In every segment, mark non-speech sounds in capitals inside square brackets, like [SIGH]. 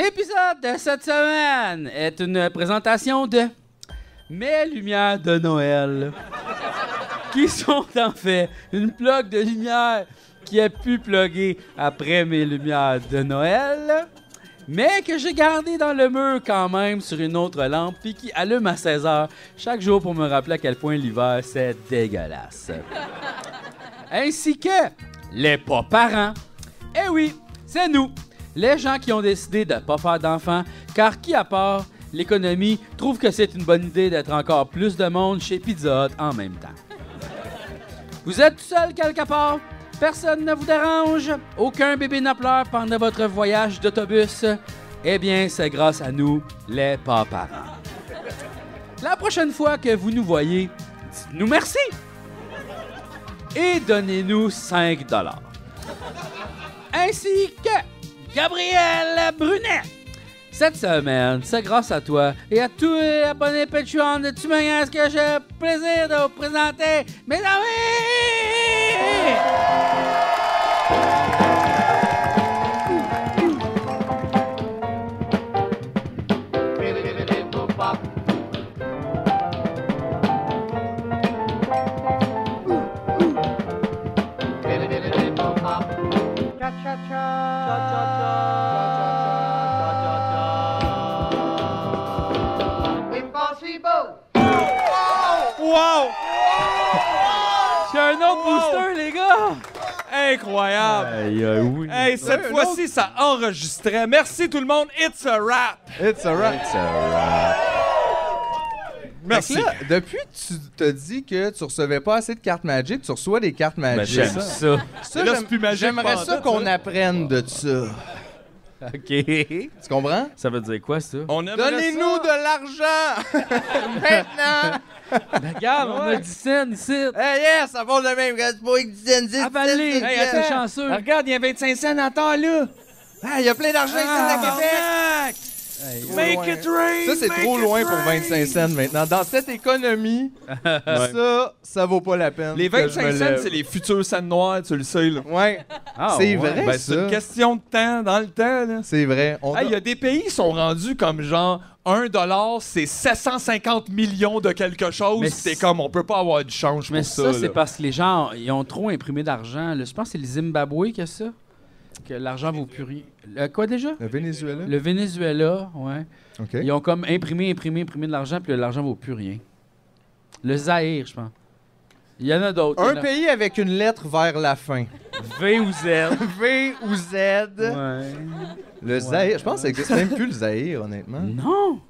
L'épisode de cette semaine est une présentation de mes lumières de Noël, qui sont en fait une plaque de lumière qui a pu plugger après mes lumières de Noël, mais que j'ai gardé dans le mur quand même sur une autre lampe, puis qui allume à 16h chaque jour pour me rappeler à quel point l'hiver c'est dégueulasse. Ainsi que les pas parents. Eh oui, c'est nous, les gens qui ont décidé de ne pas faire d'enfants, car qui à part l'économie trouve que c'est une bonne idée d'être encore plus de monde chez Pizza Hut en même temps. Vous êtes tout seul quelque part? Personne ne vous dérange? Aucun bébé ne pleure pendant votre voyage d'autobus? Eh bien, c'est grâce à nous, les pas-parents. La prochaine fois que vous nous voyez, dites-nous merci et donnez-nous 5 Ainsi que Gabriel Brunet. Cette semaine, c'est grâce à toi et à tous les abonnés Patreon de Tu me Gagnes que j'ai le plaisir de vous présenter mes amis! Impossible! Wow! J'ai un autre booster, les gars! Incroyable! euh, oui. Hey, cette fois-ci, ça enregistrait. Merci tout le monde. It's a wrap! It's a wrap. It's Merci. Là, depuis que tu t'as dit que tu recevais pas assez de cartes Magic, tu reçois des cartes Magic. J'aime ça. Là, Ça, j'aime- c'est plus Magic J'aimerais pantoute, ça qu'on apprenne de ça. OK. Tu comprends? Ça veut dire quoi, ça? On aimerait Donnez-nous ça. de l'argent! [LAUGHS] Maintenant! Regarde, on a 10 cents ici. Hey, yes! Ça va de même quand tu bois une dizaine, dix, Avalé! dix, Hey, dix. t'es chanceux! Regarde, il y a 25 cents en temps, là. Ah, il y a plein d'argent ici à Québec! Québec! Make it rain! Ça, c'est make trop it loin pour rain. 25 cents maintenant. Dans [LAUGHS] cette économie, ça, ça vaut pas la peine. Les que je 25 me cents, lève. c'est les futurs cents noirs, tu le sais, là. Ouais, Ah, c'est ouais. vrai, Ben, c'est ça. une question de temps, dans le temps, là. C'est vrai. On Hey, Il y a des pays qui sont rendus comme genre 1 dollar, c'est 750 millions de quelque chose. Mais c'est c'est- comme on peut pas avoir du change Mais pour ça, ça. c'est là. parce que les gens ils ont trop imprimé d'argent. là. Je pense que c'est le Zimbabwe qui a ça. Que l'argent vaut plus rien. Le quoi déjà? Le Venezuela? Le Venezuela, ouais. OK. Ils ont comme imprimé, imprimé, imprimé de l'argent, puis l'argent vaut plus rien. Le Zaïre, je pense. Il y en a d'autres. Un Il y en a- pays avec une lettre vers la fin. V ou Z. V ou Z. Ouais. Le Zaïre. Je pense que ça existe même plus le Zaïre, honnêtement. Non! Mm.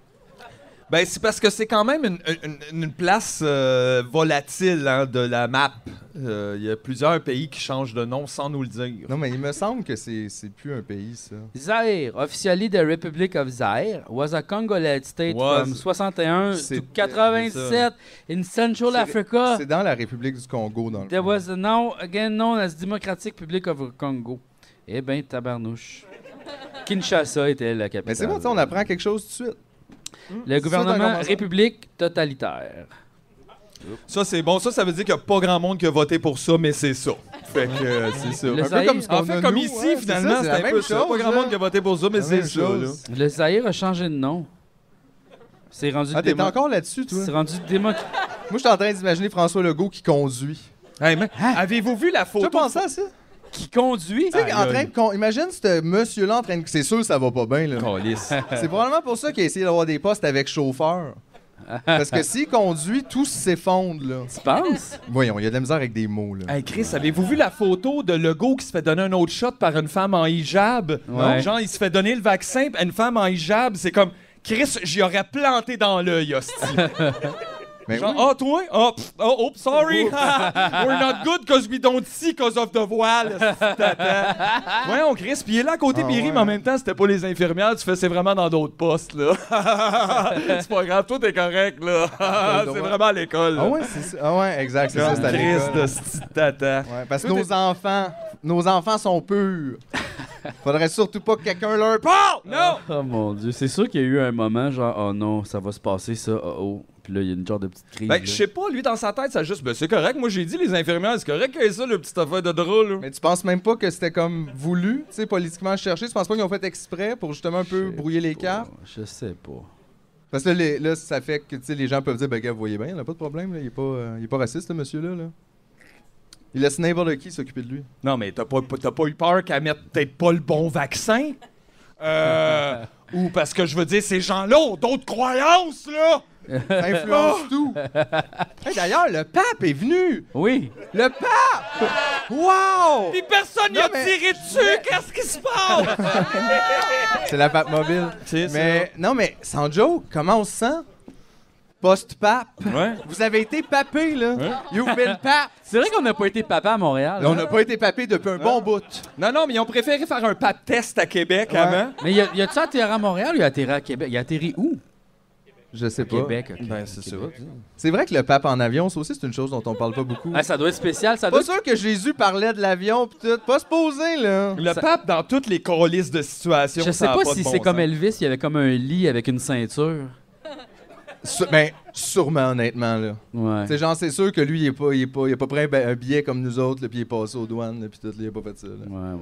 Ben, c'est parce que c'est quand même une, une- une place euh, volatile hein, de la map. Euh, Il y a plusieurs pays qui changent de nom sans nous le dire. Non, mais il me semble que c'est c'est plus un pays, ça. Zaire, officially the Republic of Zaire, was a Congolese state Was- from 61 to C'est- 87 in Central C'est- Africa. C'est dans la République du Congo, dans le There was a now again known as Democratic Republic of Congo. Eh ben, tabarnouche. Kinshasa était la capitale. Mais c'est bon, tu sais, on apprend quelque chose tout de suite. Le Ça, t'as gouvernement commencé. république totalitaire. Ça, c'est bon. Ça, ça veut dire qu'il n'y a pas grand monde qui a voté pour ça, mais c'est ça. Fait que euh, c'est ça. Le un peu Zaïre. comme ce qu'on En fait, a, comme nous, ici, ouais, c'est finalement, ça, hein. c'est la un même peu ça. chose, hein. Pas grand monde là. qui a voté pour ça, mais La c'est même ça. là. chose. Le Zaïre a changé de nom. C'est rendu Ah, t'es démo- encore là-dessus, toi? C'est rendu démo- Moi, je suis en train d'imaginer François Legault qui conduit. Hey, mais Avez-vous vu la Tu as photo? pensé à ça? qui conduit. Ah, Tu sais, en train de con- Imagine ce monsieur-là en train de... C'est sûr ça va pas bien, là. Calisse. C'est probablement pour ça qu'il a essayé d'avoir des postes avec chauffeur. Parce que s'il conduit, tout s'effondre, là. [LAUGHS] Tu penses? Voyons, il y a de la misère avec des mots, là. Hey Chris, avez-vous vu la photo de Legault qui se fait donner un autre shot par une femme en hijab? Ouais. Genre, il se fait donner le vaccin, puis une femme en hijab, c'est comme... Chris, j'y aurais planté dans l'œil, hostie. [LAUGHS] Mais Genre, oui. Oh. ah, toi? Ah, pff, ah, oh, pff, sorry. [LAUGHS] We're not good because we don't see because of the voile. ouais, on Chris. Puis il est là à côté, Ah, puis il rit, ouais. mais en même temps, c'était pas les infirmières. Tu fais, c'est vraiment dans d'autres postes, là. c'est pas grave, toi, t'es correct, là. c'est vraiment à l'école. là. Ah ouais, c'est ça. Ah ouais, exact, c'est ça, c'est à Chris l'école. de ce petit tata. Ouais, parce que nos enfants, nos enfants sont purs. Faudrait surtout pas que quelqu'un leur parle! Non! Oh mon dieu, c'est sûr qu'il y a eu un moment genre oh non, ça va se passer ça, oh oh. Puis là, il y a une genre de petite crise. Ben, là. je sais pas, lui, dans sa tête, ça juste, ben, c'est correct, moi, j'ai dit, les infirmières, c'est correct qu'il y ait ça, le petit affaire de drôle. là. Mais tu penses même pas que c'était comme voulu, tu sais, politiquement cherché? Tu penses pas qu'ils ont fait exprès pour justement un peu Je sais brouiller les pas, cartes? Je sais pas. Parce que là, les- là, ça fait que tu sais, les gens peuvent dire, ben gars, vous voyez bien, il a pas de problème, là, il, est pas, euh, il est pas raciste, ce monsieur-là. Là. Il laisse n'importe qui s'occuper de lui. Non, mais t'as pas, t'as pas eu peur qu'elle mette peut-être pas le bon vaccin? Euh, [LAUGHS] ou parce que je veux dire, ces gens-là ont d'autres croyances, là! Ça [LAUGHS] influence tout! Oh! Hey, D'ailleurs, le pape est venu! Oui. Le pape! Wow! Puis personne n'y Non, a mais- tiré dessus, qu'est-ce qui se [LAUGHS] passe? C'est la pape mobile. C'est Mais non, mais sans joke, comment on se sent? Post-pape. Ouais. Vous avez été papé, là. You've been pape. C'est vrai qu'on n'a pas été papa à Montréal. On hein? n'a pas été papé depuis un bon bout. Non, non, mais ils ont préféré faire un pape test à Québec avant. Mais y a- y a-tu atterri à Montréal ou y a atterri à Québec? Y a atterri où? Je sais pas. Québec. ok. Ben, c'est C'est vrai que le pape en avion, ça aussi, c'est une chose dont on parle pas beaucoup. Ah, ça doit être spécial, ça doit Pas être... sûr que Jésus parlait de l'avion pis tout. Pas se poser, là. Le Ça- pape, dans toutes les colisses de situations, Je sais ça a pas de si bon c'est comme sens. Elvis, il y avait comme un lit avec une ceinture. Su- ben, sûrement, honnêtement, là. Ouais. C'est genre, c'est sûr que lui, il est pas, il est pas, il a pas pris un ba- un billet comme nous autres, là, puis il est passé aux douanes, là, puis tout, là, il a pas fait ça, là. Ouais, ouais, ouais.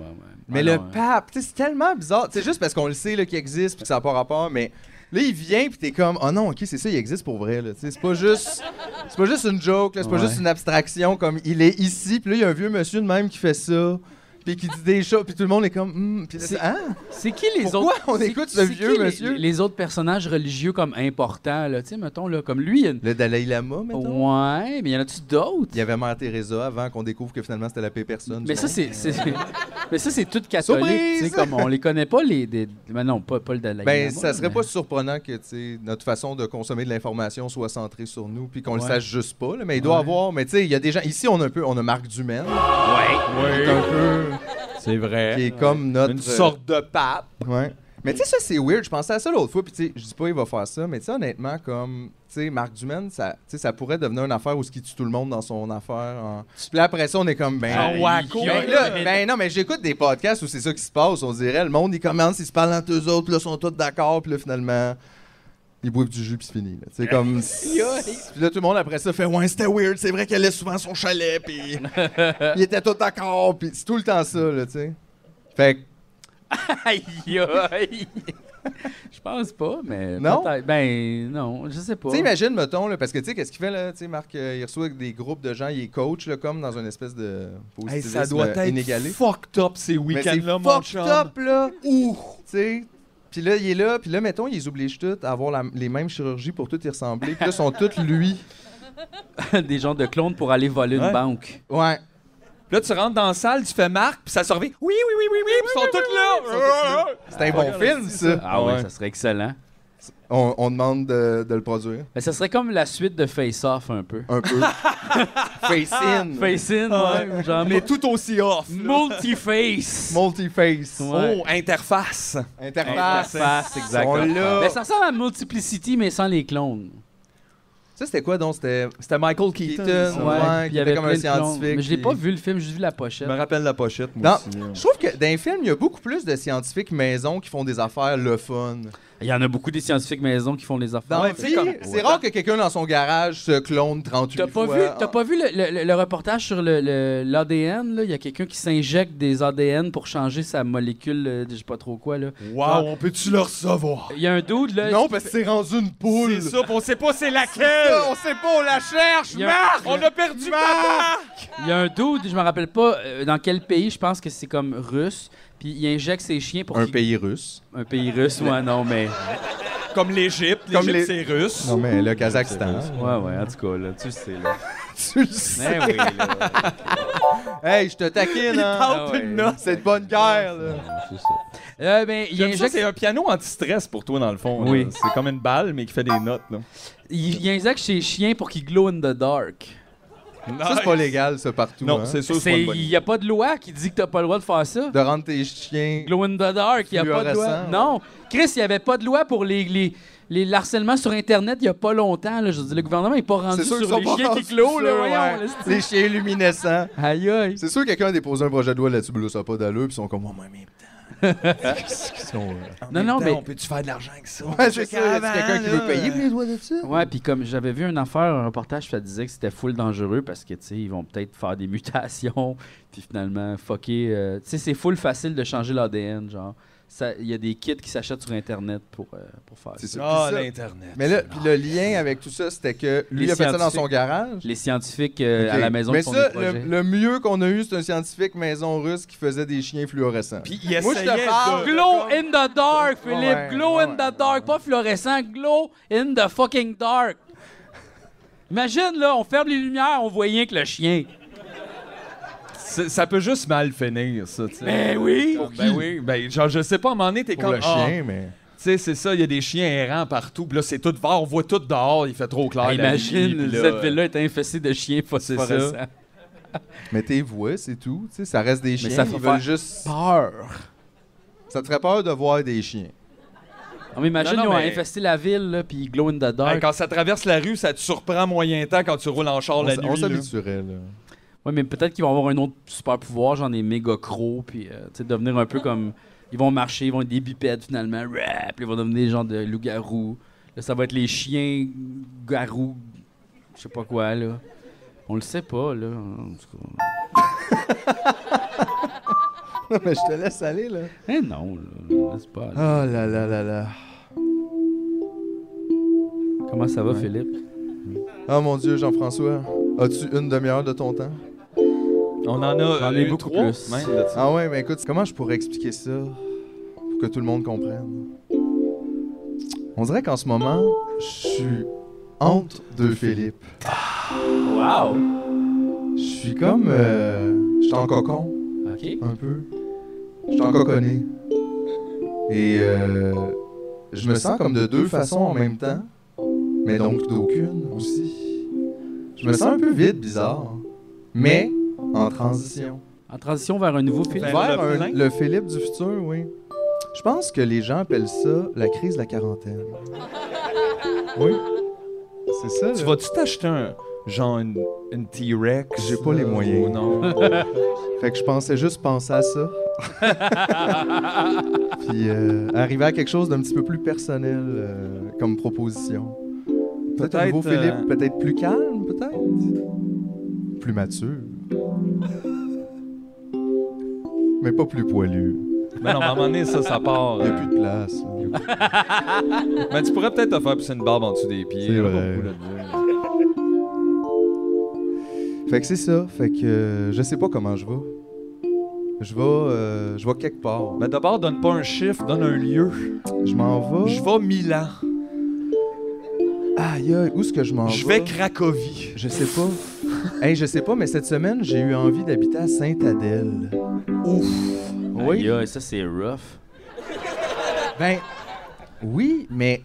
Mais Ah le non, hein. pape, tu sais, c'est tellement bizarre. C'est juste parce qu'on le sait là, qu'il existe puis que ça n'a pas rapport, mais là, il vient puis t'es comme, oh non, ok, c'est ça, il existe pour vrai. Là. Tu sais, C'est pas juste c'est pas juste une joke, là, c'est pas Ouais. juste une abstraction. Comme il est ici, puis là, il y a un vieux monsieur de même qui fait ça, puis qui dit des choses, puis tout le monde est comme, hmm, puis là, C'est- c'est- hein? C'est qui les Pourquoi autres... on c'est- écoute ce c'est vieux qui les- monsieur? Les, autres personnages religieux comme importants, là, tu sais, mettons, là, comme lui, il y a une... Le Dalai Lama, mettons. Ouais, mais y en a-tu d'autres? Il y avait Mère Teresa avant qu'on découvre que finalement c'était la paix personne. du Mais ça, monde. c'est, c'est- [LAUGHS] mais ça, c'est tout catholique. Surprise! tu sais, Comme on les connaît pas, les. Des, mais non, pas, pas le Dalai Ben, Lama, ça serait mais- pas surprenant que tu sais, notre façon de consommer de l'information soit centrée sur nous, puis qu'on le Ouais. sache juste pas. là, mais il doit y Ouais. avoir. Mais tu sais, il y a des gens. Ici, on a un peu, on a Marc Dumaine, Oui, un peu, c'est qui vrai. est comme notre Une sorte de pape. Ouais. Mais tu sais, ça c'est weird. Je pensais à ça l'autre fois, puis tu sais, je dis pas il va faire ça, mais tu sais, honnêtement, comme tu sais, Marc Dumaine, ça, tu sais, ça pourrait devenir une affaire où ce qui tue tout le monde dans son affaire. en- Puis là, après ça, on est comme ben. Ah, wacko. Ben, là, ben non, mais j'écoute des podcasts où c'est ça qui se passe. On dirait, le monde, ils commencent, ils se parlent entre eux autres, puis là, ils sont tous d'accord, puis là, finalement, ils boivent du jus, puis c'est fini. là. C'est comme. puis là, tout le monde, après ça, fait Ouais, c'était weird, c'est vrai qu'elle allait souvent à son chalet, puis. ils étaient tous d'accord, puis c'est tout le temps ça, là, tu sais. Fait que, Aïe, aïe. Je pense pas, mais. Non? peut-être. Ben, non, je sais pas. tu sais, imagine, mettons, là, parce que, tu sais, qu'est-ce qu'il fait, là, tu sais, Marc, euh, il reçoit des groupes de gens, il est coach, là, comme dans une espèce de Hey, positivisme ça doit euh, être inégalé. fucked up ces Mais c'est week-ends-là, mon fucked chum. up, là. Ouh! Tu sais. Puis là, il est là. Puis là, mettons, ils obligent tous à avoir la- les mêmes chirurgies pour tous y ressembler. Puis là, ils sont tous lui. [LAUGHS] des gens de clones pour aller voler Ouais. une banque. Ouais. Là, tu rentres dans la salle, tu fais marque, puis ça survit. Oui, oui, oui, oui, oui, puis ils sont tous là. C'est un bon film, ça. Ah ouais, ouais. ça serait excellent. On, on demande de, de le produire. Mais ça serait comme la suite de Face Off un peu. Un peu. Face in. Face In, Ah. ouais. ou Genre, Mais tout aussi off. multi-face. Multi-face. Ouais. Oh, interface. Interface. Face, exactement. On l'a. Mais Ben, ça ressemble à Multiplicity, mais sans les clones. Ça, c'était quoi, donc? C'était C'était Michael Keaton. Keaton. ça. Ouais, puis qui était comme un plein de clones. scientifique, Mais je l'ai puis- Ben- pas vu le film, j'ai vu la pochette. Je me rappelle la pochette, moi Non, aussi. je trouve que dans les films, il y a beaucoup plus de scientifiques maison qui font des affaires le fun. Il y en a beaucoup des scientifiques maison qui font les affaires. Dans Ouais, la tu sais, vie, comme- c'est rare que quelqu'un dans son garage se clone 38 T'as pas, fois. vu, ah. t'as pas vu le, le- le- le reportage sur l'ADN? Le, l'ADN, là? Il y a quelqu'un qui s'injecte des ADN pour changer sa molécule, euh, de je sais pas trop quoi. Là. Wow, on peut-tu le recevoir? Il y a un dude, là. Non, parce que c'est rendu une poule. C'est ça, puis on sait pas c'est laquelle! Là, on sait pas, on la cherche, Il y a- Marc! On a perdu papa! Il y a un dude, je me rappelle pas euh, dans quel pays, je pense que c'est comme russe. Puis il injecte ses chiens pour. Un qu'ils- pays russe. Un pays russe, ouais, non, mais. Comme l'Égypte, Comme l'Égypte les- c'est russe. Non, mais le Kazakhstan. Ouais, ouais, en tout cas, là, tu sais, [LAUGHS] là. tu le sais. Mais oui, là. Hey, je te taquine, hein. Ah ouais. C'est de bonne guerre, là. C'est ça. Euh, ben, il J'aime ça, injecte c'est un piano anti-stress pour toi dans le fond. Oui. là. C'est comme une balle mais qui fait des notes. Là. il, il injecte ses chiens pour qu'ils glow in the dark. Ça, c'est pas légal, ça, partout. Non, hein. c'est sûr c'est pas C'est- une bonne Il idée. y a pas de loi qui dit que t'as pas le droit de faire ça. De rendre tes chiens. Glow in the dark, il n'y a pas de loi. Fluorescent. Non, Chris, il n'y avait pas de loi pour les, les, les harcèlements sur Internet il n'y a pas longtemps. Là. Je veux dire, le gouvernement n'est pas rendu C'est sûr sur qu'ils sont les pas chiens qui rendus clouent, là, sur, voyons. ouais. là, c'est- Les chiens luminescents. Aïe, aïe. C'est sûr que quelqu'un a déposé un projet de loi là-dessus, mais là, ça n'a pas d'allure, puis ils sont comme, oh, mais putain. Non, non, mais- On peut-tu faire de l'argent avec ça? Ouais, c'est ça. Avant, Est-ce quelqu'un qui là, veut payer euh, pour les doigts de ça? Ouais, puis comme j'avais vu une affaire, un reportage, ça disait que c'était full dangereux parce que, tu sais, ils vont peut-être faire des [LAUGHS] mutations, puis finalement, fucker. euh, tu sais, c'est full facile de changer l'ADN, genre. Ça- Il y a des kits qui s'achètent sur Internet pour, euh, pour faire C'est ça. ça. Ah, Puis ça- l'Internet. Mais là, puis le lien avec tout ça, c'était que lui, Les il a fait ça dans son garage. Les scientifiques euh, à Ok. la maison Mais qui font ça, des le, projets. le mieux qu'on a eu, c'est un scientifique maison russe qui faisait des chiens fluorescents. Puis il Moi, je te essayait parle. de- Glow in the dark, Oh, Ouais, Philippe. ouais, glow in ouais, the dark. Pas fluorescent. Glow in the fucking dark. Imagine, là, on ferme les lumières, on voit rien que le chien. C'est- Ça peut juste mal finir, ça, tu sais. Ben oui. Pour Ben oui, ben genre, je sais pas, à un moment donné, t'es pour comme. le ah, chien, mais. Tu sais, c'est ça, il y a des chiens errants partout. Puis là, c'est tout vert, on voit tout dehors, il fait trop clair. Ah, la nuit, Ah, imagine, puis là, cette ville-là est infestée de chiens phosphorescents. Mais tes voix, c'est tout. Tu sais, ça reste des chiens. ça ils fait veulent faire- juste. Peur. Ça te ferait peur de voir des chiens. On imagine, Non, non, ils ont mais- infesté la ville, là, puis glow in the euh, Hey, dark. quand ça traverse la rue, ça te surprend moyen temps quand tu roules en char on la s- nuit. on là. s'habituerait, là. Ouais, mais peut-être qu'ils vont avoir un autre super pouvoir, genre des méga crocs, puis euh, tu sais, devenir un peu comme. Ils vont marcher, ils vont être des bipèdes finalement, rap, puis ils vont devenir des gens de loups-garous. Là, ça va être les chiens, garous, je sais pas quoi, là. On le sait pas, là. en tout cas. [LAUGHS] mais je te laisse aller, là. Eh non, là, c'est pas. là. Oh là là là là. Comment ça va, Philippe? Oh mon Dieu, Jean-François. As-tu une demi-heure de ton temps? On en a. J'en ai eu beaucoup trois, plus. même, là-dessus. Ah ouais, mais écoute, comment je pourrais expliquer ça pour que tout le monde comprenne? On dirait qu'en ce moment, je suis entre deux Philippe. Wow! Je suis comme... euh, je suis en cocon, Ok. un peu. Je suis en coconné. Et euh, je me sens comme de deux façons en même temps, mais donc d'aucune aussi. Je me sens un peu vide, bizarre, mais en transition. En transition vers un nouveau Philippe. Vers Vers Ben, le un- plein? le Philippe du futur, oui. Je pense que les gens appellent ça la crise de [LAUGHS] la quarantaine. Oui. C'est ça. Tu là. vas-tu t'acheter un. Genre une, une T-Rex? J'ai pas les là, moyens. ou non. [LAUGHS] Fait que je pensais juste penser à ça. Puis euh, arriver à quelque chose d'un petit peu plus personnel euh, comme proposition. Peut-être un nouveau Peut-être, euh, Philippe, peut-être plus calme, peut-être. Plus mature. Mais pas plus poilu. Mais non, mais à un moment donné, ça, ça part. Il n'y a euh, plus de place. là. Mais tu pourrais peut-être te faire pousser une barbe en dessous des pieds. C'est là, vrai. pas beaucoup là-dedans. Fait que c'est ça. Fait que euh, je sais pas comment je vais. Je vais, euh, je vais quelque part. Mais d'abord, donne pas un chiffre, donne un lieu. Je m'en vais. Je vais à Milan. Aïe, aïe, où est-ce que je m'en vais? Je vais Cracovie. Je sais pas. hey, je sais pas, mais cette semaine, j'ai eu envie d'habiter à Sainte-Adèle. Ouf. Oui. Aïe, ça, c'est rough. Ben, oui, mais.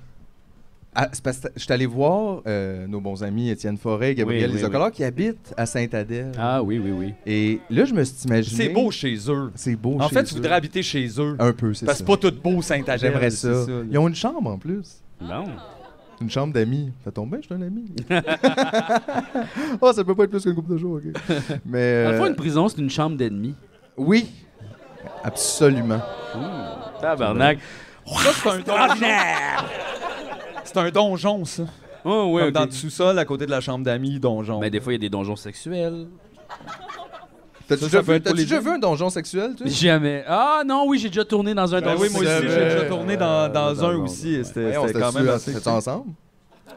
ah, c'est parce que je suis allé voir euh, nos bons amis Étienne Forêt et Gabriel Oui, oui, Les Ocolores qui habitent à Sainte-Adèle. Ah oui, oui, oui. Et là, je me suis imaginé. C'est beau chez eux. C'est beau. En chez fait, tu eux. voudrais habiter chez eux. Un peu, c'est ça. Parce que c'est pas tout beau Saint-Adèle. J'aimerais c'est ça. Ils ont une chambre en plus. Non. Une chambre d'amis. Ça tombe bien, je suis [LAUGHS] un ami. [LAUGHS] oh, ça peut pas être plus qu'une couple de [LAUGHS] jours, OK. Mais. Dans le fond, euh, une prison, c'est une chambre d'ennemis. Oui. Absolument. Tabarnak. Ça, c'est un Ah, donjon. C'est un donjon, ça. Oh, Comme ouais, dans le sous-sol, à côté de la chambre d'amis, donjon. Mais des fois, il y a des donjons sexuels. T'as-tu Ça, déjà, ça peut vu- être pour t'as-tu les déjà deux. vu un donjon sexuel, toi? Jamais. Ah non, oui, j'ai déjà tourné dans un Ben donjon oui, moi aussi, sexuel. j'ai Euh, déjà tourné dans, dans dans un un aussi. et C'était Ouais, on c'était quand s'était même su- assez. c'était ensemble?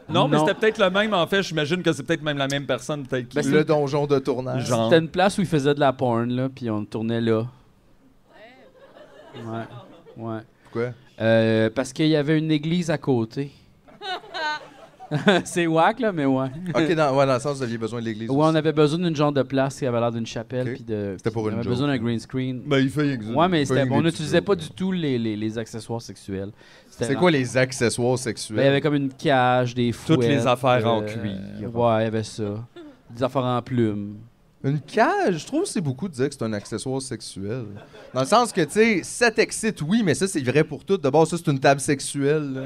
Non, mais Non. c'était peut-être le même, en fait. J'imagine que c'est peut-être même la même personne. Peut-être qui- Ben, c'est- Le donjon de tournage. Genre. C'était une place où ils faisaient de la porn, là, puis on tournait là. Ouais. Ouais. Pourquoi? Euh, parce qu'il y avait une église à côté. [LAUGHS] c'est whack, là, mais ouais. ok, dans, ouais, dans le sens, vous aviez besoin de l'église. Ouais, on aussi. avait besoin d'une genre de place qui avait l'air d'une chapelle, Ok. puis de. C'était pour une On avait joke. besoin d'un green screen. Ben, il fait Ouais, mais c'était- une on idée n'utilisait du pas tout, du tout les, les- les accessoires sexuels. C'était C'est vraiment- quoi les accessoires Ben, il y sexuels? avait comme une cage, des fouettes. Toutes les affaires en euh, cuir. Ouais, il y avait ça. Des affaires en plumes. Une cage? Je trouve que c'est beaucoup de dire que c'est un accessoire sexuel. Dans le sens que, tu sais, ça t'excite, oui, mais ça, c'est vrai pour tout. D'abord, ça, c'est une table sexuelle. là.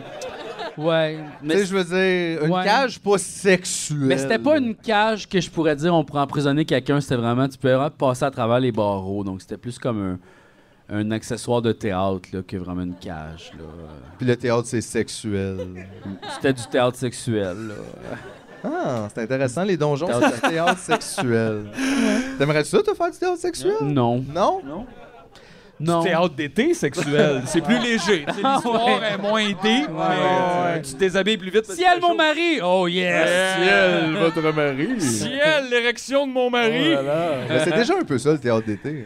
Ouais, Tu mais, sais, je veux dire, une Ouais. cage pas sexuelle. mais c'était pas une cage que je pourrais dire on pourrait emprisonner quelqu'un. C'était vraiment, tu peux vraiment passer à travers les barreaux. Donc c'était plus comme un, un accessoire de théâtre, là, qui est vraiment une cage, là. Puis le théâtre, c'est sexuel. C'était du théâtre sexuel, là. Ah, c'est intéressant, les donjons, [LAUGHS] c'est un théâtre sexuel. T'aimerais-tu ça te faire du théâtre sexuel? Non. Non? Non? Non. Du théâtre d'été sexuel. C'est plus léger. Tu sais, Ah, L'histoire ouais. est moins été. mais, euh, ouais. Tu te déshabilles plus vite. parce que Ciel, t'as mon chaud. mari! Oh, yes! Ciel, votre [LAUGHS] mari. Ciel, l'érection de mon mari. Ben, c'est déjà un peu ça, le théâtre d'été.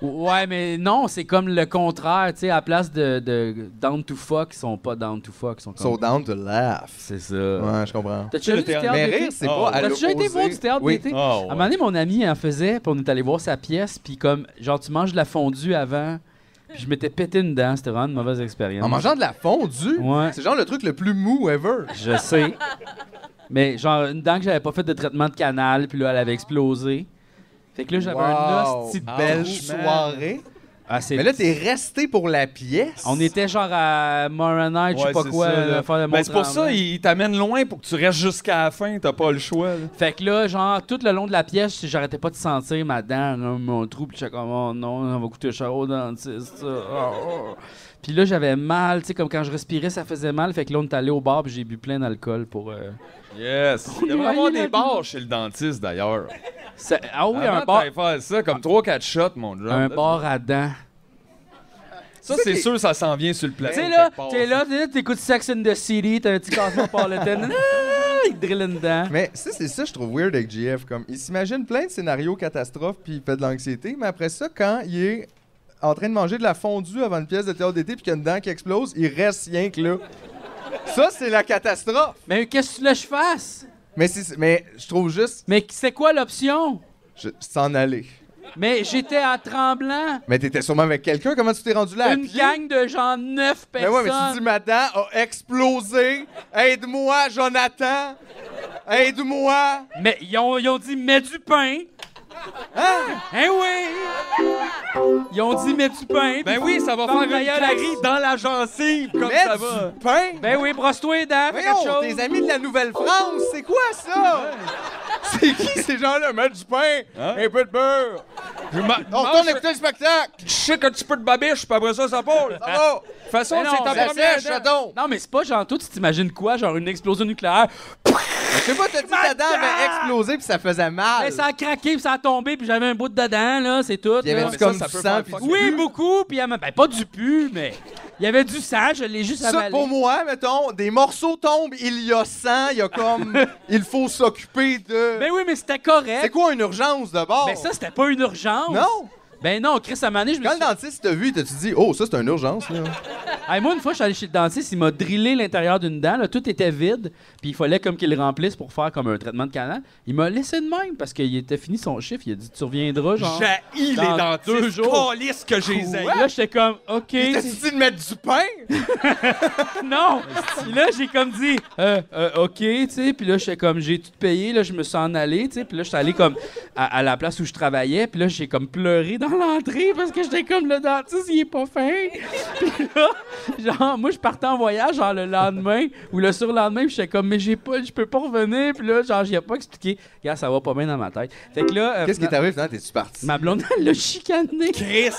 Ouais, mais non, c'est comme le contraire, tu sais, à la place de, de down to fuck, ils sont pas down to fuck, ils sont comme... So down to laugh. C'est ça. Ouais, je comprends. T'as déjà vu le du théâtre- théâtre Mais d'été? rire, c'est Oh. pas à T'as déjà été l'opposé. voir du théâtre Oui. d'été? Oh, À un ouais. moment donné, mon ami en faisait, puis on est allé voir sa pièce, puis comme, genre, tu manges de la fondue avant, puis je m'étais pété une dent, c'était vraiment une mauvaise expérience. En mangeant de la fondue, Ouais. c'est genre le truc le plus mou ever. Je sais. Mais genre, une dent que j'avais pas fait de traitement de canal, puis là, elle avait explosé. Fait que là, j'avais un Wow. hostie de belle belge. soirée. Ah, c'est- Mais là, t'es resté pour la pièce. On était genre à Moronite, je sais Ouais, pas c'est quoi, ça, là. là, faire le Ben, c'est pour Mont-Tremblant. ça, il t'amène loin pour que tu restes jusqu'à la fin. T'as pas le choix. là. Fait que là, genre, tout le long de la pièce, j'arrêtais pas de sentir ma dent, là, mon trou, puis j'étais comme, oh non, on va coûter cher au dentiste, ça. Oh, oh. Puis là, j'avais mal, tu sais, comme quand je respirais, ça faisait mal. Fait que là, on est allé au bar, puis j'ai bu plein d'alcool pour. euh, Yes. Il est devrait y avoir allé des là-dedans. bars chez le dentiste, d'ailleurs. ça- Ah oui, Avant un bar, de faire ça, comme 3-4 shots, mon John. un bar à dents. Ça, Tu sais c'est que- sûr, ça s'en vient sur le plateau. Tu sais, là, quelque part, t'es là, t'es là, t'écoutes Sex and the City, t'as un petit cassement par [LAUGHS] le tête, ah, il te drille une dent. Mais ça, c'est ça, je trouve weird avec GF. Comme, il s'imagine plein de scénarios catastrophes, puis il fait de l'anxiété. Mais après ça, quand il est en train de manger de la fondue avant une pièce de théâtre d'été, puis qu'il y a une dent qui explose, il reste rien que là. Ça, c'est la catastrophe. Mais qu'est-ce que tu veux que je fasse? Mais, c'est- mais je trouve juste Mais c'est quoi l'option? je- s'en aller. Mais j'étais à tremblant. Mais t'étais sûrement avec quelqu'un. Comment tu t'es rendu là? à Une pied? gang de genre neuf Mais personnes. ouais, mais tu dis, ma dent a explosé. Aide-moi, Jonathan. Aide-moi. Mais ils ont, ils ont dit mets du pain. Hein oui. Ils ont dit mets du pain. Ben puis- oui, ça va Ferme faire ta une gueule, carie Alex. dans la gencive, comme Mets ça va. du pain. Ben oui, brosse-toi les dents, fais quelque Voyons, chose. tes amis de la Nouvelle-France, c'est quoi [LAUGHS] ça? C'est qui ces gens-là? Mettre du pain, Hein? un peu de beurre. Je ma- On mange- retourne écouter le spectacle. Je sais un petit peu de babiche, puis après ça, ça [LAUGHS] part. Ah, De Ça va? toute façon, Mais non, c'est ta mais première. sèche, chaton. Non, mais c'est pas genre toi, tu t'imagines quoi? Genre une explosion nucléaire. Je sais pas, t'as dit ta dent avait explosé puis ça faisait mal. Ben, ça a craqué, puis ça a tombé, puis j'avais un bout dedans, là, c'est tout. Il y avait là. du ça, comme ça du peut sang faire puis fuck. du Oui, pus. beaucoup, puis elle m'a- ben, pas du pu, mais il y avait du sang, je l'ai juste Ça, avalé. pour moi, mettons, des morceaux tombent, il y a sang, il y a [LAUGHS] comme... il faut s'occuper de... Ben oui, mais c'était C'est correct. quoi une urgence de bord? Ben ça, c'était pas une urgence. Non! Ben non, Chris, à un moment donné, je me Quand suis le dentiste t'a vu, t'as-tu dit « Oh, ça, c'est une urgence, là? Hey, moi, une fois, je suis allé chez le dentiste, il m'a drillé l'intérieur d'une dent. là, tout était vide, puis il fallait comme qu'il le remplisse pour faire comme un traitement de canal. Il m'a laissé de même parce qu'il était fini son chiffre. Il a dit Tu reviendras, genre. Ah, J'ai les Dans dentistes. deux jours. Calisse que j'ai Puis les aïe. Là, j'étais comme OK. T'as-tu c'est- dit de mettre du pain? Non Puis Là, j'ai comme dit euh, euh, OK, tu sais. Puis là, j'étais comme J'ai tout payé, là, je me suis en allé, tu sais. Puis là, j'étais allé comme à, à la place où je travaillais, puis là, j'ai comme pleuré dans l'entrée parce que j'étais comme Le dentiste, il est pas fin. là, genre, moi, je partais en voyage, genre, le lendemain ou le surlendemain, puis j'étais comme, mais j'ai pas, je peux pas revenir, puis là, genre, j'y ai pas expliqué. Regarde, ça va pas bien dans ma tête. Fait que là, euh, Qu'est-ce qui fina- est arrivé, finalement? T'es-tu parti? ma blonde, elle l'a chicané. Chris.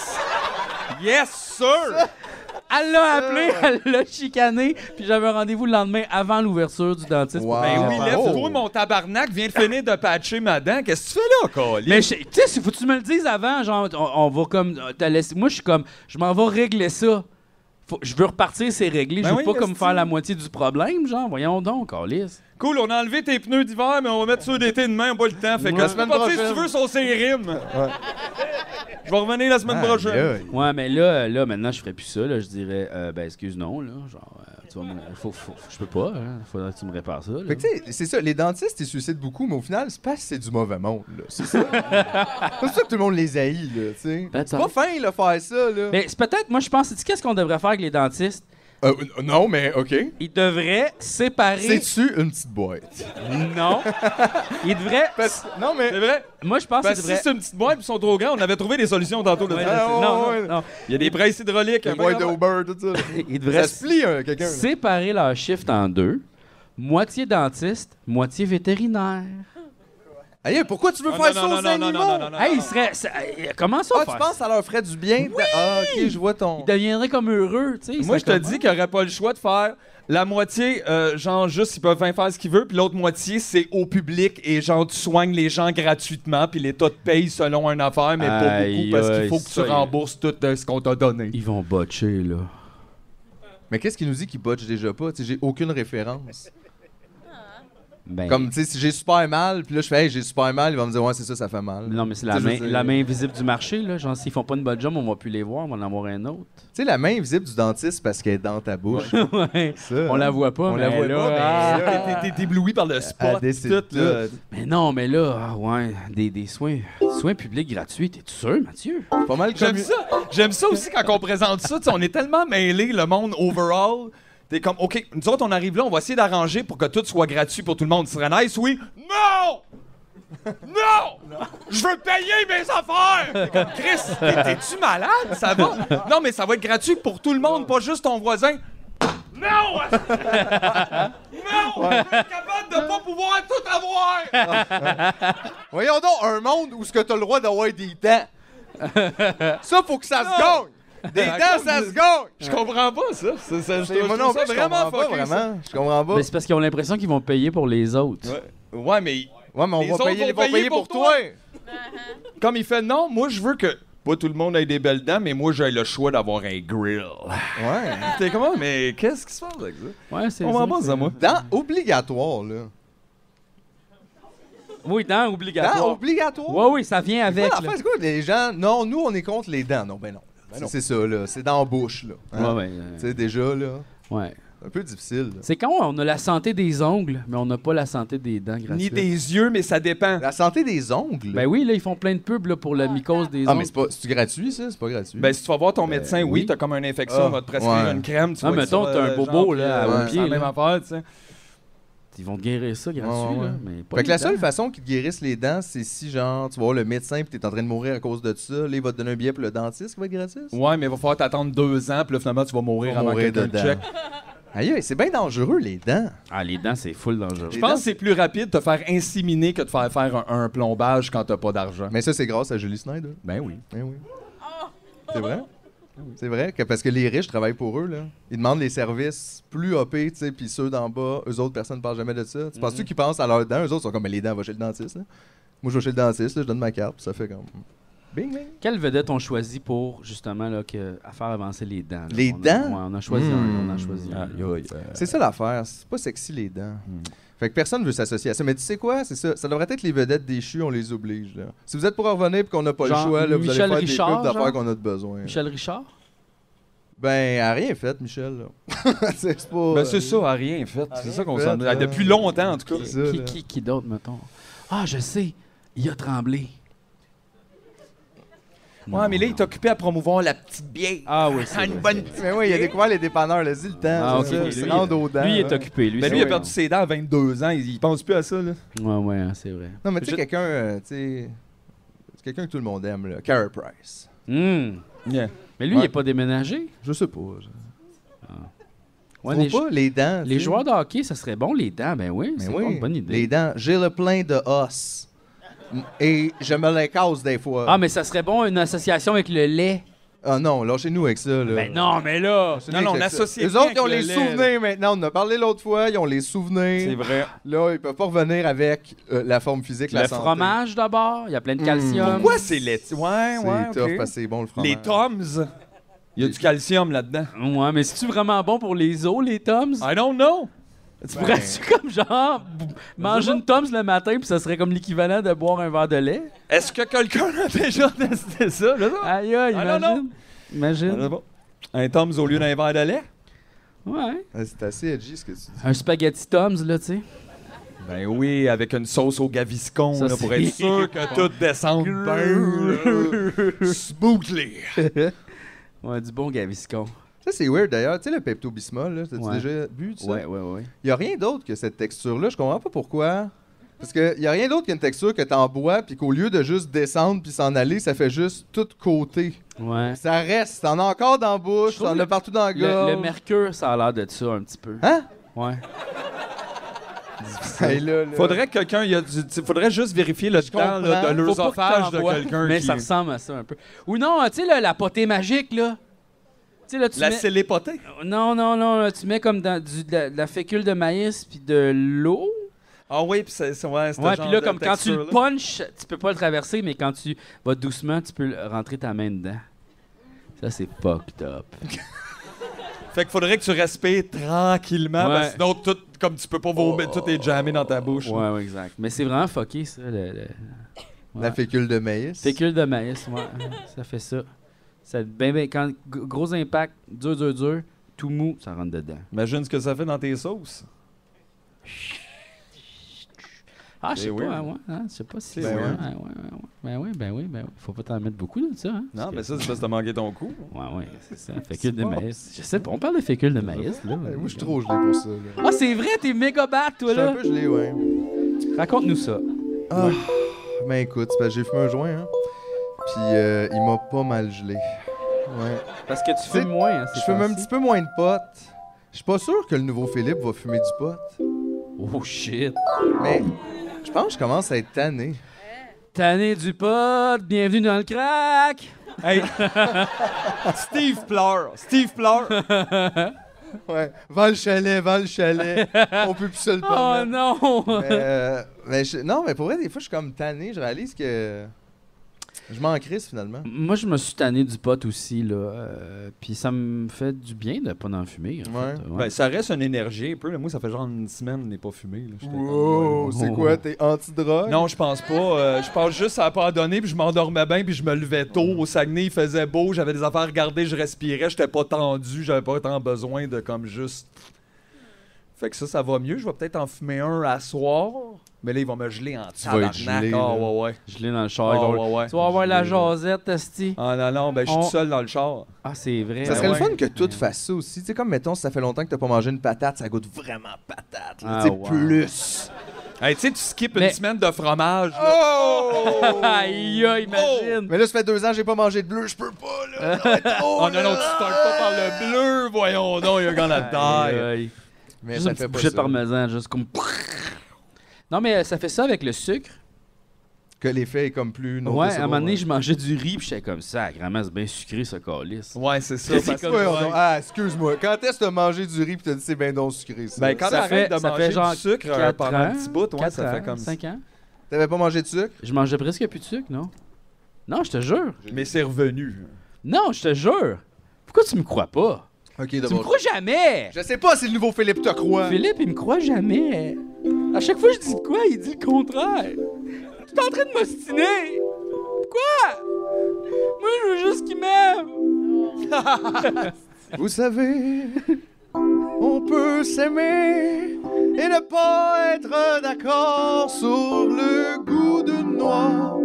Yes, sir. Elle l'a appelé, Ah. elle l'a chicané, puis j'avais un rendez-vous le lendemain avant l'ouverture du dentiste. Wow. Ben oui, Ah, lève-toi, oh. mon tabarnak. Viens de finir de patcher ma dent. Qu'est-ce que tu fais là, Calisse? Mais je- tu sais, si- faut que tu me le dises avant, genre, on, on va comme. t'as laissé- moi, je suis comme, je m'en vais régler ça. Faut- je veux repartir, c'est réglé. Ben je veux oui, pas comme esti. faire la moitié du problème, genre, voyons donc, Alice. Cool, on a enlevé tes pneus d'hiver, mais on va mettre ceux d'été demain, on a pas le temps. Fait que Ouais. la semaine La semaine prochaine, si tu prochaine. veux, sont ses rimes. Je vais revenir la semaine prochaine. Ouais, mais là, là, maintenant, je ferais plus ça. Là, je dirais, euh, ben, excuse, non, là. Genre, euh, tu vas me- faut, faut- faut- je peux pas, hein. Faudrait que tu me répares ça. là. Fait que tu sais, c'est ça, les dentistes, ils suicident beaucoup, mais au final, c'est parce que c'est du mauvais monde, là. C'est ça. [LAUGHS] c'est pour ça que tout le monde les haït, là, tu sais. Ben, C'est pas fin, là, faire ça, là. Mais c'est peut-être, moi, je pense, c'est qu'est-ce qu'on devrait faire avec les dentistes? Euh, euh, non, mais OK. Ils devraient séparer. C'est-tu une petite boîte? Non. Ils devraient. Parce- Non, mais... C'est vrai? Moi, je pense que c'est Parce que si vrai. Ah, c'est une petite boîte et ils sont trop grands, on avait trouvé des solutions tantôt. Ah, là. là. non, Ah, ouais, non, ouais. non. Il y a des presses hydrauliques. Ah, Les boîtes d'Uber, tout ça. Ils Ça devraient se plie, hein, quelqu'un. là. séparer leur shift en deux. Moitié dentiste, moitié vétérinaire. Allez, pourquoi tu veux Ah, faire ça non, non, non, aux non, animaux? non, non, non, non, Hey, il non. serait. ça- euh, comment ça Ah, faire tu penses ça? ça leur ferait du bien? Ah, ok, je vois ton. Il deviendrait comme heureux, tu sais. il Moi, serait je te comme- dis qu'il n'aurait pas le choix de faire la moitié, euh, genre, juste, ils peuvent bien faire ce qu'ils veulent, puis l'autre moitié, c'est au public, et genre, tu soignes les gens gratuitement, puis l'État te paye selon un affaire, mais pas Aïe, beaucoup, parce qu'il aïe, faut que tu ça, il- rembourses tout de ce qu'on t'a donné. Ils vont botcher, là. Mais qu'est-ce qui nous dit qu'ils botchent déjà pas? Tu sais, j'ai aucune référence. Ben, Comme, tu sais, si j'ai super mal, puis là, je fais, hey, j'ai super mal, il va me dire, ouais, c'est ça, ça fait mal. Non, mais c'est la Tu sais, main, je veux dire- la main invisible du marché, là. Genre, s'ils font pas une bonne job, on va plus les voir, on va en avoir un autre. [LAUGHS] Tu sais, la main invisible du dentiste parce qu'elle est dans ta bouche. ouais. Ça, hein. On la voit pas, On mais la voit là, pas, mais ah. là, T'es- t'es- T'es ébloui par le [LAUGHS] elle spot, décide tout, là. tout. Mais non, mais là, ah ouais, des, des soins, soins publics gratuits, t'es-tu sûr, Mathieu? Pas mal comme. J'aime ça. J'aime ça aussi quand on présente ça. tu sais, on est tellement mêlés, le monde overall. T'es comme, OK, nous autres, on arrive là, on va essayer d'arranger pour que tout soit gratuit pour tout le monde. Ce serait nice, oui? Non! Non! Je veux payer mes affaires! T'es comme, Chris, t'es- t'es-tu malade? Ça va? Non, mais ça va être gratuit pour tout le monde, pas juste ton voisin. Non! [LAUGHS] Non! Je suis capable de pas pouvoir tout avoir! Voyons donc, un monde où ce que t'as le droit d'avoir des dents. ça, faut que ça se gagne. Des dents, ça se gagne. Je comprends pas ça. C'est, c'est- je C'est- trouve- moi je trouve non plus, ça je comprends pas, fucké, ça. vraiment. Je comprends pas. Mais c'est parce qu'ils ont l'impression qu'ils vont payer pour les autres. Ouais, mais Ouais, mais on Les va autres payer, vont ils vont payer payer pour pour toi. comme il fait non, moi je veux que pas tout le monde ait des belles dents, mais moi j'ai le choix d'avoir un grill. Ouais. T'es comment Mais qu'est-ce qui se passe avec ça Ouais, c'est On ça, m'en pense c'est- à moi. Dans obligatoire, là. Oui, dans obligatoire. Dans obligatoire. Ouais, oui, ça vient avec. Ouais, en là. fait, c'est quoi, les gens. Non, nous, on est contre les dents. Non, ben non. C'est- C'est ça, là. C'est dans la bouche, là. Hein? Ouais, ouais, euh, Tu sais, déjà, là. ouais. C'est un peu difficile. là. C'est quand on a la santé des ongles, mais on n'a pas la santé des dents gratuites. Ni des yeux, mais ça dépend. La santé des ongles. Ben oui, là, ils font plein de pubs là, pour la mycose des ah, ongles. mais c'est pas... c'est-tu gratuit, ça? C'est pas gratuit. Ben si tu vas voir ton médecin, oui, oui. t'as comme une infection, Ah, on va te prescrire ouais. une crème. Tu Ah, vas être mettons, sur, t'as un euh, bobo, genre, là, puis, à euh, vos c'est pieds, la même là. affaire, tu sais. Ils vont te guérir ça gratuit, Ouais, ouais. là, mais pas Fait que la les seule dents. façon qu'ils te guérissent les dents, c'est si, genre, tu vas voir le médecin pis t'es en train de mourir à cause de ça. Là, il va te donner un billet pour le dentiste qui va être gratuit. Ouais, mais il va falloir t'attendre deux ans, puis là finalement tu vas mourir va avant mourir que quelqu'un te dedans. check. Aïe, aïe, c'est bien dangereux, les dents. Ah, les dents, c'est full dangereux. Je pense que c'est plus rapide de te faire inséminer que de faire faire un, un plombage quand t'as pas Ah. d'argent. Mais ça, c'est grâce à Julie Snyder. Ben oui. Eh oui. C'est vrai? C'est vrai, que, parce que les riches travaillent pour eux. Là. Ils demandent les services plus OP, tu sais, puis ceux d'en bas, eux autres, personne ne parle jamais de ça. Tu Mhm. penses-tu qu'ils pensent à leurs dents? Eux autres sont comme, mais les dents, va chez le dentiste. là. Moi, je vais chez le dentiste, là, je donne ma carte, puis ça fait comme. Bing, bing. Quelle vedette on choisit pour, justement, là, que, à faire avancer les dents? là? Les On a- dents? Hmm. ouais, on a choisi un, on a choisi un. C'est ça l'affaire, c'est pas sexy les dents. Hmm. Fait que personne veut s'associer à ça. Mais tu sais quoi, c'est ça. Ça devrait être les vedettes déchues, on les oblige. Là. Si vous êtes pour en revenir et qu'on n'a pas Genre le choix, là, vous Michel allez faire Richard, des pubs genre? d'affaires qu'on a de besoin. Michel Richard? Ben, elle a rien fait, Michel. là. [LAUGHS] c'est euh, pas. Ben c'est ça, à rien fait. C'est ça qu'on fait, s'en. là. Depuis longtemps, en tout cas. C'est ça, qui là. qui, qui d'autre, mettons? Ah, je sais, il a tremblé. Ouais, mais là, il est occupé à promouvoir la petite bière. Ah oui, c'est vrai. Mais oui, il a découvert les dépanneurs, là, dis le temps. Ah, ok, c'est ça, lui, il se lui, rendent aux dents. Lui, il est là. occupé. Lui, Mais c'est lui, il a vrai. perdu ses dents à 22 ans. Il il pense plus à ça, là. Ouais, ouais, hein, c'est vrai. Non, mais tu sais, Je- quelqu'un, euh, tu sais, c'est quelqu'un que tout le monde aime, là. Carey Price. Hum. Mais lui, il Ouais. n'est pas déménagé. Je sais pas. Je... Ouais, Faut les, pas les dents. tu les sais. joueurs de hockey, ça serait bon, les dents. Ben oui, Mais c'est oui, bon, bonne idée. Les dents. J'ai le plein de os. M- Et je me les casse des fois. Ah, mais ça serait bon une association avec le lait. Ah non, lâchez-nous avec ça, là. Ben non, mais là. Non, non, on associe. Les autres, ils ont avec les le lait, là. souvenirs maintenant. On en a parlé l'autre fois, ils ont les C'est souvenirs. vrai. Là, ils peuvent pas revenir avec euh, la forme physique, la Le santé. fromage d'abord, il y a plein de calcium. Pourquoi c'est les. Ouais, C'est ouais. tough ok. parce que c'est bon, le fromage. Les Toms. Il y a du calcium là-dedans. Ouais, mais c'est-tu vraiment bon pour les os, les Toms? I don't know. tu pourrais-tu comme genre b- manger une Toms le matin puis ça serait comme l'équivalent de boire un verre de lait? Est-ce que quelqu'un a [LAUGHS] déjà testé ça? Je sais pas. Aïe, aïe, Ah, non, Ah, imagine. Je Imagine. sais pas. Un Toms au lieu d'un verre de lait? Ouais. Ah, C'est assez edgy ce que tu dis. Un spaghetti Toms, là, tu sais. Ben oui, avec une sauce au gaviscon, Ça, là, pour c'est- être [LAUGHS] sûr que tout descende bien. là, Smoothly. Ouais, du bon gaviscon. Ça, c'est weird d'ailleurs. Tu sais, le Pepto-Bismol, là, t'as-tu Ouais. déjà bu de ça? Ouais, ouais, ouais. Il n'y a rien d'autre que cette texture-là. Je comprends pas pourquoi. Parce qu'il n'y a rien d'autre qu'une texture que t'en bois, puis qu'au lieu de juste descendre puis s'en aller, ça fait juste tout côté. Ouais. Ça reste. T'en as encore dans la bouche, Je trouve t'en le- as partout dans la Le, gorge. [LAUGHS] Hein? le mercure, ça a l'air de ça un petit peu. Hein? Ouais. Hey, là, là. Faudrait que quelqu'un, il y a du- tu- faudrait juste vérifier le temps là, comprends. de Faut pas que l'œsophage t'en de vois, quelqu'un. Mais qui- ça ressemble à ça un peu. Ou non, euh, tu sais, là, la potée magique, là. Tu sais, là, tu La mets- célépotée. Non, non, non, là, tu mets comme dans du, de, la, de la fécule de maïs puis de l'eau. Ah oui, puis c'est c'est- ouais, c'est Ouais, ce puis genre là, de comme quand tu le texture-là. punches, tu peux pas le traverser, mais quand tu vas doucement, tu peux le- rentrer ta main dedans. Ça, c'est fucked up. Fait qu'il faudrait que tu respires tranquillement, Ouais. parce que sinon, tout, comme tu peux pas vomir, tout est jammé dans ta bouche. Ouais, ouais, exact. Mais c'est vraiment fucké, ça. Le, le- La fécule de maïs. Fécule de maïs, ouais. [LAUGHS] ça fait ça. ça ben, ben, quand, g- gros impact, dur, dur, dur, tout mou, ça rentre dedans. Imagine ce que ça fait dans tes sauces. Ah, je sais C'est pas, weird. hein, ouais, hein, je sais pas si C'est ouais, weird. ouais, ouais, ouais, ouais. Ben oui, ben oui, ben oui. Faut pas t'en mettre beaucoup de ça, hein. Non, parce ben mais que- ça, c'est parce que t'as manqué ton coup. Ouais, [LAUGHS] ouais, c'est ça. Fécule de maïs. Je sais pas, on parle de fécule de maïs, là. Ouais, moi, je suis trop gelé pour ça. là. Ah, c'est vrai, t'es méga bat, Je toi, suis un là. peu gelé, ouais. Raconte-nous ça. Ah, ben écoute, c'est parce que j'ai fumé un joint, hein. Puis euh, il m'a pas mal gelé. Ouais. Parce que tu C'est- fumes moins, hein, Je fume un petit peu moins de potes. Je suis pas sûr que le nouveau Philippe va fumer du pot. Oh, shit. Mais je pense que je commence à être tanné. Tanné du pot, bienvenue dans le crack. Hey! Steve pleure! Steve pleure! Ouais. Va le chalet, va le [LAUGHS] chalet. On peut plus se le Oh, permettre. non! Mais, euh, mais je- non, mais pour vrai, des fois, je suis comme tanné. Je réalise que je m'en crisse finalement. Moi, je me suis tanné du pot aussi, là. euh, Puis ça me fait du bien de pas en fumer. en Ouais. fait, Ben, ça reste une énergie un peu. là. Moi, ça fait genre une semaine que je n'ai pas fumé. là. J'étais comme, Wow, ouais, c'est quoi? T'es anti-drogue? Ah, Non, je pense pas. Euh, je pense juste à la pardonner, puis je m'endormais bien, puis je me levais tôt. Au Saguenay, il faisait beau, j'avais des affaires à regarder, je respirais, j'étais pas tendu, j'avais pas tant besoin de comme juste. Fait que ça, ça va mieux. Je vais peut-être en fumer un à soir, mais là, ils vont me geler en vas être tabarnak. Ah, gelé, là. ouais, ouais. Je l'ai dans le Ah, char. ils vont- ouais, ouais. Tu vas avoir la jasette, Esti. Ah, non, non, ben, je suis On- tout seul dans le char. Ah, c'est vrai. Ça Ben serait le ouais. fun que tout fasse ça aussi. Tu sais, comme mettons, si ça fait longtemps que t'as pas mangé une patate, ça goûte vraiment patate. là. Ah, Tu sais, wow. plus. Hey, tu sais, tu skippes Mais- Oh! une semaine de fromage. là. Oh! Aïe, aïe, imagine. Mais là, ça fait deux ans que j'ai pas mangé de bleu, je peux pas, là. Ça va [LAUGHS] être trop, Oh non, non, là. tu starts pas par le bleu, voyons donc, il y a la Aïe, taille. aïe. Mais Juste ça une petite fait pas bouchée de ça. parmesan, juste comme... [LAUGHS] Non, mais euh, ça fait ça avec le sucre. Que l'effet est comme plus. noté Oh, Ouais, à un sur le- moment donné, je mangeais du riz, puis j'étais comme ça, vraiment, c'est bien sucré, ce calice. Ouais, c'est ça. C'est parce que- comme- Ouais, on- Ah, excuse-moi. Quand est-ce que t'as mangé du riz pis t'as dit c'est bien non sucré, ça? Ben, quand Ça fait- t'arrêtes de ça manger fait genre du sucre euh, quatre pendant ans, un petit bout, ouais, Quatre ça fait ans, comme ça. cinq ans. T'avais pas mangé de sucre? Je mangeais presque plus de sucre, non? Non, je te jure. Mais c'est revenu. Non, je te jure. Pourquoi tu me crois pas? Ok, Tu me crois jamais! Je sais pas si le nouveau Philippe te croit. Philippe, il me croit jamais. À chaque fois que je dis de quoi, il dit le contraire. Tu es en train de m'ostiner. Quoi? Moi, je veux juste qu'il m'aime. Vous savez, on peut s'aimer et ne pas être d'accord sur le goût de noir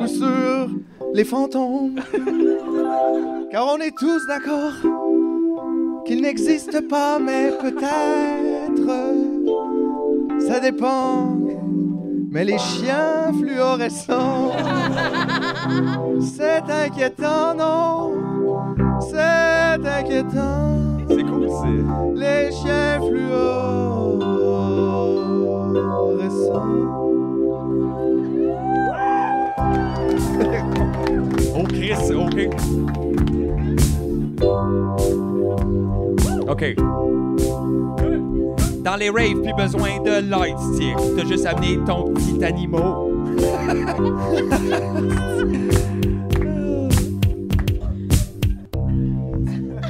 ou sur les fantômes. Car on est tous d'accord qu'ils n'existent pas, mais peut-être ça dépend. Mais les chiens fluorescents, [LAUGHS] c'est inquiétant, non? C'est inquiétant. C'est cool, c'est. Les chiens fluorescents. Oh, Chris, OK. OK. Dans les raves, plus besoin de light stick. T'as juste amené ton petit animal.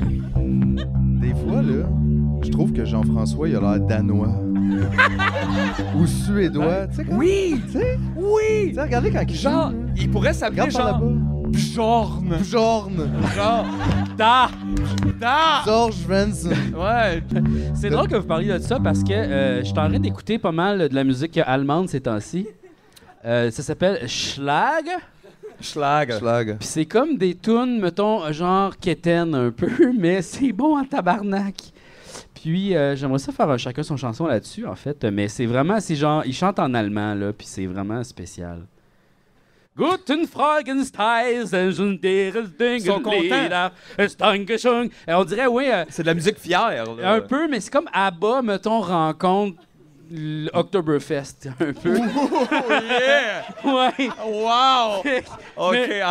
Des fois, là, je trouve que Jean-François, il a [LAUGHS] l'air danois. Ou suédois, tu sais. quand- Oui! Tu sais, tu Oui! sais, regardez quand il Genre, il pourrait s'appeler Regarde par genre... [LAUGHS] là-bas. Bjorn. Bjorn. [LAUGHS] Genre... Da! Da! George Benson. Ouais. C'est drôle que vous parliez de ça parce que euh, je suis en train d'écouter pas mal de la musique allemande ces temps-ci. Euh, ça s'appelle Schlag. Schlag. Schlag. Puis c'est comme des tunes, mettons, euh, genre Keten un peu, [LAUGHS] mais c'est bon en tabarnak. Puis euh, j'aimerais ça faire un chacun son chanson là-dessus, en fait. euh, Mais c'est vraiment, c'est genre, ils chantent en allemand, là, puis c'est vraiment spécial. Guten Frankenstein, sind deren Dinge, sont contents. Lieder, es Dankeschön. Euh, On dirait, oui, euh, C'est de la musique fière. là. un peu, mais c'est comme à bas, mettons, rencontre l'Octoberfest, un peu. Yeah! [LAUGHS] ouais. [LAUGHS] Wow! OK, I love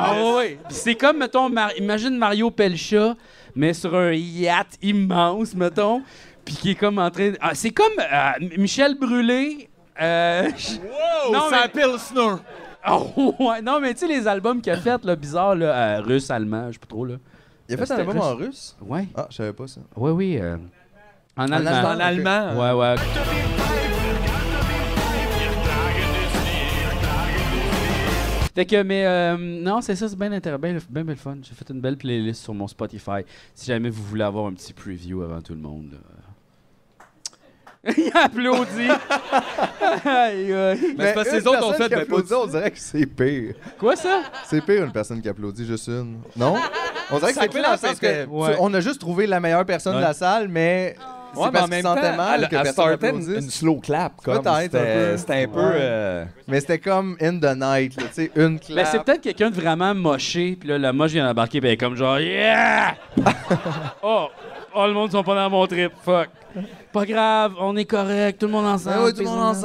Ah it. ouais, ouais. Puis c'est comme, mettons, Mar- imagine Mario Pelcha, mais sur un yacht immense, mettons, puis qui est comme en train... de- Ah, c'est comme euh, M- Michel Brûlé... euh, [LAUGHS] Wow! Non, Non, ça mais- appelle Pilsner. oh, ouais. Non, mais tu sais, les albums qu'il a fait, là, bizarre, là, euh, russe, allemand, je sais pas trop, là. Il a fait C'était un album en russe? Ouais, Ah, je savais pas ça. ouais, oui. euh, en allemand. allemand. En allemand. Ouais, ouais. Fait que, mais euh, non, c'est ça, c'est bien intér- bien bien belle fun. J'ai fait une belle playlist sur mon Spotify. Si jamais vous voulez avoir un petit preview avant tout le monde. là. [LAUGHS] Il a applaudi. [LAUGHS] Aïe, aïe. Mais c'est parce que les une autres ont personne fait, qui ben, pas applaudit, on dirait que c'est pire. Quoi ça? C'est pire une personne qui applaudit, juste une. Non? On dirait que Ça c'est pire claque dans le sens parce que que- tu- Ouais. on a juste trouvé la meilleure personne de la salle, mais Ouais, mais c'est parce en qu'ils même sentaient temps, mal elle- que elle personne startait une, n'applaudisse. une slow clap, comme. Peut-être un C'était peu. c'était un peu... Ouais. euh, Mais c'était comme in the night, là, tu sais, une clap. Ben, c'est peut-être quelqu'un de vraiment moché, puis là, la moche vient d'embarquer, ben comme genre, yeah! oh, oh, le monde sont pas dans mon trip, fuck. Pas grave, on est correct, tout le monde ensemble. Ah ouais, tout le monde peace and love.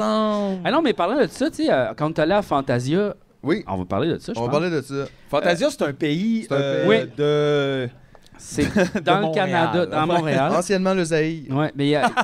ensemble. Ah non, mais parlant de ça, tu sais, euh, quand t'es allé à Fantasia, Oui, on va parler de ça, je on va pense. parler de ça. Fantasia, c'est un pays, C'est un euh, pays. de... [LAUGHS] C'est dans le Montréal. Canada, dans Montréal. Anciennement le Zaï. Ouais, mais il y a- [LAUGHS]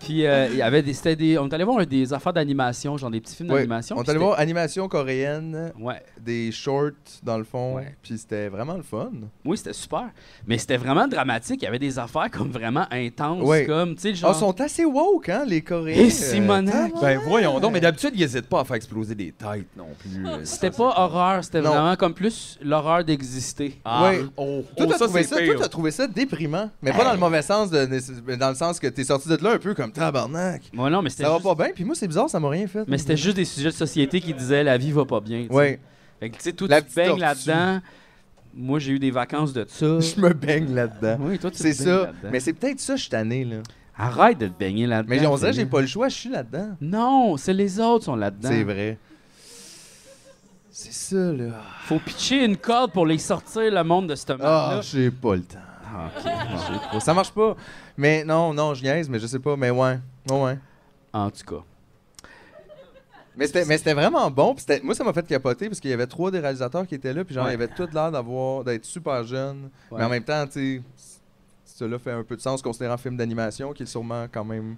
Puis euh, il y avait des, c'était des- On est allé voir des affaires d'animation, genre des petits films Ouais. d'animation. On est puis allé voir animation coréenne, c'était- Ouais. des shorts dans le fond, Ouais. puis c'était vraiment le fun. Oui, c'était super. Mais c'était vraiment dramatique. Il y avait des affaires comme vraiment intenses. Ouais. Comme, tu sais, Ah, genre. ils sont assez woke, hein, les Coréens. Et euh, Simonac. Ben voyons donc, mais d'habitude, ils hésitent pas à faire exploser des têtes non plus. Ah, C'était pas horreur, c'était Non. vraiment comme plus l'horreur d'exister. Ah, Ouais. oh, oh, Toi, t'as ça, trouvé, c'est ça- pire. toi, t'as trouvé ça déprimant, mais pas dans le mauvais sens, de, mais dans le sens que t'es sorti de là un peu comme tabarnak. Moi, non, mais c'était Ça juste- va pas bien, puis moi, c'est bizarre, ça m'a rien fait. Mais c'était juste des sujets de société qui disaient la vie va pas bien. tu sais. Ouais, Fait que tu sais, tout La tu te petite baignes tortue. là-dedans. Moi, j'ai eu des vacances de ça. [LAUGHS] Ah je me baigne là-dedans. Oui, toi, tu te C'est baignes ça. là-dedans. Mais c'est peut-être ça, je suis tanné, là. Arrête de te baigner là-dedans. Mais on dirait que j'ai Félix. pas le choix, je suis là-dedans. Non, c'est les autres sont là-dedans. C'est vrai. C'est ça, là. Faut pitcher une corde pour les sortir, le monde de ce Ah, monde-là. j'ai pas le temps. Ah, ok. Bon. Bon, Ça marche pas. Mais non, non, je niaise, mais je sais pas, mais ouais. Ouais, ouais. En tout cas. Mais c'était, mais c'était vraiment bon. puis c'était- moi, ça m'a fait capoter parce qu'il y avait trois des réalisateurs qui étaient là. Puis genre, Ouais. ils avaient tout l'air d'avoir, d'être super jeunes. Ouais. Mais en même temps, tu sais, c- cela fait un peu de sens considérant un film d'animation qui est sûrement quand même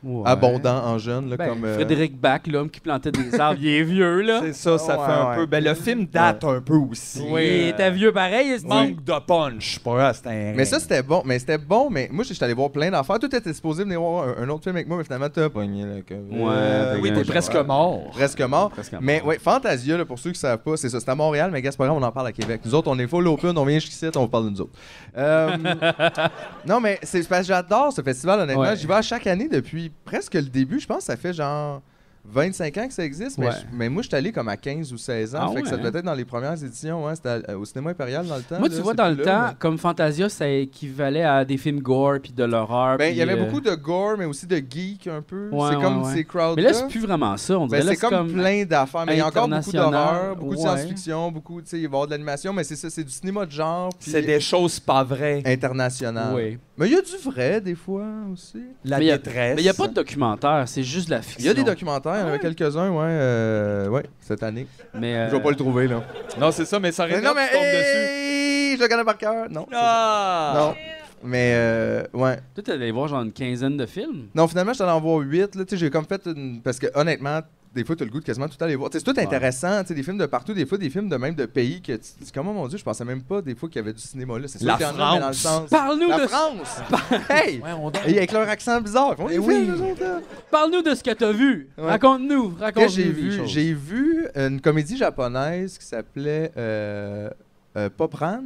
Ouais. abondant en jeunes. Là, Ben, comme, euh, Frédéric Bach, l'homme qui plantait des arbres, il est vieux, [LAUGHS] là. C'est ça, ça Ouais, fait un ouais. peu. Ben, le film date un peu aussi. Oui, il était vieux pareil. est-ce que- Manque de punch. Pour eux, c'était un. Mais ça, c'était bon. Mais c'était bon. Mais moi, j'étais allé voir plein d'affaires. Tout était supposé venir voir un, un autre film avec moi, mais finalement, t'as pogné le COVID. Ouais, Euh, Oui, Ouais, t'es je presque vois. mort. Presque mort. Presque mort. Mais ouais, Fantasia, là, pour ceux qui savent pas, c'est ça. C'est à Montréal, mais gars, c'est pas grave, on en parle à Québec. Nous autres, on est full open, on vient jusqu'ici, on vous parle de nous autres. [LAUGHS] Euh, non, mais c'est parce que j'adore ce festival, honnêtement. Ouais. J'y vais à chaque année depuis presque le début. Je pense que ça fait genre 25 ans que ça existe, mais, Ouais. je- mais moi, je suis allé comme à 15 ou 16 ans. Ah fait que ça ouais, devait être dans les premières éditions. hein. C'était à- au cinéma impérial dans le temps. Moi, là, tu vois, c'est dans le plus là, temps, mais- comme Fantasia, ça équivalait à des films gore puis de l'horreur. Ben, il puis, y avait euh, beaucoup de gore, mais aussi de geek un peu. Ouais, c'est ouais, comme ouais. ces crowds Mais là, c'est plus vraiment ça. On dirait Ben, là, c'est comme, plein d'affaires, mais il y a encore beaucoup international, d'horreur, beaucoup de ouais. science-fiction, beaucoup, tu sais, il va y avoir de l'animation, mais c'est ça, c'est du cinéma de genre, puis C'est des choses pas vraies. international. Oui. Mais il y a du vrai des fois aussi. La Mais y a- détresse. Mais il n'y a pas de documentaire, c'est juste de la Il fiction. y a des documentaires, il y en avait quelques-uns, ouais, euh, ouais, cette année. Mais, euh, Je vais pas le trouver là. Non, c'est ça, mais ça Mais reste non mais tu tombes dessus. hey, je le connais par cœur. Non. Ah! Non. Mais euh, ouais. Toi, t'es allé voir genre une quinzaine de films. Non, finalement, je t'en envoie 8. Là, tu sais, j'ai comme fait une. Parce que honnêtement, des fois, t'as le goût de quasiment tout aller voir. Tu sais, C'est tout intéressant. tu sais, Des films de partout, des fois, des films de même de pays que tu tu dis, comment mon Dieu, je pensais même pas des fois qu'il y avait du cinéma là. C'est sûr La qu'il y en a, mais dans le sens. Parle-nous La de, France! hey! Ouais, on dort. Et avec leur accent bizarre. Ils font des Eh oui. films, eux autres, là. parle de ce que t'as vu. Ouais. Raconte-nous. Qu'est-ce que Raconte-nous. j'ai des vu? choses. J'ai vu une comédie japonaise qui s'appelait euh, euh, Pop Ran.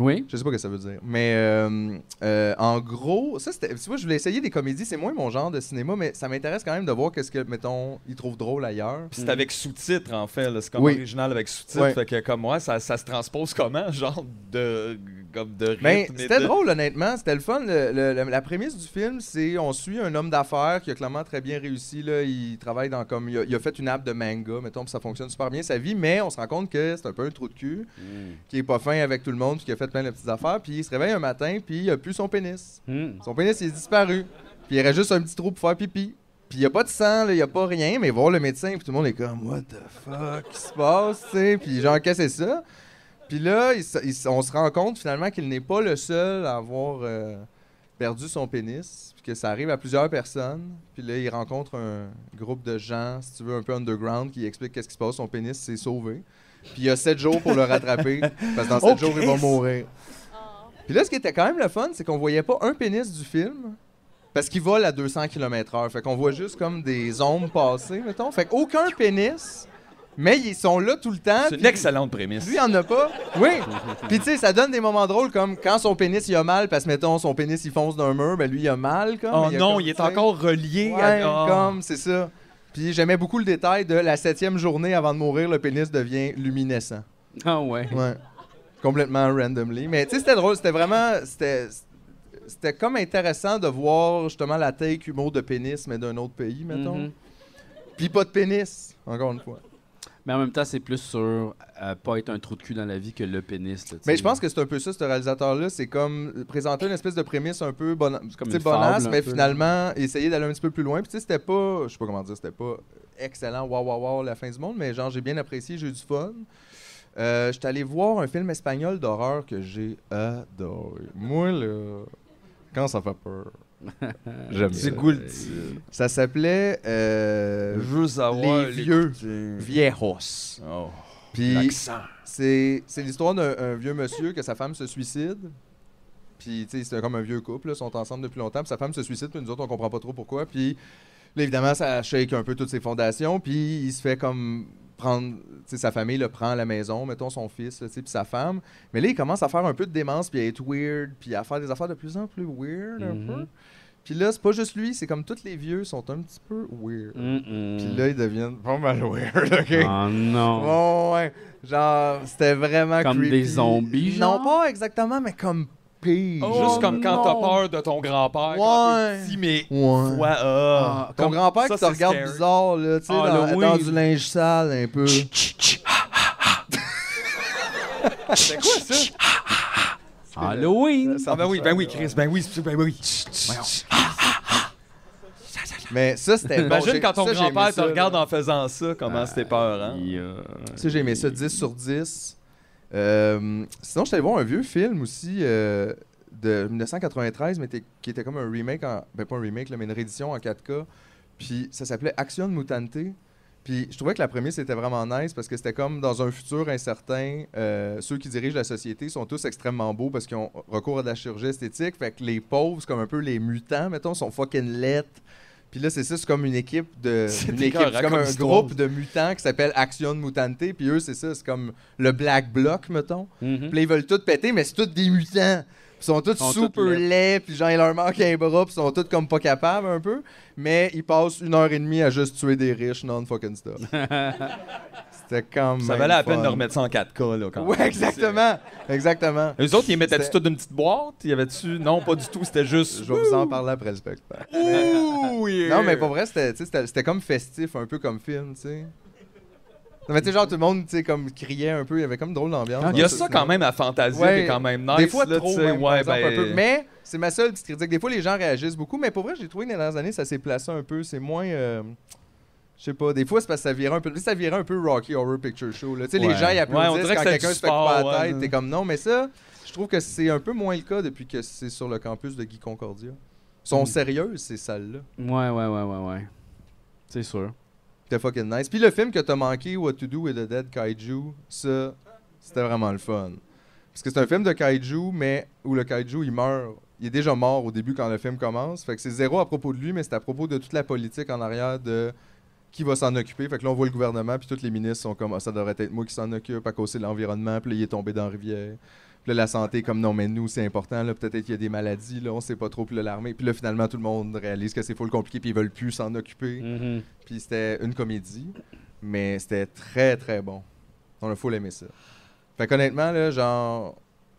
Oui. Je sais pas ce que ça veut dire. Mais euh, euh, en gros, ça c'était. Tu vois, je voulais essayer des comédies, c'est moins mon genre de cinéma, mais ça m'intéresse quand même de voir qu'est-ce que, mettons, ils trouvent drôle ailleurs. Puis c'est avec sous-titres, en fait. là. C'est comme Oui. original avec sous-titres. Ouais. Fait que, comme moi, ça, ça se transpose comment? Genre de, comme de rythme. Mais et Ben, c'était de- drôle, honnêtement. C'était le fun. Le- le- le- la prémisse du film, c'est on suit un homme d'affaires qui a clairement très bien réussi. Là. Il travaille dans comme. Il a, il a fait une app de manga, mettons, puis ça fonctionne super bien sa vie, mais on se rend compte que c'est un peu un trou de cul, Mm. qui est pas fin avec tout le monde, puis qui a fait plein de petites affaires, puis il se réveille un matin, puis il a plus son pénis. Hmm. Son pénis, il est disparu. Puis il y aurait juste un petit trou pour faire pipi. Puis il n'y a pas de sang, il n'y a pas rien, mais voir le médecin, puis tout le monde est comme, What the fuck, qui se passe, tu sais? Puis genre, qu'est-ce que c'est ça? Puis là, il s- il s- on se rend compte finalement qu'il n'est pas le seul à avoir euh, perdu son pénis, puis que ça arrive à plusieurs personnes. Puis là, il rencontre un groupe de gens, si tu veux, un peu underground, qui explique qu'est-ce qui se passe, son pénis s'est sauvé. Puis il y a sept jours pour le rattraper, parce que dans sept jours, il va mourir. Puis là, ce qui était quand même le fun, c'est qu'on voyait pas un pénis du film. Parce qu'il vole à 200 km/h. Fait qu'on voit juste comme des ombres passer, mettons. Fait qu'aucun pénis, mais ils sont là tout le temps. C'est une hein, puis- excellente prémisse. lui, il en a pas. [LAUGHS] Oui. Puis, tu sais, ça donne des moments drôles comme quand son pénis, il a mal, parce que, mettons, son pénis, il fonce d'un mur, ben lui, il a mal. Comme, Oh a non, comme, il est tu sais, encore relié ouais, à. Oh. comme, c'est ça. Puis, j'aimais beaucoup le détail de la septième journée avant de mourir, le pénis devient luminescent. Ah ouais. Ouais. Complètement randomly. Mais, tu sais, c'était drôle. C'était vraiment. C'était. C'était comme intéressant de voir justement la take humour de pénis, mais d'un autre pays, mettons. Mhm. Puis pas de pénis, encore une fois. Mais en même temps, c'est plus sur euh, pas être un trou de cul dans la vie que le pénis. là, tu Mais sais. je pense que c'est un peu ça, ce réalisateur-là. C'est comme présenter une espèce de prémisse un peu bon, comme tu sais, une bonasse, fable, un mais peu, finalement, essayer d'aller un petit peu plus loin. Puis tu sais, c'était pas, je sais pas comment dire, c'était pas excellent, waouh, waouh, waouh, la fin du monde, mais genre, j'ai bien apprécié, j'ai eu du fun. Euh, J'étais allé voir un film espagnol d'horreur que j'ai adoré. Moi, là, quand ça fait peur, [LAUGHS] j'aime ça. C'est Goulti. Ça s'appelait euh, veux savoir. Les vieux. l'écouter. Viejos. Oh, Puis l'accent. C'est, c'est l'histoire d'un un vieux monsieur que sa femme se suicide. Puis, tu sais, c'est comme un vieux couple, là, ils sont ensemble depuis longtemps. Puis sa femme se suicide, puis nous autres, on comprend pas trop pourquoi. Puis, là, évidemment, ça shake un peu toutes ses fondations. Puis, il se fait comme prendre, tu sais, sa famille le prend à la maison, mettons son fils, là, tu sais, puis sa femme. Mais là, il commence à faire un peu de démence, puis à être weird, puis à faire des affaires de plus en plus weird, un Mhm. peu. Puis là, c'est pas juste lui, c'est comme tous les vieux sont un petit peu weird. Mm-mm. Puis là, ils deviennent pas mal weird, [LAUGHS] OK? Oh non. [LAUGHS] Bon, ouais. Genre, c'était vraiment Comme creepy. des zombies, genre? Non, pas exactement, mais comme pire. Oh, Juste comme quand t'as non. peur de ton grand-père. quand t'es Oh, Ouais. petit, mais. Ouais. Ouais, ah. Ton Comme- grand-père ça, qui te c'est regarde scary. bizarre, là, tu sais, Ah, dans, là, oui. dans du linge sale, un peu. C'est quoi ça? Halloween. Ah, ben oui, ben oui, Chris, ben oui, c'est- ben oui. Mais ça, c'était bon. Imagine J'ai- quand ton ça, j'ai aimé grand-père te ça, là. Ah, regarde en faisant ça, comment c'était peur, hein? euh, Ça, j'ai aimé ça, 10 sur 10. Euh, sinon, je suis allé voir un vieux film aussi euh, de 1993, mais était- qui était comme un remake, en- ben pas un remake, là, mais une réédition en 4K. Puis ça s'appelait Action Mutante. Puis je trouvais que la prémisse était vraiment nice parce que c'était comme dans un futur incertain, euh, ceux qui dirigent la société sont tous extrêmement beaux parce qu'ils ont recours à de la chirurgie esthétique. Fait que les pauvres, c'est comme un peu les mutants, mettons, sont fucking lettres. Puis là, c'est ça, c'est comme une équipe de. C'est Une équipe, écœurant c'est comme comme un histoire. groupe de mutants qui s'appelle Action Mutante. Puis eux, c'est ça, c'est comme le Black Bloc, mettons. Mm-hmm. Puis là, ils veulent tout péter, mais c'est tous des mutants. Ils sont tous Ils Hmm. sont super tous laids. laids, puis genre, il leur manque un bras, puis ils sont tous comme pas capables un peu. Mais ils passent une heure et demie à juste tuer des riches non-fucking stuff. C'était comme. Ça valait la peine de remettre ça en 4K, là, quand Ouais, même. exactement. Exactement. Eux autres, ils mettaient-tu C'était- tout d'une petite boîte? Y avait-tu? Non, pas du tout, c'était juste. Je vais vous en parler après le spectacle. Ouh, yeah. [LAUGHS] Non, mais pour vrai, c'était tu sais, c'était- c'était comme festif, un peu comme film, tu sais. Non, mais tu sais, genre, tout le monde, tu sais, comme criait un peu, il y avait comme une drôle d'ambiance. Il y a dans ça ce quand cinéma. même à Fantasie Ouais. qui est quand même nice. Des fois, là, trop, tu sais, même, par ouais, exemple, ben, un peu. Mais c'est ma seule petite critique. Des fois, les gens réagissent beaucoup, mais pour vrai, j'ai trouvé que dans les dernières années, ça s'est placé un peu. C'est moins. euh, Je sais pas, des fois, c'est parce que ça virait un peu. Ça virait un peu Rocky Horror Picture Show. là. Tu sais, Ouais. les gens, ils Ouais, on applaudissent dirait que quand c'est quelqu'un du se fait couper sport, la tête. ouais. T'es comme non, mais ça, je trouve que c'est un peu moins le cas depuis que c'est sur le campus de Guy Concordia. Ils sont Mm. sérieuses, ces salles-là. Ouais, ouais, ouais, ouais, ouais. C'est sûr. C'était fucking nice. Puis le film que t'as manqué, What to Do with the Dead Kaiju, ça, c'était vraiment le fun. Parce que c'est un film de kaiju, mais où le kaiju, il meurt. Il est déjà mort au début quand le film commence. Fait que c'est zéro à propos de lui, mais c'est à propos de toute la politique en arrière de qui va s'en occuper. Fait que là, on voit le gouvernement, puis tous les ministres sont comme, Ah, ça devrait être moi qui s'en occupe à cause de l'environnement, puis là, il est tombé dans la rivière. Puis là, la santé, comme non, mais nous, c'est important. Là, peut-être qu'il y a des maladies, là, on sait pas trop. Puis là, l'armée. Puis là, finalement, tout le monde réalise que c'est full compliqué, puis ils veulent plus s'en occuper. Mhm. Puis c'était une comédie, mais c'était très très bon. On a full aimé ça. Fait qu'honnêtement, là, genre,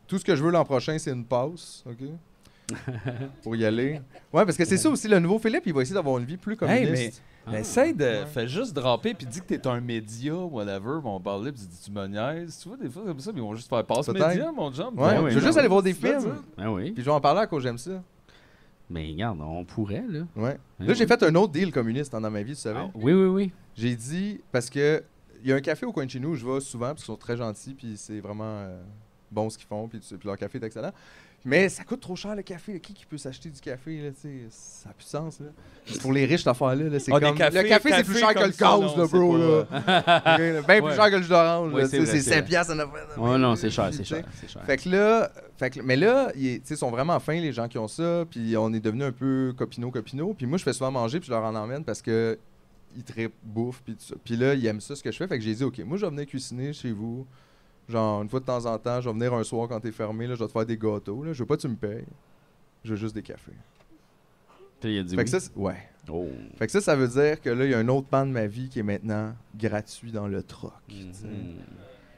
tout ce que je veux l'an prochain, c'est une pause, OK? Pour y aller. Ouais, parce que c'est ça aussi, le nouveau Philippe, il va essayer d'avoir une vie plus Hey, communiste. mais mais essaye de. Fais juste draper puis dis que t'es un média, whatever. Bon, on parle là, puis dis tu me niaises. Tu vois, des fois comme ça, mais ils vont juste faire passe Peut-être. média, mon job. Ouais, Ben oui, je veux ben juste oui. aller voir des Tu veux films. dire? Ben oui. Puis je vais en parler à cause j'aime ça. Mais regarde, on pourrait, là. Ouais. Mais Là, j'ai oui. fait un autre deal communiste dans ma vie, tu savais. Oui, oui, oui. J'ai dit, parce que il y a un café au coin de chez nous où je vais souvent, parce qu'ils sont très gentils, puis c'est vraiment euh, bon ce qu'ils font, puis, tu- puis leur café est excellent. Mais ça coûte trop cher le café. Qui, qui peut s'acheter du café, là, tu sais, ça a plus de sens, là. C'est Pour les riches, cette affaire-là, là, c'est Ah, des comme... cafés- le café, c'est cafés plus cher que comme le ça, gaz, non, là, c'est bro, pas, euh, là. Ok, [LAUGHS] Bien Ouais. plus cher que le jus d'orange, Ouais, là, c'est tu sais, vrai, c'est c'est 7 vrai. piastres, ça en a- Ouais, Oh, non, c'est cher, Puis, c'est tu sais, cher, c'est cher. Fait que là, fait que- mais là, ils tu sais, sont vraiment fins, les gens qui ont ça. Puis on est devenus un peu copino copino Puis moi, je fais souvent manger, puis je leur en emmène parce que ils trippent, bouffent, puis tout ça. Puis là, ils aiment ça, ce que je fais. Fait que j'ai dit, OK, moi, je vais venir cuisiner chez vous. Genre, une fois de temps en temps, je vais venir un soir quand t'es fermé, là, je vais te faire des gâteaux. Là. Je veux pas que tu me payes. Je veux juste des cafés. Puis il a dit Fait que oui. ça, c'est- ouais. Oh. Fait que ça, ça veut dire que là, il y a un autre pan de ma vie qui est maintenant gratuit dans le troc. tu sais. Mhm.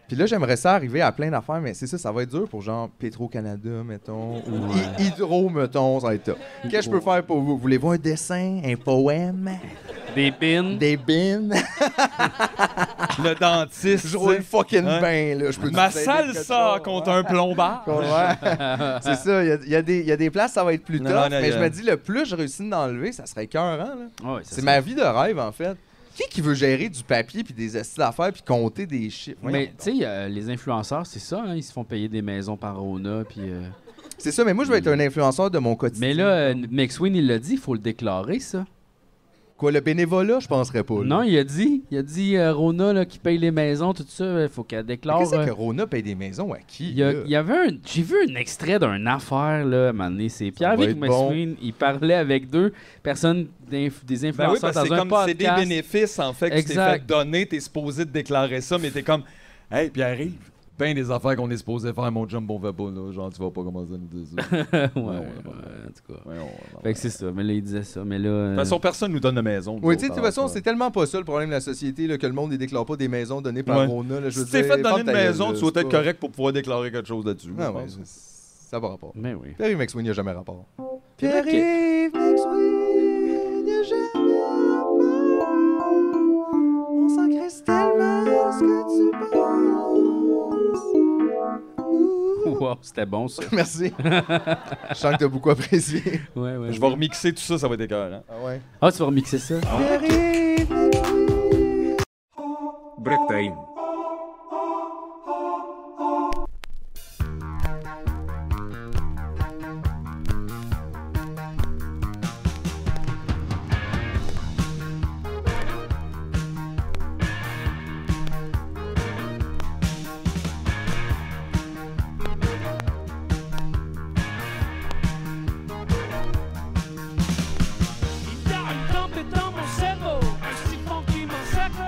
Puis là, j'aimerais ça arriver à plein d'affaires, mais c'est ça, ça va être dur pour genre Petro-Canada, mettons, ou Ouais. Hy- Hydro, mettons, ça va être top. Qu'est-ce que je peux faire pour vous? Voulez-vous un dessin, [LAUGHS] un poème, Des pins. des bines? Le dentiste. Je roule tu sais. fucking Ouais. bain, là. Je peux Ma vous aider salle quelque sort chose? contre un [LAUGHS] plombard. [LAUGHS] Ouais. c'est ça, il y a- il y, a des- il y a des places, ça va être plus Non, tough, non, non, mais je non. me dis, le plus je réussis d'enlever, ça serait écœurant, là. Ah Ouais, ça, C'est ma vie de rêve, en fait. Qui qui veut gérer du papier, puis des astuces d'affaires, puis compter des chiffres? Voyons. Mais tu sais, euh, les influenceurs, c'est ça, hein, ils se font payer des maisons par Rona. Puis, euh, C'est ça, mais moi, je veux être un influenceur de mon quotidien. Mais là, euh, McSween, il l'a dit, il faut le déclarer, ça. Quoi, le bénévolat, je penserais pas. là. Non, il a dit. Il a dit euh, Rona là, qui paye les maisons, tout ça, il faut qu'elle Mais déclare. Qu'est-ce euh, que Rona paye des maisons à qui? Il y, a- là? il y avait un. J'ai vu un extrait d'un affaire, là, à un moment donné. C'est va Pierre-Luc être bon. McSween, il parlait avec deux personnes, d'inf- des Ben oui, influenceurs parce que c'est dans un comme c'est des podcast. bénéfices en fait que tu t'es Exact. fait donner, t'es supposé te déclarer ça, mais t'es comme Hey, puis arrive, ben des affaires qu'on est supposé faire, mon jumbo va pas là, genre tu vas pas commencer à nous dire ça. [LAUGHS] Ouais, Ouais, ouais, [LAUGHS] ouais. en tout cas. Voyons, alors. Fait que c'est ça. Mais là, il disait ça. Mais là. euh, De toute façon, personne nous donne de maison. nous Oui, tu sais, de autres, toute façon, alors, c'est tellement pas ça le problème de la société là, que le monde ne déclare pas des maisons données par Ouais. Rona. là, je Si veux tu t'es dire, fait donner ferme une ta maison, gueule, là, tu dois c'est être pas- correct pour pouvoir déclarer quelque chose là-dessus. Non, je ouais, pense. c'est- ça va rapport. Mais ben [LAUGHS] oui. Pierre-Yves McSween, il n'y a jamais rapport. C'est vrai que- Pierre-Yves McSween, il n'y a jamais rapport. On s'en crisse tellement ce que tu penses. Wow, c'était bon, ça. [LAUGHS] Merci. je sens que t'as beaucoup apprécié. Ouais, ouais. Je vais remixer tout ça, ça va être écœurant. Ah ouais. Ah, tu vas remixer ça? Pierre-Yves Break time. Il y a une tempête dans mon cerveau, un siphon qui m'encercle.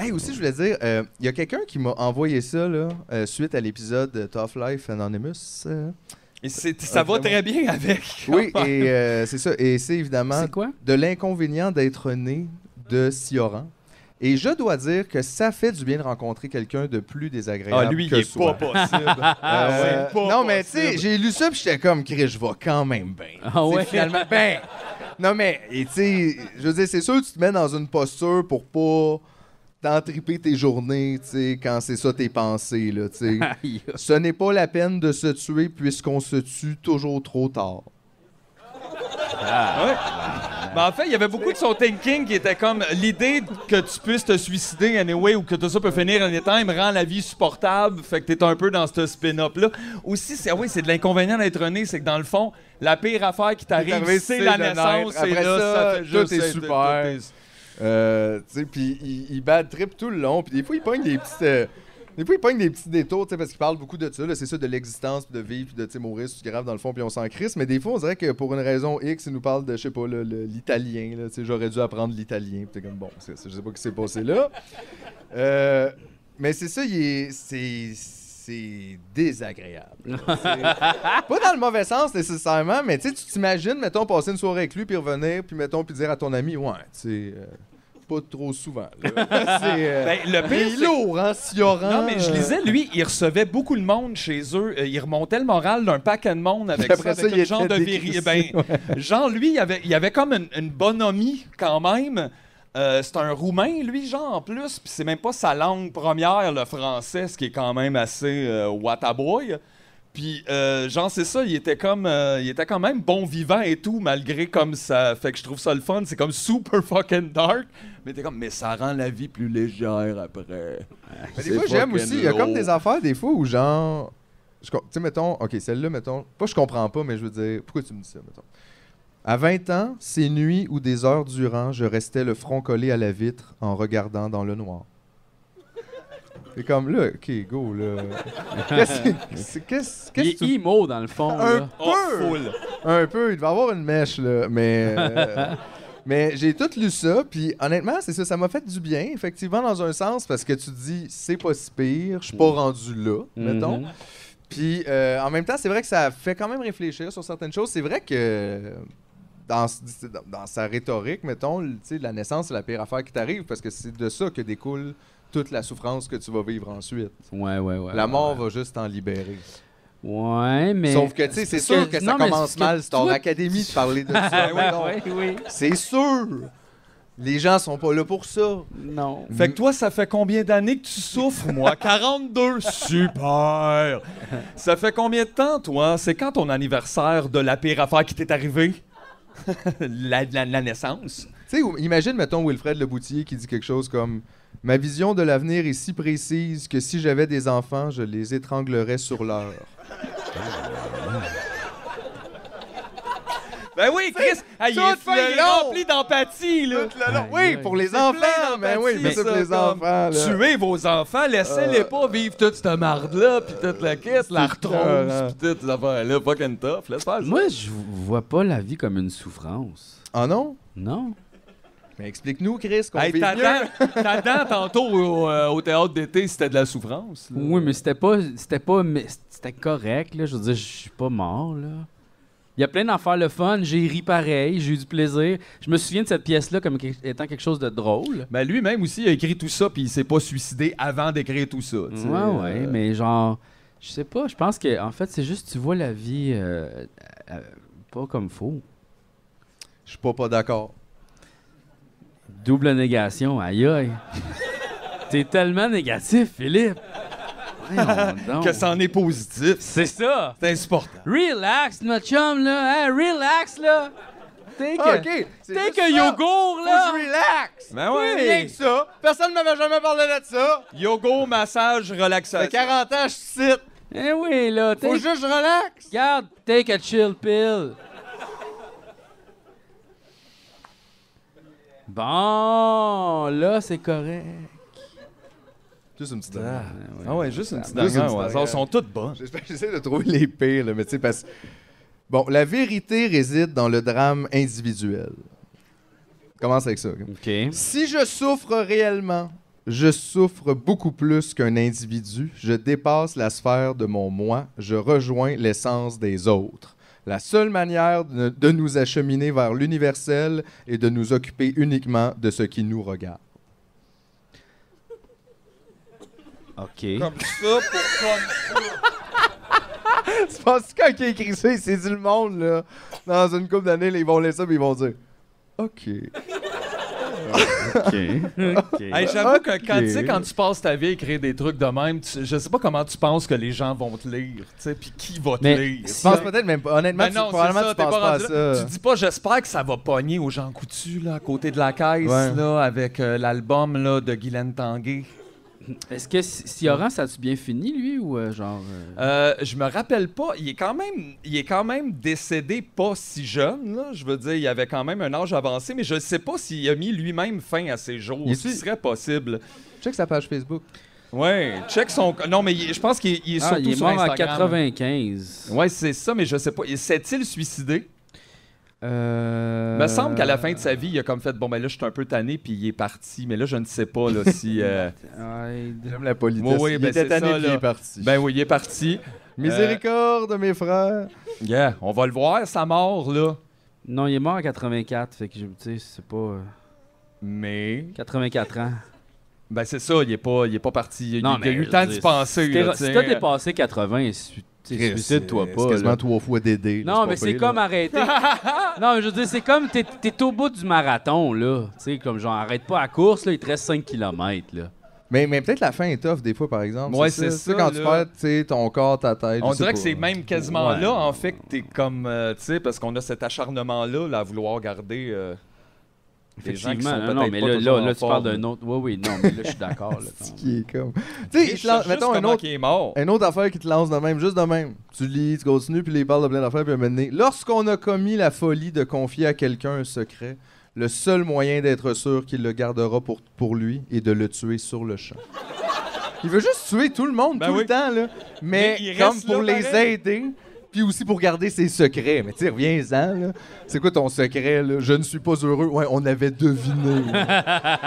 Hey, aussi, je voulais dire, euh, il y a quelqu'un qui m'a envoyé ça, là, euh, suite à l'épisode de Tough Life Anonymous. euh. Et c'est- ça va très bien avec. Ah, Oui, et euh, c'est ça. Et c'est évidemment C'est quoi? de l'inconvénient d'être né de Sioran. Et je dois dire que ça fait du bien de rencontrer quelqu'un de plus désagréable Ah, lui, il que est soi. pas possible. Euh, Ah c'est pas non, mais tu possible. sais, j'ai lu ça puis j'étais comme, Chris, je vais quand même bien. Ah Tu sais, ouais? Finalement, ben. Non, mais, et tu sais, je veux dire, c'est sûr, tu te mets dans une posture pour pas t'entriper tes journées, tu sais, quand c'est ça tes pensées, là, tu [LAUGHS] sais. Aïe. Ce n'est pas la peine de se tuer puisqu'on se tue toujours trop tard. Mais Ben, en fait, il y avait beaucoup de son thinking qui était comme l'idée que tu puisses te suicider anyway ou que tout ça peut finir anytime rend la vie supportable. Fait que t'es un peu dans ce spin-up-là. Aussi, c'est ah oui, c'est de l'inconvénient d'être né, c'est que dans le fond, la pire affaire qui t'arrive, arrivé, c'est c'est la de naissance. naître. et Après là, ça, fait tout juste- est c'est- super. tout est- Euh, tu sais, puis il, il bad trip tout le long. Puis des fois, il pogne des petites. euh, des fois, il pogne des petits détours, tu sais, parce qu'il parle beaucoup de ça, là, c'est ça, de l'existence, puis de vivre, puis de, tu sais, mourir, c'est grave dans le fond, puis on s'en crisse. Mais des fois, on dirait que pour une raison X, il nous parle de, je sais pas, là, le- l'italien, là, tu sais, j'aurais dû apprendre l'italien, puis t'es comme, bon, c'est- c'est- je sais pas ce qui s'est passé là. Euh, mais c'est ça, il est- c'est, c'est désagréable. [LAUGHS] Pas dans le mauvais sens nécessairement, mais tu sais, tu t'imagines, mettons, passer une soirée avec lui, puis revenir, puis mettons, puis dire à ton ami, ouais, tu sais, euh, pas trop souvent. [LAUGHS] là. c'est euh, Ben, le il pire, est c'est- lourd, hein, Sioran. Non, mais je euh, lisais, lui, il recevait beaucoup de monde chez eux. Euh, il remontait le moral d'un paquet de monde avec Puis après ça, ça, avec il une genre de était vérité. [LAUGHS] Ben, décrissé, Genre, lui, il avait, il avait comme une, une bonhomie quand même. Euh, c'est un Roumain, lui, genre, en plus. Puis c'est même pas sa langue première, le français, ce qui est quand même assez euh, wataboy. Puis, euh, genre, c'est ça, il était comme, euh, il était quand même bon vivant et tout, malgré comme ça. Fait que je trouve ça le fun, c'est comme super fucking dark. Mais t'es comme, mais ça rend la vie plus légère après. Mais des fois, j'aime aussi, il y a comme des affaires, des fois, où genre. je com- Tu sais, mettons, OK, celle-là, mettons. Pas je comprends pas, mais je veux dire, pourquoi tu me dis ça, mettons. À 20 ans, ces nuits ou des heures durant, je restais le front collé à la vitre en regardant dans le noir. C'est comme là, OK, [LAUGHS] go, là. Qu'est-ce que- c'est- Qu'est-ce Il qu'est-ce est que tu. emo dans le fond. [LAUGHS] Un là. Oh, peu! full. Un peu, il devait avoir une mèche, là, mais... [LAUGHS] euh, mais j'ai tout lu ça, puis honnêtement, c'est ça, ça m'a fait du bien, effectivement, dans un sens, parce que tu te dis, c'est pas si pire, je suis Mm. pas rendu là, mettons. Mhm. Puis euh, en même temps, c'est vrai que ça fait quand même réfléchir sur certaines choses. C'est vrai que euh, dans, s- dans- dans sa rhétorique, mettons, le- tu sais, la naissance, c'est la pire affaire qui t'arrive, parce que c'est de ça que découle toute la souffrance que tu vas vivre ensuite. Ouais, ouais, ouais. la mort va juste t'en libérer. Ouais, mais. [LAUGHS] Sauf que, tu sais, c'est parce que- sûr que ça non, mais commence c'est parce que mal, c'est ton toi- académie de parler de ça. Ah, mettons. [LAUGHS] Ouais, oui, oui. C'est sûr. Les gens sont pas là pour ça. Non. Fait que toi, ça fait combien d'années que tu souffres, [LAUGHS] moi? 42! Super! Ça fait combien de temps, toi? C'est quand ton anniversaire de la pire affaire qui t'est arrivée? [LAUGHS] la, la- la naissance? Tu sais, ou- imagine, mettons, Wilfred Leboutier qui dit quelque chose comme Ma vision de l'avenir est si précise que si j'avais des enfants, je les étranglerais sur l'heure. Ben oui, Chris! hey, il, tout est, fou, il le est long. rempli d'empathie, là! Oui, pour les plein enfants, mais d'empathie, oui, mais ça, c'est pour les comme enfants. là. Tuez vos enfants, laissez-les Euh, pas vivre toute cette marde-là, pis toute la caisse, écœurant. l'arthrose, pis toute l'affaire-là, fucking tough, laisse faire ça. Moi, je vois pas la vie comme une souffrance. Ah non Non. Mais explique-nous, Chris, qu'on Hey, vit mieux. t'attends, t'attends tantôt au, euh, au théâtre d'été si c'était de la souffrance. là. Mm. Oui, mais c'était pas. C'était pas. mais C'était correct, là. Je veux dire, je suis pas mort, là. Il y a plein d'affaires le fun. J'ai ri pareil. J'ai eu du plaisir. Je me souviens de cette pièce-là comme que- étant quelque chose de drôle. Ben lui-même aussi, il a écrit tout ça, puis il s'est pas suicidé avant d'écrire tout ça. tu Ouais, sais. ouais, Euh, mais genre, je sais pas, je pense que en fait, c'est juste tu vois la vie euh, euh, pas comme faux. Je suis pas, pas d'accord. Double négation, aïe aïe. [LAUGHS] T'es tellement négatif, Philippe. [LAUGHS] Voyons donc. Que c'en est positif, C'est ça. c'est insupportable. Relax, notre chum, là. Hein, relax, là. Take, a- Ah, ok. c'est take juste a ça. yogourt, là. Faut que je relax. Ben Rien que ça. Personne ne m'avait jamais parlé de ça. Yoga, massage, Ça fait relaxation. 40 ans, je cite. Eh oui, là. Faut Take, juste que je relax. regarde, take a chill pill. Bon, là, c'est correct. Juste une petite Ah ouais, juste une petite Juste une dernière petite au hasard. dernière. Ils sont toutes bonnes. Ah. J'espère j'essaie de trouver les pires, là, mais tu sais, parce Bon, la vérité réside dans le drame individuel. Commence avec ça. ok? OK. Si je souffre réellement, Je souffre beaucoup plus qu'un individu. Je dépasse la sphère de mon moi. Je rejoins l'essence des autres. La seule manière de, de nous acheminer vers l'universel est de nous occuper uniquement de ce qui nous regarde. OK. Comme ça, pour comme- [LAUGHS] Tu penses que quand il a écrit ça, il s'est dit le monde, là, dans une couple d'années, là, ils vont laisser ça, puis ils vont dire OK. OK. Hey, J'avoue que quand, Ok. tu sais, quand tu passes ta vie à écrire des trucs de même, tu- je sais pas comment tu penses que les gens vont te lire, tu sais, puis qui va te Mais lire. Je pense peut-être même pas. Honnêtement, Ben tu, non, c'est probablement, ça, tu t'es penses pas pas à rendu là. ça. Tu dis pas, j'espère que ça va pogner aux gens coutus, là, à côté de la caisse, Ouais. là, avec euh, l'album, là, de Guylaine Tanguay. Est-ce que si si Orange, a-tu bien fini, lui, ou euh, genre. euh, Euh, je me rappelle pas, il est quand même, il est quand même décédé pas si jeune, là. Je veux dire, il avait quand même un âge avancé, mais je sais pas s'il a mis lui-même fin à ses jours, Il est- ce qui serait possible. Check sa page Facebook. Ouais, check son... Non, mais il- je pense qu'il il est ah, surtout il est sur mort en Instagram. 95. Ouais, c'est ça, mais je sais pas. S'est-il suicidé? Euh... Il me semble qu'à la fin de sa vie, il a comme fait bon, ben là, je suis un peu tanné, puis il est parti. Mais là, je ne sais pas [LAUGHS] là, si. euh, Ouais. J'aime la politesse. Oui, oui, il ben, était c'est tanné, ça, puis là. il est parti. Ben oui, il est parti. Miséricorde, mes frères. Yeah, on va le voir, sa mort, là. Non, il est mort en 84, fait que je- tu sais, c'est pas. euh, Mais. 84 ans. Ben c'est ça, il est pas, il est pas parti. Il, Non, il mais a eu je le temps veux d'y dire, penser. Si là, t'es- tu sais. si t'as dépassé 80, su- tu sais, Chris, suicide-toi euh, pas. C'est là. quasiment trois fois Dédé. là, Non, mais pas c'est pire, comme là. arrêter. non, mais je veux dire, c'est comme t'es, t'es au bout du marathon, là. Tu sais, comme genre, arrête pas à course, là, il te reste 5 km, là. Mais, mais peut-être la fin est tough, des fois, par exemple. Ouais, c'est c'est ça. Tu sais, ça, quand tu là. perds tu sais, ton corps, ta tête. On je sais dirait que pas. c'est même quasiment Ouais. là, en fait, que t'es comme, euh, tu sais, parce qu'on a cet acharnement-là là, à vouloir garder euh, des gens qui Effectivement, sont non, peut-être non, mais pas là, toujours là, en là, tu forme. parles d'un autre. Oui, oui, non, mais là, je suis d'accord, là. quand même. Qui est comme. Tu sais, Et il te je lance- sais mettons juste un comment autre. qu'il est mort. Une autre affaire qui te lance de même, juste de même. Tu lis, tu continues, puis là, il parle de plein d'affaires, puis à un moment donné, Lorsqu'on a commis la folie de confier à quelqu'un un secret, le seul moyen d'être sûr qu'il le gardera pour, pour lui est de le tuer sur le champ. Il veut juste tuer tout le monde, Ben tout oui. le temps, là. Mais Mais, il reste comme pour là, les pareil. aider, puis aussi pour garder ses secrets. Mais tu sais, reviens-en, là. C'est quoi ton secret, là? Je ne suis pas heureux. Ouais, on avait deviné. [LAUGHS] là.